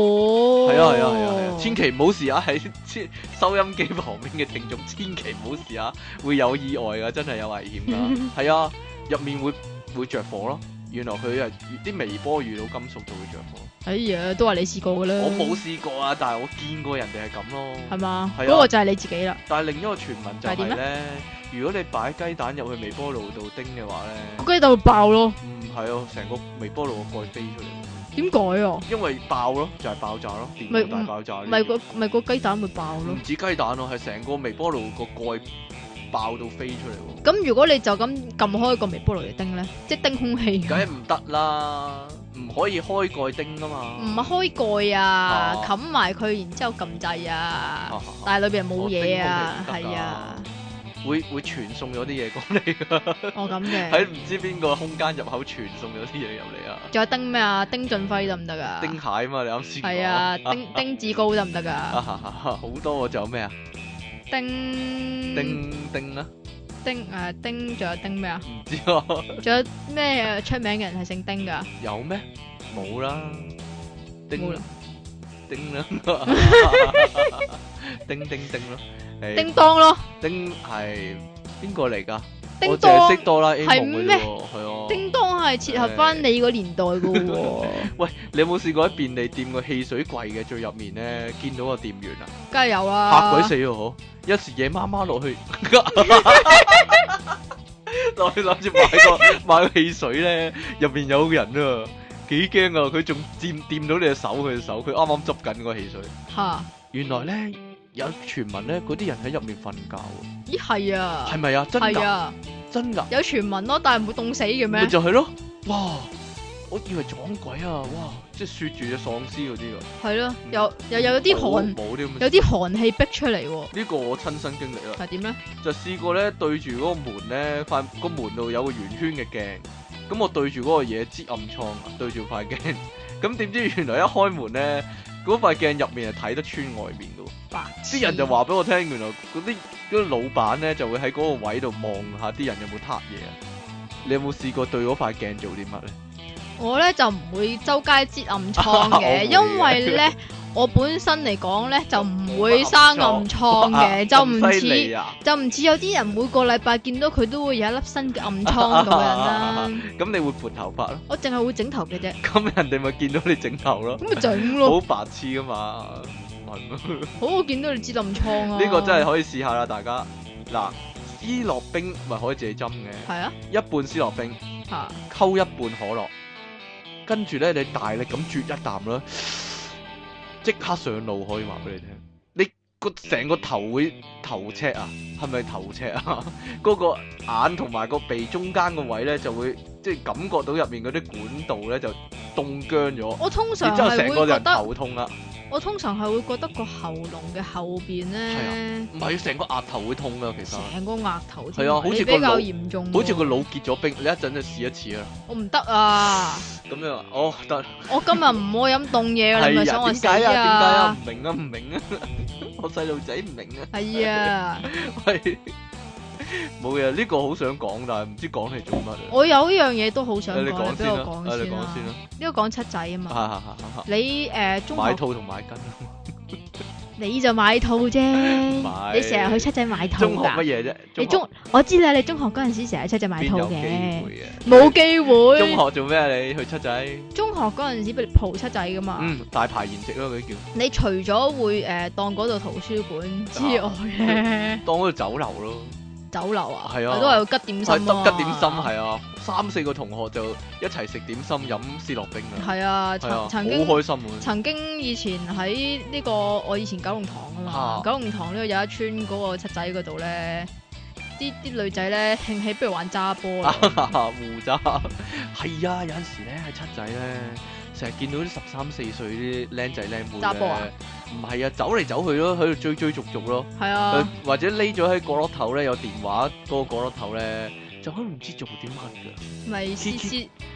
Speaker 1: 係啊係啊係啊係啊，千祈唔好試啊！喺千收音機旁邊嘅聽眾，千祈唔好試啊，會有意外噶，真係有危險 噶。係啊，入面會會着火咯。原來佢係啲微波遇到金屬就會着火。
Speaker 2: 哎呀，都話你試過噶啦。
Speaker 1: 我冇試過啊，但係我見過人哋係咁咯。
Speaker 2: 係嘛？
Speaker 1: 係啊
Speaker 2: 嗰個就係你自己啦。
Speaker 1: 但係另一個傳聞就
Speaker 2: 但係啊
Speaker 1: 係
Speaker 2: 點
Speaker 1: 咧，如果你擺雞蛋入去微波爐度叮嘅話咧，
Speaker 2: 個雞蛋會爆咯，
Speaker 1: 唔係啊，成個微波爐個蓋飛出嚟。
Speaker 2: 點改啊？
Speaker 1: 因為爆咯，就係、爆炸咯，電
Speaker 2: 咪
Speaker 1: 腦大爆炸呢啲。
Speaker 2: 咪個咪個雞蛋會爆咯
Speaker 1: 唔。止雞蛋咯，係成個微波爐個蓋爆到飛出嚟
Speaker 2: 咁如果你就咁撳開個微波爐嚟叮咧，即係叮空氣，
Speaker 1: 喎，梗係唔得啦，唔可以開蓋叮噶嘛。
Speaker 2: 唔係開蓋啊
Speaker 1: 啊，
Speaker 2: 冚埋佢，然之後撳掣啊，但係裏邊冇嘢啊，
Speaker 1: 哦我叮空氣唔得㗎
Speaker 2: 係啊，
Speaker 1: 會會傳送咗啲嘢過嚟㗎，
Speaker 2: 我哦咁嘅
Speaker 1: 哦喺。唔知邊個空間入口傳送咗啲嘢入嚟啊！
Speaker 2: 仲有叮咩啊？丁俊暉得唔得噶？
Speaker 1: 丁蟹嘛，你啱先
Speaker 2: 係啊，丁 丁志高得唔得
Speaker 1: 啊
Speaker 2: 噶？
Speaker 1: 好多喎，仲有咩啊？
Speaker 2: 丁
Speaker 1: 叮叮啦，
Speaker 2: 丁誒丁，仲有丁咩啊？
Speaker 1: 唔知啊，
Speaker 2: 仲有咩出名嘅人係姓丁噶？
Speaker 1: 有咩？冇啦，
Speaker 2: 冇
Speaker 1: 叮
Speaker 2: 啦
Speaker 1: 叮啦，叮叮叮咯，誒
Speaker 2: 叮當咯，
Speaker 1: 丁係邊個嚟㗎？
Speaker 2: 叮
Speaker 1: 我淨係
Speaker 2: 當
Speaker 1: 識。哆啦 A 夢
Speaker 2: 係
Speaker 1: 嘅
Speaker 2: 咩
Speaker 1: 啫喎，係啊。
Speaker 2: 叮當係切合翻你個年代噶喎，
Speaker 1: 喂，你有冇試過喺便利店個汽水櫃嘅最入面咧，見到個店員啊，
Speaker 2: 梗係有啦。
Speaker 1: 嚇鬼死我！一時夜媽媽落去，落去諗住買個買個汽水咧，入面有個人啊，幾驚啊！佢仲掂掂到你隻手，佢隻手，佢啱啱執緊個汽水。
Speaker 2: 吓！
Speaker 1: 原來咧有傳聞咧，嗰啲人喺入面瞓覺喎，
Speaker 2: 咦係啊，
Speaker 1: 係咪啊？真
Speaker 2: 係
Speaker 1: 㗎，
Speaker 2: 啊，
Speaker 1: 真㗎。
Speaker 2: 有傳聞咯，但係唔會凍死嘅
Speaker 1: 咪
Speaker 2: 咩？
Speaker 1: 就係咯，哇！我以為撞鬼啊，哇！即係雪住隻喪屍嗰啲噶，
Speaker 2: 係咯，又又又有啲寒
Speaker 1: 冇，啊冇啲咁嘅
Speaker 2: 有啲寒氣逼出嚟喎，
Speaker 1: 事呢個我親身經歷啦，
Speaker 2: 係點咧？
Speaker 1: 就試過咧對住嗰個門咧塊個門度有個圓圈嘅鏡，咁我對住嗰個嘢擠暗瘡啊，對住塊鏡，咁點知原來一開門咧嗰塊鏡入面係睇得穿外面噶喎。
Speaker 2: 白痴
Speaker 1: 啲人就話俾我聽，原來嗰啲嗰啲老闆咧就會喺嗰個位度望下啲人有冇撻嘢啊！你有冇試過對嗰塊鏡做啲乜咧？
Speaker 2: 我咧就唔會周街擠暗 瘡
Speaker 1: 我會
Speaker 2: 嘅，因為咧我本身嚟講咧就唔會生 暗瘡嘅，就唔
Speaker 1: 咁犀利
Speaker 2: 似。
Speaker 1: 啊！
Speaker 2: 就唔似有啲人每個禮拜見到佢都會有一粒新嘅暗瘡咁 樣啦，
Speaker 1: 咁你會撥頭髮咯？
Speaker 2: 我淨係會整頭嘅啫，
Speaker 1: 咁人哋咪見到你整頭咯？
Speaker 2: 咁咪整咯
Speaker 1: 好。白痴噶嘛，
Speaker 2: 哦
Speaker 1: 係咯
Speaker 2: 好，我見到你知暗瘡啊！
Speaker 1: 呢個真係可以試下啦，大家。嗱，思樂冰咪可以自己斟嘅，
Speaker 2: 係啊
Speaker 1: 一半思樂冰，
Speaker 2: 嚇，
Speaker 1: 溝一半可樂，跟住咧你大力咁啜一啖啦，即刻上腦可以話俾你聽。你個成個頭會頭赤啊，係咪頭赤啊？ 嗰個眼同埋個鼻中間個位咧就會即係感覺到入面嗰啲管道咧就凍僵咗。
Speaker 2: 我通常
Speaker 1: 然之後
Speaker 2: 係
Speaker 1: 成個
Speaker 2: 會覺
Speaker 1: 人
Speaker 2: 得
Speaker 1: 頭痛啦，啊
Speaker 2: 我通常係會覺得個喉嚨嘅後邊咧，
Speaker 1: 唔係啊成個額頭會痛啊噶，其實
Speaker 2: 成個額頭
Speaker 1: 係啊好似
Speaker 2: 你
Speaker 1: 個
Speaker 2: 比較
Speaker 1: 腦
Speaker 2: 嚴重喎，
Speaker 1: 好似個腦結咗冰，你一陣就試一次啦。
Speaker 2: 我唔得啊！
Speaker 1: 咁樣啊哦得，
Speaker 2: 我今日唔好飲凍嘢啦，你咪
Speaker 1: 係
Speaker 2: 想
Speaker 1: 啊，
Speaker 2: 我
Speaker 1: 點
Speaker 2: 死
Speaker 1: 解啊？點解啊？唔明啊，唔 明啊！我細路仔唔明啊，
Speaker 2: 係啊，
Speaker 1: 係冇嘢，呢個好想講，但係唔知講嚟做乜啊。
Speaker 2: 我有一樣嘢都好想
Speaker 1: 啊你
Speaker 2: 講，你
Speaker 1: 講
Speaker 2: 俾
Speaker 1: 先
Speaker 2: 我
Speaker 1: 啦，啊
Speaker 2: 講
Speaker 1: 你
Speaker 2: 先
Speaker 1: 講
Speaker 2: 啦
Speaker 1: 先。啦，
Speaker 2: 呢個講七仔啊嘛，
Speaker 1: 嚇嚇嚇嚇嚇
Speaker 2: 你誒中
Speaker 1: 買
Speaker 2: 學
Speaker 1: 套同買巾。
Speaker 3: 你就買套啫，
Speaker 1: 買
Speaker 3: 你成日去七仔買套
Speaker 1: 中學
Speaker 3: 㗎。
Speaker 1: 乜嘢啫？
Speaker 3: 你
Speaker 1: 學
Speaker 3: 中我知啦，你中學嗰陣時成日去七仔買
Speaker 1: 邊
Speaker 3: 套
Speaker 1: 有
Speaker 3: 嘅，
Speaker 1: 機會嘅？
Speaker 2: 冇機會。
Speaker 1: 中學做咩啊？你去七仔？
Speaker 2: 中學嗰陣時俾你蒲七仔噶嘛，
Speaker 1: 嗯，大排筵席咯，佢叫
Speaker 2: 你除咗會誒、呃、當嗰度圖書館之外
Speaker 1: 啊
Speaker 2: 咧，
Speaker 1: 當嗰度酒樓咯，
Speaker 2: 酒樓啊，
Speaker 1: 係啊
Speaker 2: 我都係會吉點
Speaker 1: 係
Speaker 2: 心咯、
Speaker 1: 得吉點心係啊，三四個同學就一齊食點心飲思樂冰啊，
Speaker 2: 係啊，
Speaker 1: 係啊，好
Speaker 2: 曾曾經
Speaker 1: 開心啊！
Speaker 2: 曾經以前喺呢、個我以前九龍塘啊嘛，
Speaker 1: 啊
Speaker 2: 九龍塘呢度有一村嗰個七仔嗰度咧，啲啲女仔咧興起不如玩揸波啦，
Speaker 1: 啊胡渣係啊，有陣時咧喺七仔咧，成日見到啲十三四歲啲僆仔僆妹
Speaker 2: 揸波啊
Speaker 1: 咧，唔係啊，走嚟走去咯，喺度追追逐逐咯。
Speaker 2: 係
Speaker 1: 佢
Speaker 2: 啊，
Speaker 1: 或者匿咗喺角落頭咧，有電話嗰個角落頭咧，就可能唔知做啲乜㗎，
Speaker 2: 咪私
Speaker 1: Kiki-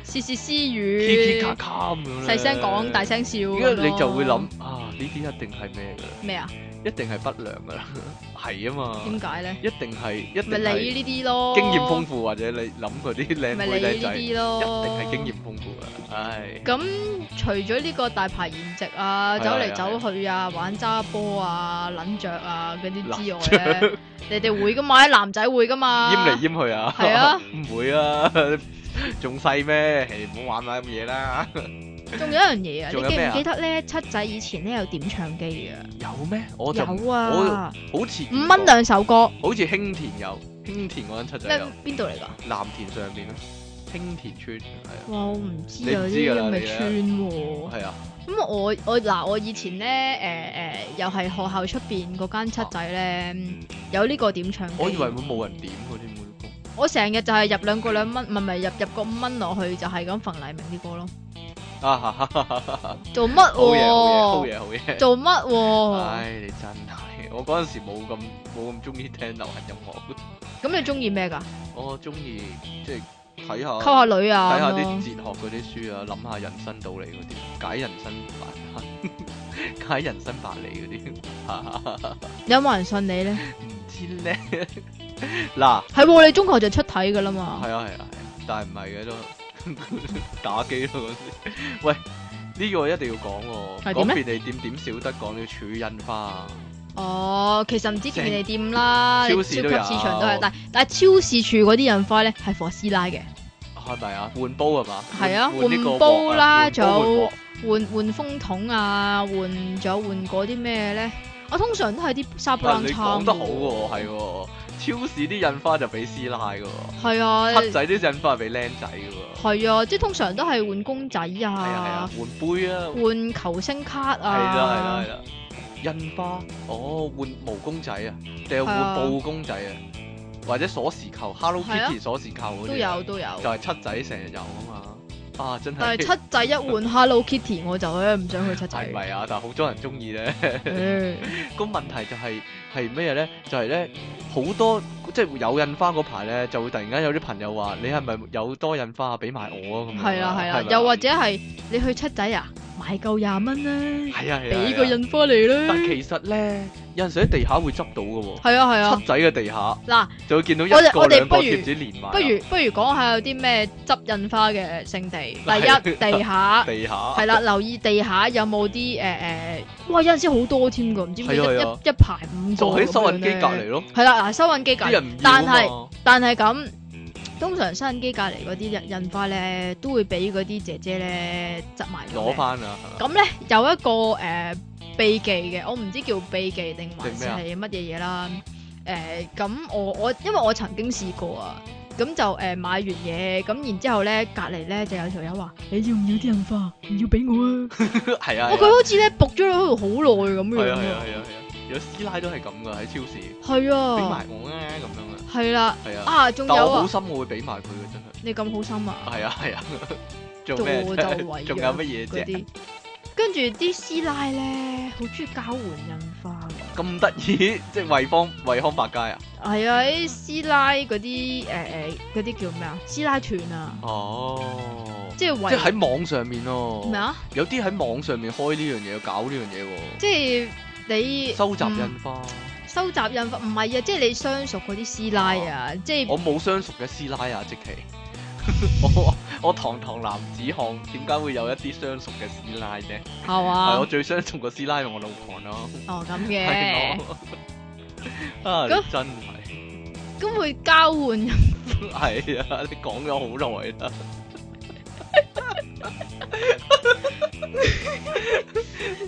Speaker 2: 私私
Speaker 1: 嘻
Speaker 2: 私私
Speaker 1: 嘻咔
Speaker 2: 語，
Speaker 1: 咔咁樣咧。
Speaker 2: 細聲講大，聲笑咁
Speaker 1: 因
Speaker 2: 咯，
Speaker 1: 為你就會諗啊，呢啲一定係咩㗎啦，
Speaker 2: 咩啊？
Speaker 1: 一定係不良㗎啦，係啊嘛
Speaker 2: 點，解咧？
Speaker 1: 一定係一定
Speaker 2: 咪你
Speaker 1: 係
Speaker 2: 呢啲咯，
Speaker 1: 經驗豐富，或者你諗嗰啲靚
Speaker 2: 咪
Speaker 1: 妹
Speaker 2: 你呢
Speaker 1: 靚仔，一
Speaker 2: 啲咯，
Speaker 1: 定係經驗豐富㗎，唉，
Speaker 2: 咁除咗呢個大排筵席啊，
Speaker 1: 係啊
Speaker 2: 走嚟走去啊，玩揸波啊、撚着啊嗰 啲之
Speaker 1: 嗱
Speaker 2: 外咧，你哋會噶嘛？啲男仔會噶嘛？
Speaker 1: 閹嚟閹去啊，
Speaker 2: 係啊，
Speaker 1: 唔會啊，仲細咩？唉唔好玩埋咁嘢啦，
Speaker 2: 仲有一樣嘢啊，
Speaker 1: 仲有
Speaker 2: 你記
Speaker 1: 咩啊
Speaker 2: 唔記得咧？七仔以前咧有點唱機啊，
Speaker 1: 有咩？我就唔
Speaker 2: 有啊，
Speaker 1: 好似
Speaker 2: 五蚊啊兩首歌，
Speaker 1: 好似興田有，興田嗰陣七仔
Speaker 2: 咩
Speaker 1: 有，
Speaker 2: 邊度嚟㗎？
Speaker 1: 藍田上邊咯，興田村係
Speaker 2: 哇，我唔知
Speaker 1: 你
Speaker 2: 啊，
Speaker 1: 唔
Speaker 2: 呢
Speaker 1: 知
Speaker 2: 啲
Speaker 1: 㗎啦
Speaker 2: 咁
Speaker 1: 你
Speaker 2: 嘅
Speaker 1: 啊
Speaker 2: 村喎
Speaker 1: 啊，。係啊，
Speaker 2: 咁我我嗱我以前咧誒誒，又係學校出邊嗰間七仔咧有呢個點唱機。
Speaker 1: 啊我以為會冇人點嗰啲每歌，
Speaker 2: 我成日就係入兩個兩蚊，唔係唔係入入個五蚊落去，就係咁馮黎明啲歌咯。
Speaker 1: 啊哈哈哈哈哈哈
Speaker 2: 做乜
Speaker 1: 嗯好嘢好
Speaker 2: 喎？
Speaker 1: 嘢好嘢好嘢，
Speaker 2: 做乜喎？
Speaker 1: 唉你真係，我嗰陣時冇咁冇咁中意聽流行音樂，
Speaker 2: 咁你中意咩㗎？
Speaker 1: 我中哦意即係睇
Speaker 2: 溝
Speaker 1: 下。
Speaker 2: 下女啊
Speaker 1: 睇下
Speaker 2: 咁
Speaker 1: 啲
Speaker 2: 咯
Speaker 1: 哲。學嗰啲書啊，諗下人生道理嗰啲，解人生百解人生百 理嗰啲，
Speaker 2: 有冇人信你咧？
Speaker 1: 唔知咧。 嗱，
Speaker 2: 係喎，你中學就出體㗎啦嘛。
Speaker 1: 係啊係啊係啊，但係唔係嘅都 打機咯嗰時。喂，呢、個一定要講喎、講
Speaker 2: 係點呢
Speaker 1: 便利店點少得講呢個儲印花啊，
Speaker 2: 哦，其實唔止便利店啦，
Speaker 1: 成
Speaker 2: 你
Speaker 1: 超
Speaker 2: 超
Speaker 1: 市
Speaker 2: 級
Speaker 1: 都
Speaker 2: 市
Speaker 1: 有
Speaker 2: 場都係，但但係超市處嗰啲印花咧係 for 師奶嘅，
Speaker 1: 係咪啊？換煲係嘛？
Speaker 2: 係啊
Speaker 1: 換呢個
Speaker 2: 換煲
Speaker 1: 鑊啊
Speaker 2: 啦
Speaker 1: 換煲換鑊
Speaker 2: 換換風筒啊，換咗換嗰啲咩咧？我通常都係啲沙布
Speaker 1: 啊
Speaker 2: 冷
Speaker 1: 你
Speaker 2: 衫。
Speaker 1: 講得好喎、係喎、超市啲印花就俾師奶嘅喎，
Speaker 2: 係啊，
Speaker 1: 黑仔啲印花係俾僆仔嘅喎。
Speaker 2: 係啊，即係通常都係換公仔
Speaker 1: 係啊
Speaker 2: 啊，
Speaker 1: 係啊，換杯啊，
Speaker 2: 換球星卡
Speaker 1: 係啦
Speaker 2: 啊
Speaker 1: 係，啦係啦，印花哦換毛公仔啊，定係
Speaker 2: 係啊
Speaker 1: 換布公仔啊，或者鎖匙扣 Hello
Speaker 2: 係啊
Speaker 1: Kitty 鎖匙扣嗰啲
Speaker 2: 都
Speaker 1: 啊
Speaker 2: 有都有。
Speaker 1: 就係七仔成日有啊嘛，啊真
Speaker 2: 但
Speaker 1: 係
Speaker 2: 係七仔一換 Hello Kitty 我就咧唔想去
Speaker 1: 係
Speaker 2: 七 仔。哎
Speaker 1: 咪啊？但係好多人中意咧。
Speaker 2: 唉
Speaker 1: 個問題就係係咩咧？就係咧好多即係有印花嗰排咧，就會突然間有啲朋友話：你係咪有多印花啊？俾埋我啊咁樣。
Speaker 2: 係啦係
Speaker 1: 係
Speaker 2: 啦，
Speaker 1: 咪
Speaker 2: 又或者係你去七仔啊，買夠廿蚊啦，
Speaker 1: 係啊係啊，
Speaker 2: 俾
Speaker 1: 係
Speaker 2: 個
Speaker 1: 啊
Speaker 2: 印花嚟啦
Speaker 1: 但。其實咧，有陣時喺地下會執到嘅喎。
Speaker 2: 係啊係啊
Speaker 1: 七，啊仔嘅地下
Speaker 2: 嗱，
Speaker 1: 就會見到一
Speaker 2: Ờ. 我哋
Speaker 1: 個
Speaker 2: 我哋
Speaker 1: 兩個
Speaker 2: 不如
Speaker 1: 貼紙連埋，
Speaker 2: 不如不如講下有啲咩執印花嘅 聖地。
Speaker 1: 係啊
Speaker 2: 第一地下。
Speaker 1: 地下
Speaker 2: 係啦，留意地下有冇啲誒誒，哇有陣時好多添㗎，唔知點解一
Speaker 1: 係啊係啊
Speaker 2: 一一排五個
Speaker 1: 就喺收銀
Speaker 2: 咁樣
Speaker 1: 機
Speaker 2: 咧
Speaker 1: 隔離咯，
Speaker 2: 係啦，嗱，收銀機隔
Speaker 1: 啲
Speaker 2: 離，
Speaker 1: 人唔要啊
Speaker 2: 但
Speaker 1: 嘛
Speaker 2: 係但係咁，通常收銀機隔離嗰啲印印花咧，都會俾嗰啲姐姐咧執埋咗嘅
Speaker 1: 攞。翻啊，係嘛
Speaker 2: 咁咧有一個誒、呃秘技嘅，我唔知叫秘技定還是
Speaker 1: 定啊
Speaker 2: 係乜嘢嘢啦。誒咁、我我因為我曾經試過啊，咁就誒、呃、買完嘢，咁然之後咧隔離咧就有條友話：你要唔要啲印花？唔要俾我啊！
Speaker 1: 係啊，
Speaker 2: 哇，佢好似咧仆咗喺度好耐咁
Speaker 1: 係啊係
Speaker 2: 樣
Speaker 1: 啊
Speaker 2: 啊！
Speaker 1: 係啊係啊，有師奶都係咁噶喺超市，俾
Speaker 2: 係啊
Speaker 1: 埋，我啊咁樣啊，
Speaker 2: 係啦，
Speaker 1: 係啊，
Speaker 2: 啊仲
Speaker 1: 但
Speaker 2: 有
Speaker 1: 我好
Speaker 2: 啊，
Speaker 1: 心我會俾埋佢嘅真係，
Speaker 2: 你咁好心啊！
Speaker 1: 係啊係啊，做咩
Speaker 2: 做就
Speaker 1: 啫？
Speaker 2: 圍
Speaker 1: 仲有乜嘢
Speaker 2: 嗰
Speaker 1: 啫？
Speaker 2: 啲。跟住啲師奶咧，好中意交換印花嘅。
Speaker 1: 咁得意，即係惠方 惠康百佳啊？
Speaker 2: 係啊，啲師奶嗰啲誒誒嗰啲叫咩啊？師奶團啊，
Speaker 1: 哦，
Speaker 2: 即係為
Speaker 1: 即係喺網上面咯。
Speaker 2: 咩啊？
Speaker 1: 有啲喺網上面開呢樣嘢，搞呢樣嘢喎。
Speaker 2: 即係你
Speaker 1: 收集
Speaker 2: 嗯
Speaker 1: 印花，
Speaker 2: 收集印花，唔係啊，即係你相熟嗰啲師奶啊，即係
Speaker 1: 我冇相熟嘅師奶啊，即其 我我堂堂男子漢，點解會有一啲相熟嘅師奶啫？
Speaker 2: 係
Speaker 1: 係我
Speaker 2: 嘛？
Speaker 1: 最相熟個師奶係我老婆咯，
Speaker 2: 哦咁
Speaker 1: 係
Speaker 2: 嘅，
Speaker 1: 咯，啊
Speaker 2: 咁
Speaker 1: 真係
Speaker 2: 咁會交換印
Speaker 1: 係啊！你講咗好耐啦，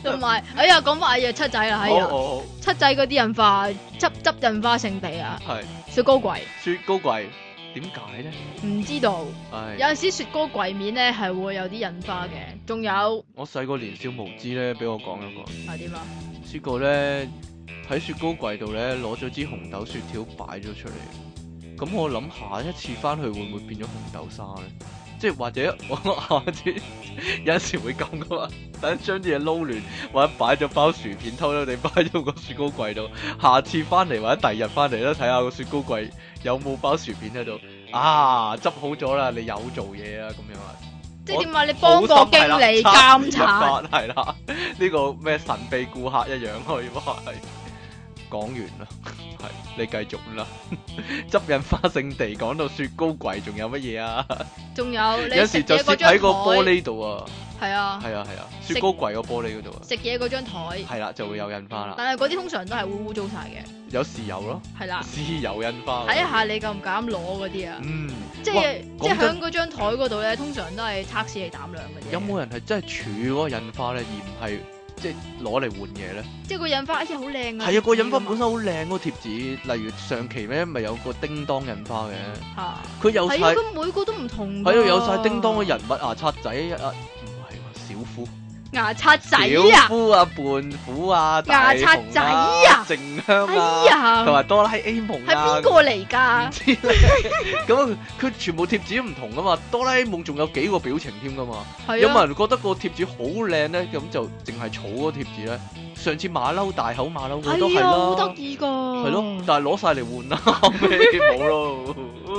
Speaker 2: 同埋，哎呀講翻哎呀七仔啦，哎
Speaker 1: 好
Speaker 2: 呀
Speaker 1: 好
Speaker 2: 七仔嗰啲印花執執印花聖地啊，
Speaker 1: 好係
Speaker 2: 雪糕櫃
Speaker 1: 雪高貴點解咧？
Speaker 2: 唔知道，有
Speaker 1: 唉，
Speaker 2: 陣時雪糕櫃面咧係會有啲印花嘅，仲有
Speaker 1: 我細個年少無知咧，俾我講一個。
Speaker 2: 係點啊？
Speaker 1: 雪糕咧喺雪糕櫃度咧攞咗支紅豆雪條擺咗出嚟，咁我諗下一次翻去會唔會變咗紅豆沙咧？即係或者我下次 有陣時會咁噶嘛，等將啲嘢撈亂，或者擺咗包薯片偷偷地擺咗個雪糕櫃度，下次翻嚟或者第二日翻嚟咧睇下個雪糕櫃有冇包薯片喺度啊，執好咗啦，你有做嘢啊咁樣啊。
Speaker 2: 即係點啊？你幫個經理監察，
Speaker 1: 系啦，呢個咩神秘顧客一樣可以話係講完啦，係你繼續啦。 執印花聖地講到雪糕櫃，仲有乜嘢啊？
Speaker 2: 仲有你
Speaker 1: 有
Speaker 2: 食
Speaker 1: 時就
Speaker 2: 嘢嗰
Speaker 1: 攝
Speaker 2: 張
Speaker 1: 喺個玻
Speaker 2: 台，
Speaker 1: 璃度啊，
Speaker 2: 係啊，
Speaker 1: 係啊係啊，雪糕櫃個玻璃嗰度啊，
Speaker 2: 食嗯嘢嗰張台，
Speaker 1: 係啦就會有印花啦，
Speaker 2: 但係嗰啲通常都係會污糟晒嘅，
Speaker 1: 有豉油咯，
Speaker 2: 係啦。
Speaker 1: 豉油印花。
Speaker 2: 睇下你夠唔夠膽攞嗰啲啊！
Speaker 1: 嗯，
Speaker 2: 即
Speaker 1: 哇
Speaker 2: 係即
Speaker 1: 講真
Speaker 2: 係喺嗰張台嗰度咧，通常都係測試你膽量嘅啫。
Speaker 1: 有冇人係真係儲嗰個印花咧，而唔係即係攞嚟換嘢咧？
Speaker 2: 即係個印花，哎呀好靚啊！
Speaker 1: 係啊，個印花
Speaker 2: 咁
Speaker 1: 本身好靚嗰個貼紙，例如上期咧咪有個叮當印花嘅，
Speaker 2: 啊
Speaker 1: 佢有晒
Speaker 2: 係啊，
Speaker 1: 喺
Speaker 2: 咁每個都唔同㗎。
Speaker 1: 度有晒叮當嘅人物啊，刷仔啊，唔係喎，小夫，
Speaker 2: 牙刷仔
Speaker 1: 小
Speaker 2: 啊！
Speaker 1: 夫啊，胖虎啊，大雄
Speaker 2: 牙刷仔啊
Speaker 1: 靜香
Speaker 2: 哎
Speaker 1: 啊，
Speaker 2: 呀
Speaker 1: 同，埋哆啦 A 夢
Speaker 2: 係
Speaker 1: 啊
Speaker 2: 邊，個嚟㗎？
Speaker 1: 咁啊佢全部貼紙唔同噶嘛，哆啦 A 夢仲有幾個表情添噶嘛，有
Speaker 2: 係
Speaker 1: 冇
Speaker 2: 啊，
Speaker 1: 人覺得個貼紙好靚咧？咁就淨係儲嗰個貼紙咧，上次馬騮大口馬騮嗰個都係
Speaker 2: 係啊，好
Speaker 1: 啦
Speaker 2: 得。意㗎。
Speaker 1: 係
Speaker 2: 哦
Speaker 1: 咯，但係攞晒嚟換啦， 後尾冇咯。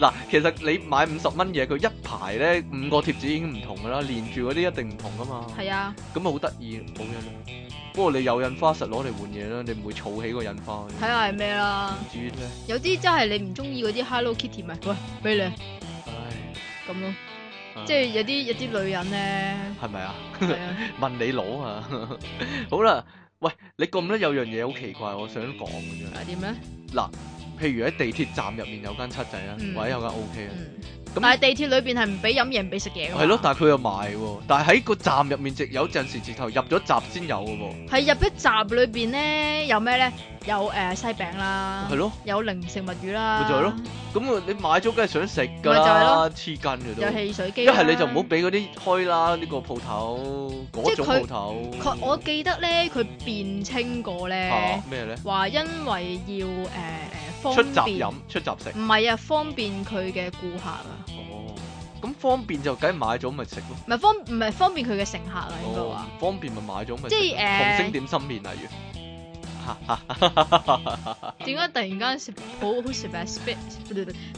Speaker 1: 嗱，其實你買五十蚊嘢，佢一排咧五個貼紙已經唔同噶啦，連住嗰啲一定唔同噶嘛。
Speaker 2: 係啊，
Speaker 1: 咁咪好得意，冇嘢啦。不過你有印花實攞嚟換嘢啦，你唔會儲起個印花
Speaker 2: 睇
Speaker 1: 嘅。
Speaker 2: 下係咩啦。
Speaker 1: 唔知咧，
Speaker 2: 有啲真係你唔中意嗰啲 Hello Kitty 咪，喂，俾你
Speaker 1: 唉，
Speaker 2: 咁咯。
Speaker 1: 啊
Speaker 2: 即係有啲有啲女 人咧，
Speaker 1: 係咪啊？
Speaker 2: 係啊，
Speaker 1: 問你攞啊！ 好啦，喂，你咁得有樣嘢好奇怪，我想講嘅啫。
Speaker 2: 係點咧？
Speaker 1: 譬如喺地鐵站入面有間七仔啦，
Speaker 2: 嗯
Speaker 1: 或者有間 O K 啦。
Speaker 2: 嗯，
Speaker 1: 咁
Speaker 2: 但係地鐵裏邊係唔俾飲嘢，唔俾食嘢㗎嘛。
Speaker 1: 係咯，但係佢又賣喎，但係喺個站入面直有陣時直頭入咗閘先有嘅喎，
Speaker 2: 係入一集裏邊咧，有咩咧？有誒、呃西餅啦
Speaker 1: 係，咯，
Speaker 2: 有零食物魚啦，
Speaker 1: 咪就係咯，咁啊你買咗梗係想食㗎
Speaker 2: 咪就係
Speaker 1: 啦，
Speaker 2: 咯
Speaker 1: 黐筋嘅
Speaker 2: 有
Speaker 1: 都，
Speaker 2: 汽水機
Speaker 1: 一
Speaker 2: 啦。
Speaker 1: 係你就唔好俾嗰啲開啦，呢個鋪頭嗰
Speaker 2: 即
Speaker 1: 種
Speaker 2: 係佢
Speaker 1: 鋪頭，
Speaker 2: 佢，我記得咧，佢辯稱過咧
Speaker 1: 嚇，咩咧？
Speaker 2: 話、因為要誒誒、呃呃
Speaker 1: 出
Speaker 2: 方
Speaker 1: 閘
Speaker 2: 便
Speaker 1: 飲，，出閘食，
Speaker 2: 唔係啊，方便佢嘅顧客啊，
Speaker 1: 哦，咁方便就梗係買咗咪食咯，
Speaker 2: 唔係方唔係方便佢嘅乘客啊，應該話
Speaker 1: 哦，方便咪買咗咪食咯，
Speaker 2: 即係誒
Speaker 1: 紅星點心啊面例如，
Speaker 2: 點解突然間 spe- 好好 specific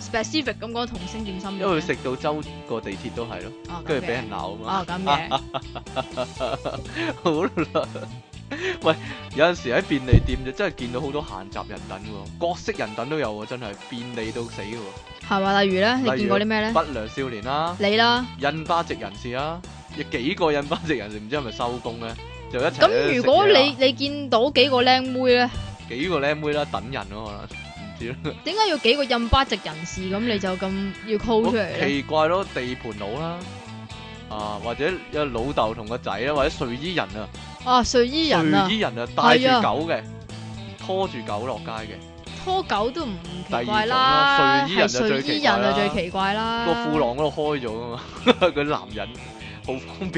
Speaker 2: specific 咁講同性點心嘅
Speaker 1: 因為食到周個地鐵都係咯，
Speaker 2: 哦咁
Speaker 1: 跟住俾人
Speaker 2: 嘅
Speaker 1: 鬧啊嘛
Speaker 2: 哦。咁 嘅，
Speaker 1: 好啦，喂，有陣時喺便利店就真係見到好多閒雜人等喎，各式人等都有喎，真係便利到死喎，
Speaker 2: 係嘛？例如咧，
Speaker 1: 例如
Speaker 2: 你見過啲咩咧？
Speaker 1: 不良少年啦、
Speaker 2: 你啦。
Speaker 1: 印巴籍人士啦、有幾個印巴籍人士唔知係咪收工咧，就一齊
Speaker 2: 咁如果
Speaker 1: 喺度食嘢
Speaker 2: 你
Speaker 1: 啦
Speaker 2: 你見到幾個靚妹咧，
Speaker 1: 幾個靚妹啦，等人咯，可能唔知啦，
Speaker 2: 點解要幾個印巴籍人士咁你就咁要 call 出嚟
Speaker 1: 好
Speaker 2: 咧？
Speaker 1: 奇怪咯，地盤佬啦。啊，或者有老豆同個仔啦，或者睡衣人啊，
Speaker 2: 啊，睡衣人啊
Speaker 1: 睡，衣人啊，帶住
Speaker 2: 係啊
Speaker 1: 狗嘅，拖住狗落街嘅。
Speaker 2: 拖狗都唔奇
Speaker 1: 第二
Speaker 2: 怪
Speaker 1: 種啦
Speaker 2: 啦，
Speaker 1: 睡衣人
Speaker 2: 係
Speaker 1: 就
Speaker 2: 睡
Speaker 1: 最奇
Speaker 2: 衣
Speaker 1: 怪
Speaker 2: 人
Speaker 1: 啦
Speaker 2: 啊最奇怪啦。
Speaker 1: 個褲浪嗰度開咗噶嘛，佢男人好方便，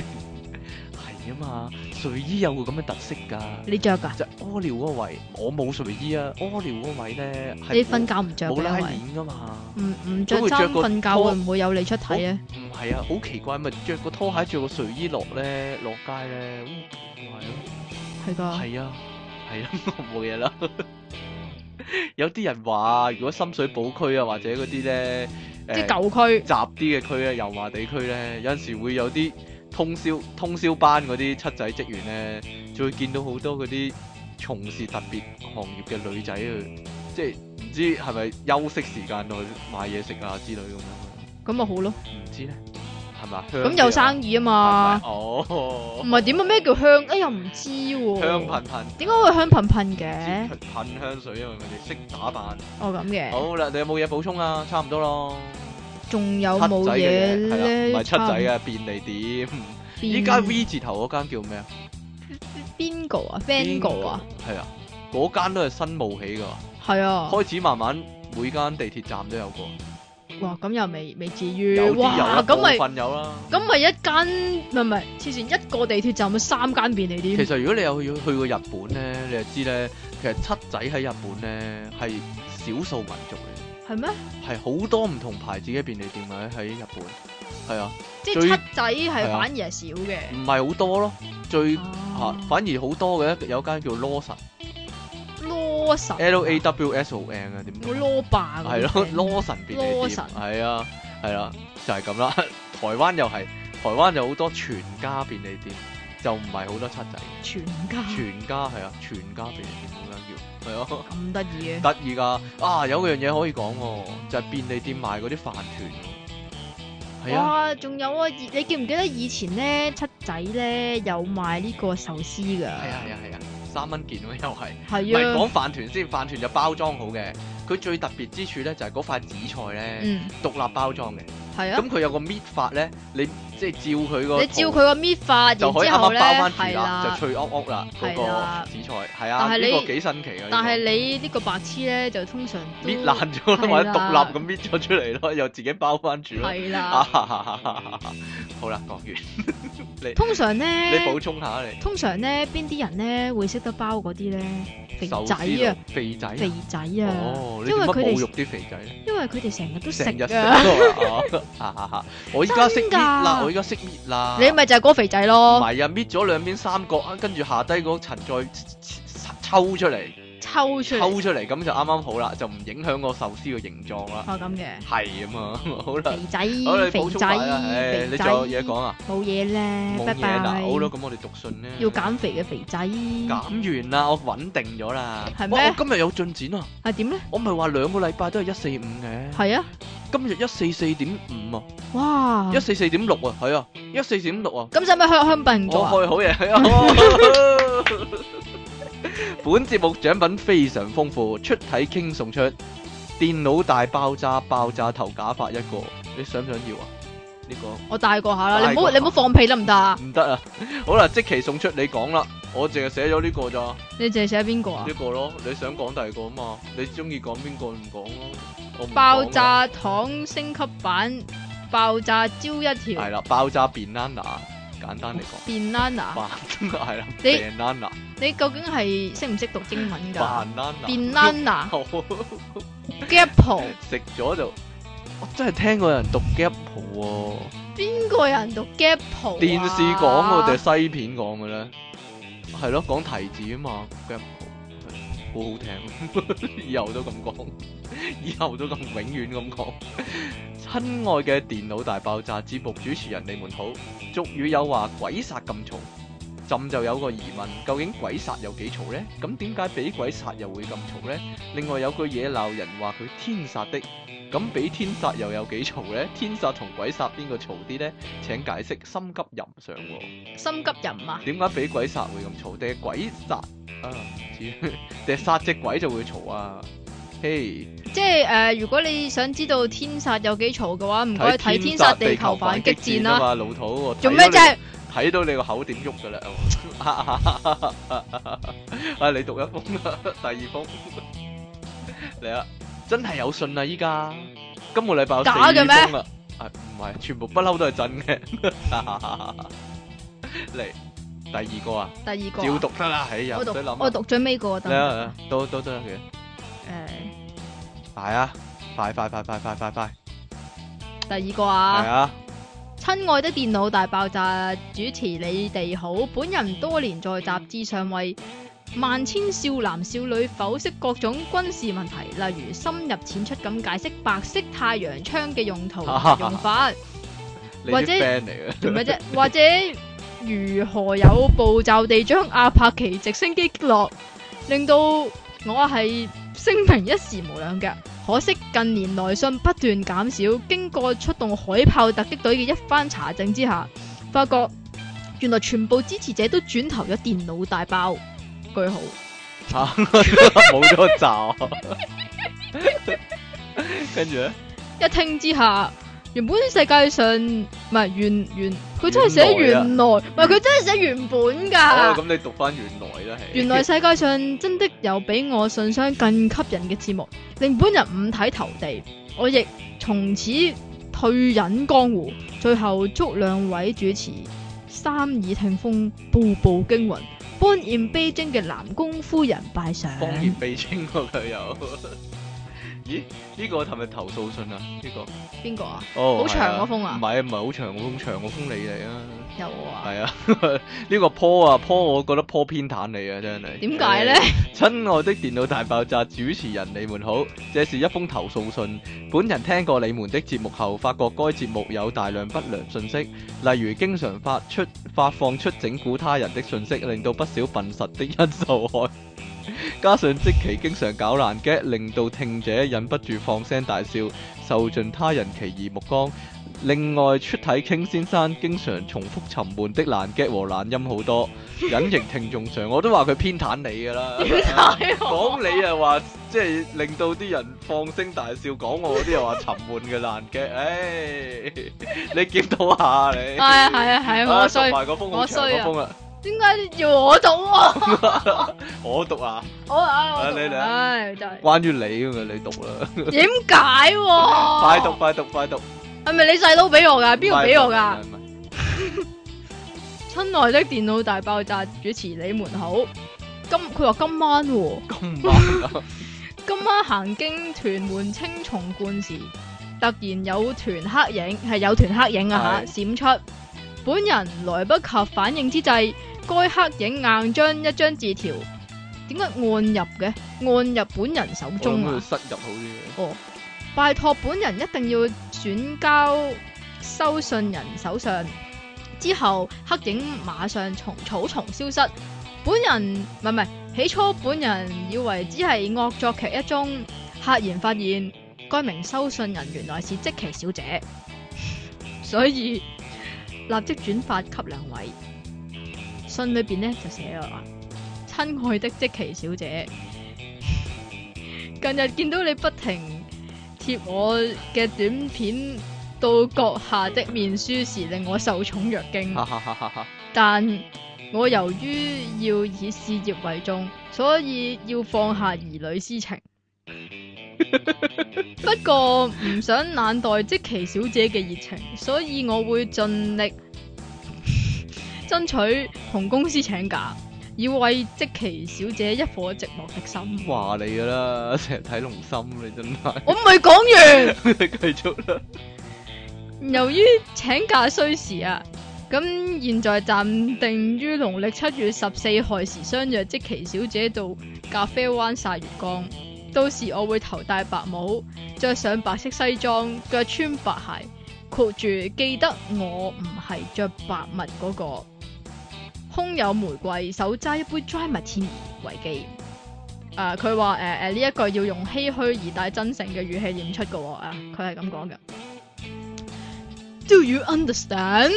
Speaker 1: 係啊嘛，睡衣有個咁嘅特色㗎，
Speaker 2: 你着噶？
Speaker 1: 就係屙尿嗰位，我冇睡衣啊，屙尿嗰位咧係
Speaker 2: 你瞓覺唔着
Speaker 1: 冇
Speaker 2: 嘅，
Speaker 1: 拉
Speaker 2: 因為
Speaker 1: 鏈㗎嘛。
Speaker 2: 唔唔
Speaker 1: 都
Speaker 2: 着
Speaker 1: 會着
Speaker 2: 衫
Speaker 1: 個
Speaker 2: 瞓覺
Speaker 1: 拖
Speaker 2: 會唔會有你出體啊？
Speaker 1: 唔係啊，好奇怪，咪着個拖鞋着個睡衣落咧，落街咧，咁怪咯。
Speaker 2: 係噶，
Speaker 1: 係啊，係啊， 冇嘢啦。有啲人話，如果深水埗區啊，或者嗰啲咧，
Speaker 2: 即
Speaker 1: 誒
Speaker 2: 係舊區
Speaker 1: 雜啲嘅區咧，油麻地區咧，有陣時會有啲通宵通宵班嗰啲七仔職員咧，就會見到好多嗰啲從事特別行業嘅女仔啊，即係唔知係咪休息時間去買嘢食啊之類咁樣，
Speaker 2: 咁咪好咯。
Speaker 1: 唔知咧係咪啊？
Speaker 2: 咁有
Speaker 1: 香
Speaker 2: 生意啊
Speaker 1: 啲
Speaker 2: 嘛
Speaker 1: 啊，哦
Speaker 2: 唔，係點啊？咩叫香？哎又唔知喎。
Speaker 1: 香噴噴。
Speaker 2: 點解會香噴噴嘅？
Speaker 1: 噴香水，因為佢哋識打扮。
Speaker 2: 哦咁嘅。
Speaker 1: 好啦，你有冇嘢補充啊？差唔多咯。
Speaker 2: 仲
Speaker 1: 七
Speaker 2: 有
Speaker 1: 仔
Speaker 2: 冇
Speaker 1: 嘅
Speaker 2: 嘢
Speaker 1: 嘢係啦，
Speaker 2: 咧？
Speaker 1: 唔係七仔嘅
Speaker 2: 啊！
Speaker 1: 便利店。依家 V 字頭嗰間叫咩啊
Speaker 2: 邊個啊？Vango 啊？？
Speaker 1: 係啊，嗰間都係新冒起㗎，
Speaker 2: 係啊。
Speaker 1: 開始慢慢每間地鐵站都有個，
Speaker 2: 哇！咁又未未至於。
Speaker 1: 有啲有
Speaker 2: 哇！
Speaker 1: 啦，
Speaker 2: 咁咪
Speaker 1: 部分有啦。
Speaker 2: 咁咪一間唔係唔係黐線一個地鐵站有三間便利
Speaker 1: 其
Speaker 2: 店。
Speaker 1: 實如果你有去去過日本咧，你就知咧，其實七仔喺日本咧係少數民族嚟
Speaker 2: 係咩？
Speaker 1: 嘅，係好多唔同牌子嘅便利店喺喺日本，係啊，
Speaker 2: 即係
Speaker 1: 最
Speaker 2: 七仔係
Speaker 1: 係啊
Speaker 2: 反而係少嘅。
Speaker 1: 唔係好多咯，最啊
Speaker 2: 哦，
Speaker 1: 反而好多嘅，有間叫 Lawson，L
Speaker 2: 羅神
Speaker 1: A W S O N 啊，點
Speaker 2: 會羅霸咁
Speaker 1: 係咯
Speaker 2: 嘅
Speaker 1: ，Lawson 便利店
Speaker 2: Lawson，
Speaker 1: 係啊，係啦，就係咁啦。 台灣又係，台灣就好多全家便利店，就唔係好多七仔，
Speaker 2: 全家
Speaker 1: 全家係啊，全家便利店咁樣叫，係啊，
Speaker 2: 咁得意嘅，
Speaker 1: 得意㗎。啊，有樣嘢可以講喎，就係便利店賣嗰啲飯團，係啊，
Speaker 2: 哇！仲有啊，以你記唔記得以前咧七仔咧有賣呢個壽司㗎？
Speaker 1: 係啊，係啊，係啊，三蚊件喎，又係。唔係
Speaker 2: 係啊，
Speaker 1: 講飯團先，飯團就包裝好嘅。佢最特別之處咧就係嗰塊紫菜咧
Speaker 2: 嗯，
Speaker 1: 獨立包裝嘅。
Speaker 2: 係啊
Speaker 1: 咁，佢有個搣法咧，你即係照佢個
Speaker 2: 你照
Speaker 1: 圖
Speaker 2: 佢個搣法，然之
Speaker 1: 就可以啱
Speaker 2: 後
Speaker 1: 啱
Speaker 2: 咧
Speaker 1: 包翻
Speaker 2: 係
Speaker 1: 住啦，就
Speaker 2: 啦。
Speaker 1: 脆噏噏啦嗰
Speaker 2: 係啦
Speaker 1: 個紫菜。係
Speaker 2: 但
Speaker 1: 啊，
Speaker 2: 係你
Speaker 1: 呢個幾新奇啊！呢個
Speaker 2: 但係你呢個白痴咧，就通常都
Speaker 1: 搣爛咗啦，
Speaker 2: 係啦
Speaker 1: 或者獨立咁搣咗出嚟咯，又自己包翻住咯。
Speaker 2: 係
Speaker 1: 啊
Speaker 2: 啦。
Speaker 1: 哈哈哈哈哈哈好啦，講完，你
Speaker 2: 通常
Speaker 1: 補
Speaker 2: 咧，
Speaker 1: 充下你
Speaker 2: 通常咧邊啲人咧會識得包嗰啲咧肥
Speaker 1: 壽
Speaker 2: 仔
Speaker 1: 司
Speaker 2: 啊
Speaker 1: 郎，肥仔
Speaker 2: 肥
Speaker 1: 啊，
Speaker 2: 仔啊，
Speaker 1: 哦，你
Speaker 2: 因
Speaker 1: 點
Speaker 2: 為
Speaker 1: 解
Speaker 2: 佢
Speaker 1: 侮辱
Speaker 2: 哋
Speaker 1: 啲肥仔咧？
Speaker 2: 因為佢哋成日都食
Speaker 1: 成日食
Speaker 2: 啊。
Speaker 1: 都啊！我依家識搣啦，
Speaker 2: 真㗎
Speaker 1: 我依家識搣啦。
Speaker 2: 你咪就係嗰個肥仔
Speaker 1: 唔
Speaker 2: 咯，
Speaker 1: 係啊？搣咗兩邊三角，啊跟住下低嗰層再抽出嚟，
Speaker 2: 抽出嚟
Speaker 1: 抽出嚟咁就啱啱好啦，就唔影響個壽司嘅形狀啦。
Speaker 2: 哦咁嘅
Speaker 1: 係啊嘛， 好啦，
Speaker 2: 肥仔
Speaker 1: 好啦，你
Speaker 2: 肥
Speaker 1: 補充埋啦。唉
Speaker 2: 仔
Speaker 1: 你
Speaker 2: 肥
Speaker 1: 仲
Speaker 2: 仔，
Speaker 1: 有嘢講啊？
Speaker 2: 冇嘢咧，
Speaker 1: 冇
Speaker 2: 拜
Speaker 1: 嘢啦，
Speaker 2: 拜。
Speaker 1: 好啦，咁我哋讀信咧。
Speaker 2: 要減肥嘅肥仔係
Speaker 1: 減完啦，我穩定咗啦。
Speaker 2: 係
Speaker 1: 哇
Speaker 2: 咩
Speaker 1: 我今日有進展啊！
Speaker 2: 點咧？
Speaker 1: 我咪話兩個禮拜都係一四五嘅，
Speaker 2: 係啊，
Speaker 1: 今日一四四點五啊，
Speaker 2: 哇
Speaker 1: 一！四四點六啊，係啊，一四四點六啊。
Speaker 2: 咁使唔使香香檳
Speaker 1: 我
Speaker 2: 做啊？
Speaker 1: 開好嘢，係啊！本節目獎品非常豐富，出體傾送出電腦大爆炸爆炸頭假髮一個，你想唔想要啊？呢、個
Speaker 2: 我戴過下啦，你唔
Speaker 1: 戴過
Speaker 2: 好
Speaker 1: 下
Speaker 2: 你唔好放屁得唔得啊？
Speaker 1: 唔得啊！好啦，即期送出你講啦，我淨係寫咗呢個咋，呢、
Speaker 2: 你淨係寫邊個啊？
Speaker 1: 個咯，你想講第二個啊嘛？你中意講邊個唔講咯？我唔講㗎
Speaker 2: 爆炸糖升級版，爆炸蕉一
Speaker 1: 係
Speaker 2: 條
Speaker 1: 啦，爆炸 banana，簡單嚟講
Speaker 2: banana，
Speaker 1: ，ban 係啦
Speaker 2: 啊你
Speaker 1: ，banana
Speaker 2: 你究竟係識唔識讀英文㗎
Speaker 1: banana
Speaker 2: ？banana
Speaker 1: 好。啊
Speaker 2: apple
Speaker 1: 食咗就，我真係聽過有人讀 gap 喎、
Speaker 2: 邊個人讀 apple？啊
Speaker 1: 電視講喎定係西片講嘅咧？係咯，講提子啊嘛，gap 好好聽， 以後都咁講，以後都咁永遠咁講。親愛嘅電腦大爆炸節目主持人，你們好。俗語有話鬼殺咁嘈，朕就有個疑問，究竟鬼殺有幾嘈呢？咁點解俾鬼殺又會咁嘈呢？另外有句嘢鬧人話佢天殺的，咁俾天殺又有幾嘈呢？天殺同鬼殺邊個嘈啲呢？請解釋，心急人上喎。
Speaker 2: 心急人啊！
Speaker 1: 點解俾鬼殺會咁嘈？定係鬼殺啊？唔知， 定係殺只鬼就會嘈啊？嘿、
Speaker 2: 即係诶、呃如果你想知道天煞有幾嘈嘅話，唔該睇《天煞地球反擊戰》
Speaker 1: 啊
Speaker 2: 啦。
Speaker 1: 嘛，老土我睇
Speaker 2: 做咩
Speaker 1: 到你
Speaker 2: 啫？
Speaker 1: 睇到你個口點喐噶啦！ 啊，你讀一封啦，第二封嚟啦，真係有信啦！啊依家今個禮拜有四
Speaker 2: 假嘅咩
Speaker 1: 封啦，啊 啊唔係，全部不嬲都係真嘅。嚟第二個啊，
Speaker 2: 第二個
Speaker 1: 照
Speaker 2: 啊
Speaker 1: 讀得啦，哎呀，唔
Speaker 2: 我
Speaker 1: 使
Speaker 2: 讀
Speaker 1: 諗
Speaker 2: 我
Speaker 1: 啊
Speaker 2: 讀最尾個得
Speaker 1: 嚟
Speaker 2: 唔
Speaker 1: 啊，都都得嘅，
Speaker 2: 得？
Speaker 1: 快啊，快快快快快快快，
Speaker 2: 誒，第二個
Speaker 1: 係
Speaker 2: 啊，
Speaker 1: 啊，
Speaker 2: 親愛的電腦大爆炸主持你哋好，本人多年在雜誌上為萬千少男少女剖析各種軍事問題，例如深入淺出咁解釋白色太陽槍嘅用 途用法。
Speaker 1: 你
Speaker 2: 或
Speaker 1: 啲
Speaker 2: 者
Speaker 1: friend 嚟嘅，
Speaker 2: 做咩啫？或者如何有步驟地將阿帕奇直升機擊落，令到我係聲名一時無兩嘅。可惜近年來信不斷減少，經過出動海豹突擊隊嘅一番查證之下，發覺原來全部支持者都轉投咗電腦大爆。句號
Speaker 1: 嚇 冇咗罩， 跟住咧，
Speaker 2: 一聽之下，原本世界上唔係原原佢真係寫原
Speaker 1: 原
Speaker 2: 來，啊唔係佢真係寫原本㗎。
Speaker 1: 哦，咁你讀翻原來啦，係
Speaker 2: 啊 原來世界上真的有比我信箱更吸引嘅節目，令本人五體投地。我亦從此退隱江湖。最後祝兩位主持三耳聽風，步步驚雲。搬 in Beijing 嘅南宮夫人拜上。
Speaker 1: 方言被稱喎佢又， 咦？呢個係咪投訴信啊？呢個
Speaker 2: 邊個啊？
Speaker 1: 哦，
Speaker 2: 好長
Speaker 1: 係
Speaker 2: 嗰封啊
Speaker 1: 唔係唔係好長嗰封，長嗰封你嚟啊！
Speaker 2: 有我啊？
Speaker 1: 係啊， 呢個坡啊坡，我覺得坡偏袒你啊，真係。
Speaker 2: 點解呢？
Speaker 1: 親愛的電腦大爆炸主持人，你們好，這是一封投訴信。本人聽過你們的節目後，發覺該節目有大量不良信息，例如經常發出發放出整蠱他人的信息，令到不少笨實的人受害。加上即期經常搞爛 gag，令到聽者忍不住放聲大笑，受盡他人奇異目光。另外，出體傾先生經常重複沉悶的爛 gag 和懶音 好多，隱形聽眾上我都話佢偏袒你㗎啦。
Speaker 2: 點 解我？
Speaker 1: 講你又話即係令到啲人放聲大笑，講我嗰啲又話沉悶嘅爛嘅，唉， 你檢討下 你。
Speaker 2: 係啊係啊係啊！我衰
Speaker 1: 讀，埋個風好長
Speaker 2: 我衰
Speaker 1: 個
Speaker 2: 啊
Speaker 1: 風啊！
Speaker 2: 點解要我讀啊？
Speaker 1: 我讀啊，
Speaker 2: 我啊我讀
Speaker 1: 啊你嚟
Speaker 2: 啊
Speaker 1: 啊
Speaker 2: 唉真係
Speaker 1: 關於你咁啊，你讀啦，
Speaker 2: 點解喎？
Speaker 1: 快讀！快讀快讀，
Speaker 2: 系咪你細佬俾我噶？邊個俾我
Speaker 1: 唔
Speaker 2: 噶
Speaker 1: 係？？唔係唔係
Speaker 2: 親愛的電腦大爆炸主持你們好，今佢話今晚喎、
Speaker 1: 咁慢啊
Speaker 2: 今晚行經屯門青松觀時，突然有團黑影，係有團黑影啊吓閃出。本人來不及反應之際，該黑影硬將一張字條，點解按入嘅？按入本人手
Speaker 1: 我
Speaker 2: 中
Speaker 1: 諗佢
Speaker 2: 啊！
Speaker 1: 塞入好啲
Speaker 2: 哦，拜託本人一定要轉交收信人手上。之後黑影馬上從草叢消失。本人唔係唔係，起初本人以為只係惡作劇一宗，赫然發現該名收信人原來是即奇小姐， 所以立即轉發給兩位。信裏邊呢就寫咗話：親愛的即奇小姐。 近日見到你不停貼我嘅短片到閣下的面書時，令我受寵若驚。
Speaker 1: 嘅，哈哈哈哈哈！
Speaker 2: 但我由於要以事業為重，所以要放下兒女私情。 不過唔想冷待即奇小姐嘅熱情，所以我會盡力 爭取同公司請假，以慰即奇小姐一顆寂寞的心。
Speaker 1: 話你㗎啦，成日睇龍心你真 係，
Speaker 2: 我唔係講完。
Speaker 1: 繼續啦，
Speaker 2: 由於請假需時啊，咁現在暫定於農曆七月十四亥時相約即奇小姐到咖啡灣曬月光。到時我會頭戴白帽，着上白色西裝，腳穿白鞋，括住記得我唔係着白襪嗰、個。胸有玫瑰，手揸一杯 dry martini 為記。啊，佢話誒誒呢一句要用唏噓而帶真誠嘅語氣演出嘅喎、啊，佢係咁講嘅。Do you understand？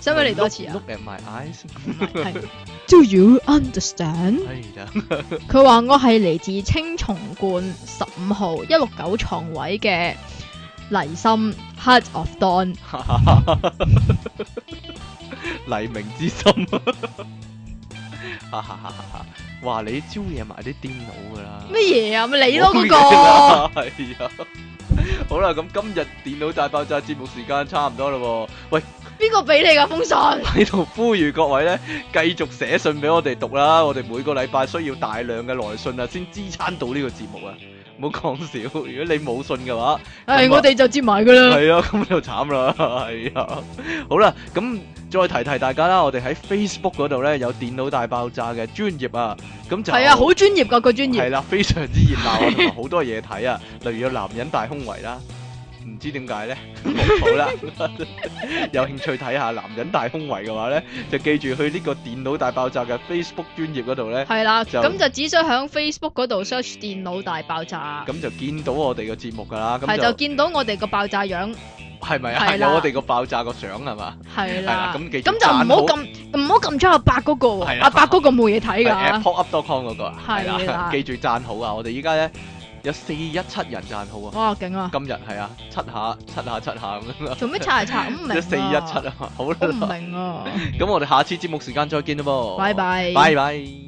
Speaker 2: 使唔使嚟多次啊？
Speaker 1: Look at my eyes，
Speaker 2: 係 Do you understand？
Speaker 1: 哎呀，
Speaker 2: 佢話我係嚟自青松觀十五號一六九床位嘅黎心 Heart of Dawn。
Speaker 1: 黎明之心， 哈哈哈哈！話你招惹埋啲癲佬噶啦，啊
Speaker 2: 乜嘢啊？咪你咯嗰個
Speaker 1: 個係啊，好啦，咁今日電腦大爆炸節目時間差唔多啦喎。
Speaker 2: 边个俾你噶封信？
Speaker 1: 喺度呼籲各位咧，繼續寫信俾我哋讀啦。我哋每個禮拜需要大量嘅來信啊，先支撐到呢個節目啊。唔好講笑，如果你冇信嘅話，
Speaker 2: 唉，我哋就接埋噶啦。
Speaker 1: 係啊， 咁就慘啦，係啊。好啦，咁再提提大家啦，我哋喺 Facebook 嗰度咧有電腦大爆炸嘅專業啊，咁就
Speaker 2: 系啊，好專業噶個專
Speaker 1: 係
Speaker 2: 業。
Speaker 1: 啦，非常之熱鬧啊，同埋好多嘢睇啊， 例如有男人大胸圍啦，唔知點 解咧，好啦，有興趣睇下男人大胸圍嘅話咧，就記住去呢個電腦大爆炸嘅 Facebook 專頁嗰度咧，
Speaker 2: 係啦，
Speaker 1: 就
Speaker 2: 咁就只需喺 Facebook 嗰度 search 電腦大爆炸，
Speaker 1: 咁就見到我哋嘅節目噶啦，咁
Speaker 2: 係就
Speaker 1: 就
Speaker 2: 見到我哋個爆炸樣，
Speaker 1: 係咪啊？
Speaker 2: 係啦
Speaker 1: 有我哋個爆炸個相係嘛？
Speaker 2: 係
Speaker 1: 係啦
Speaker 2: 啦，。
Speaker 1: 咁記住
Speaker 2: 咁就唔
Speaker 1: 讚好
Speaker 2: 好撳，唔好撳咗阿伯嗰個喎
Speaker 1: 係，啦
Speaker 2: 阿伯嗰個冇嘢睇
Speaker 1: 係
Speaker 2: 㗎。
Speaker 1: apple.com 嗰個啊，
Speaker 2: 係啦
Speaker 1: 係啦，記住讚好啊！我哋依家咧有四一七人讚好啊，
Speaker 2: 哇，勁啊！
Speaker 1: 今日係啊，七下七下七下咁樣啊，
Speaker 2: 做咩刷嚟刷？我唔明 啊
Speaker 1: 一四一七，啊，好啦
Speaker 2: 我唔。明啊。
Speaker 1: 咁我哋下次節目時間再見啦噃，
Speaker 2: 拜拜
Speaker 1: 拜拜。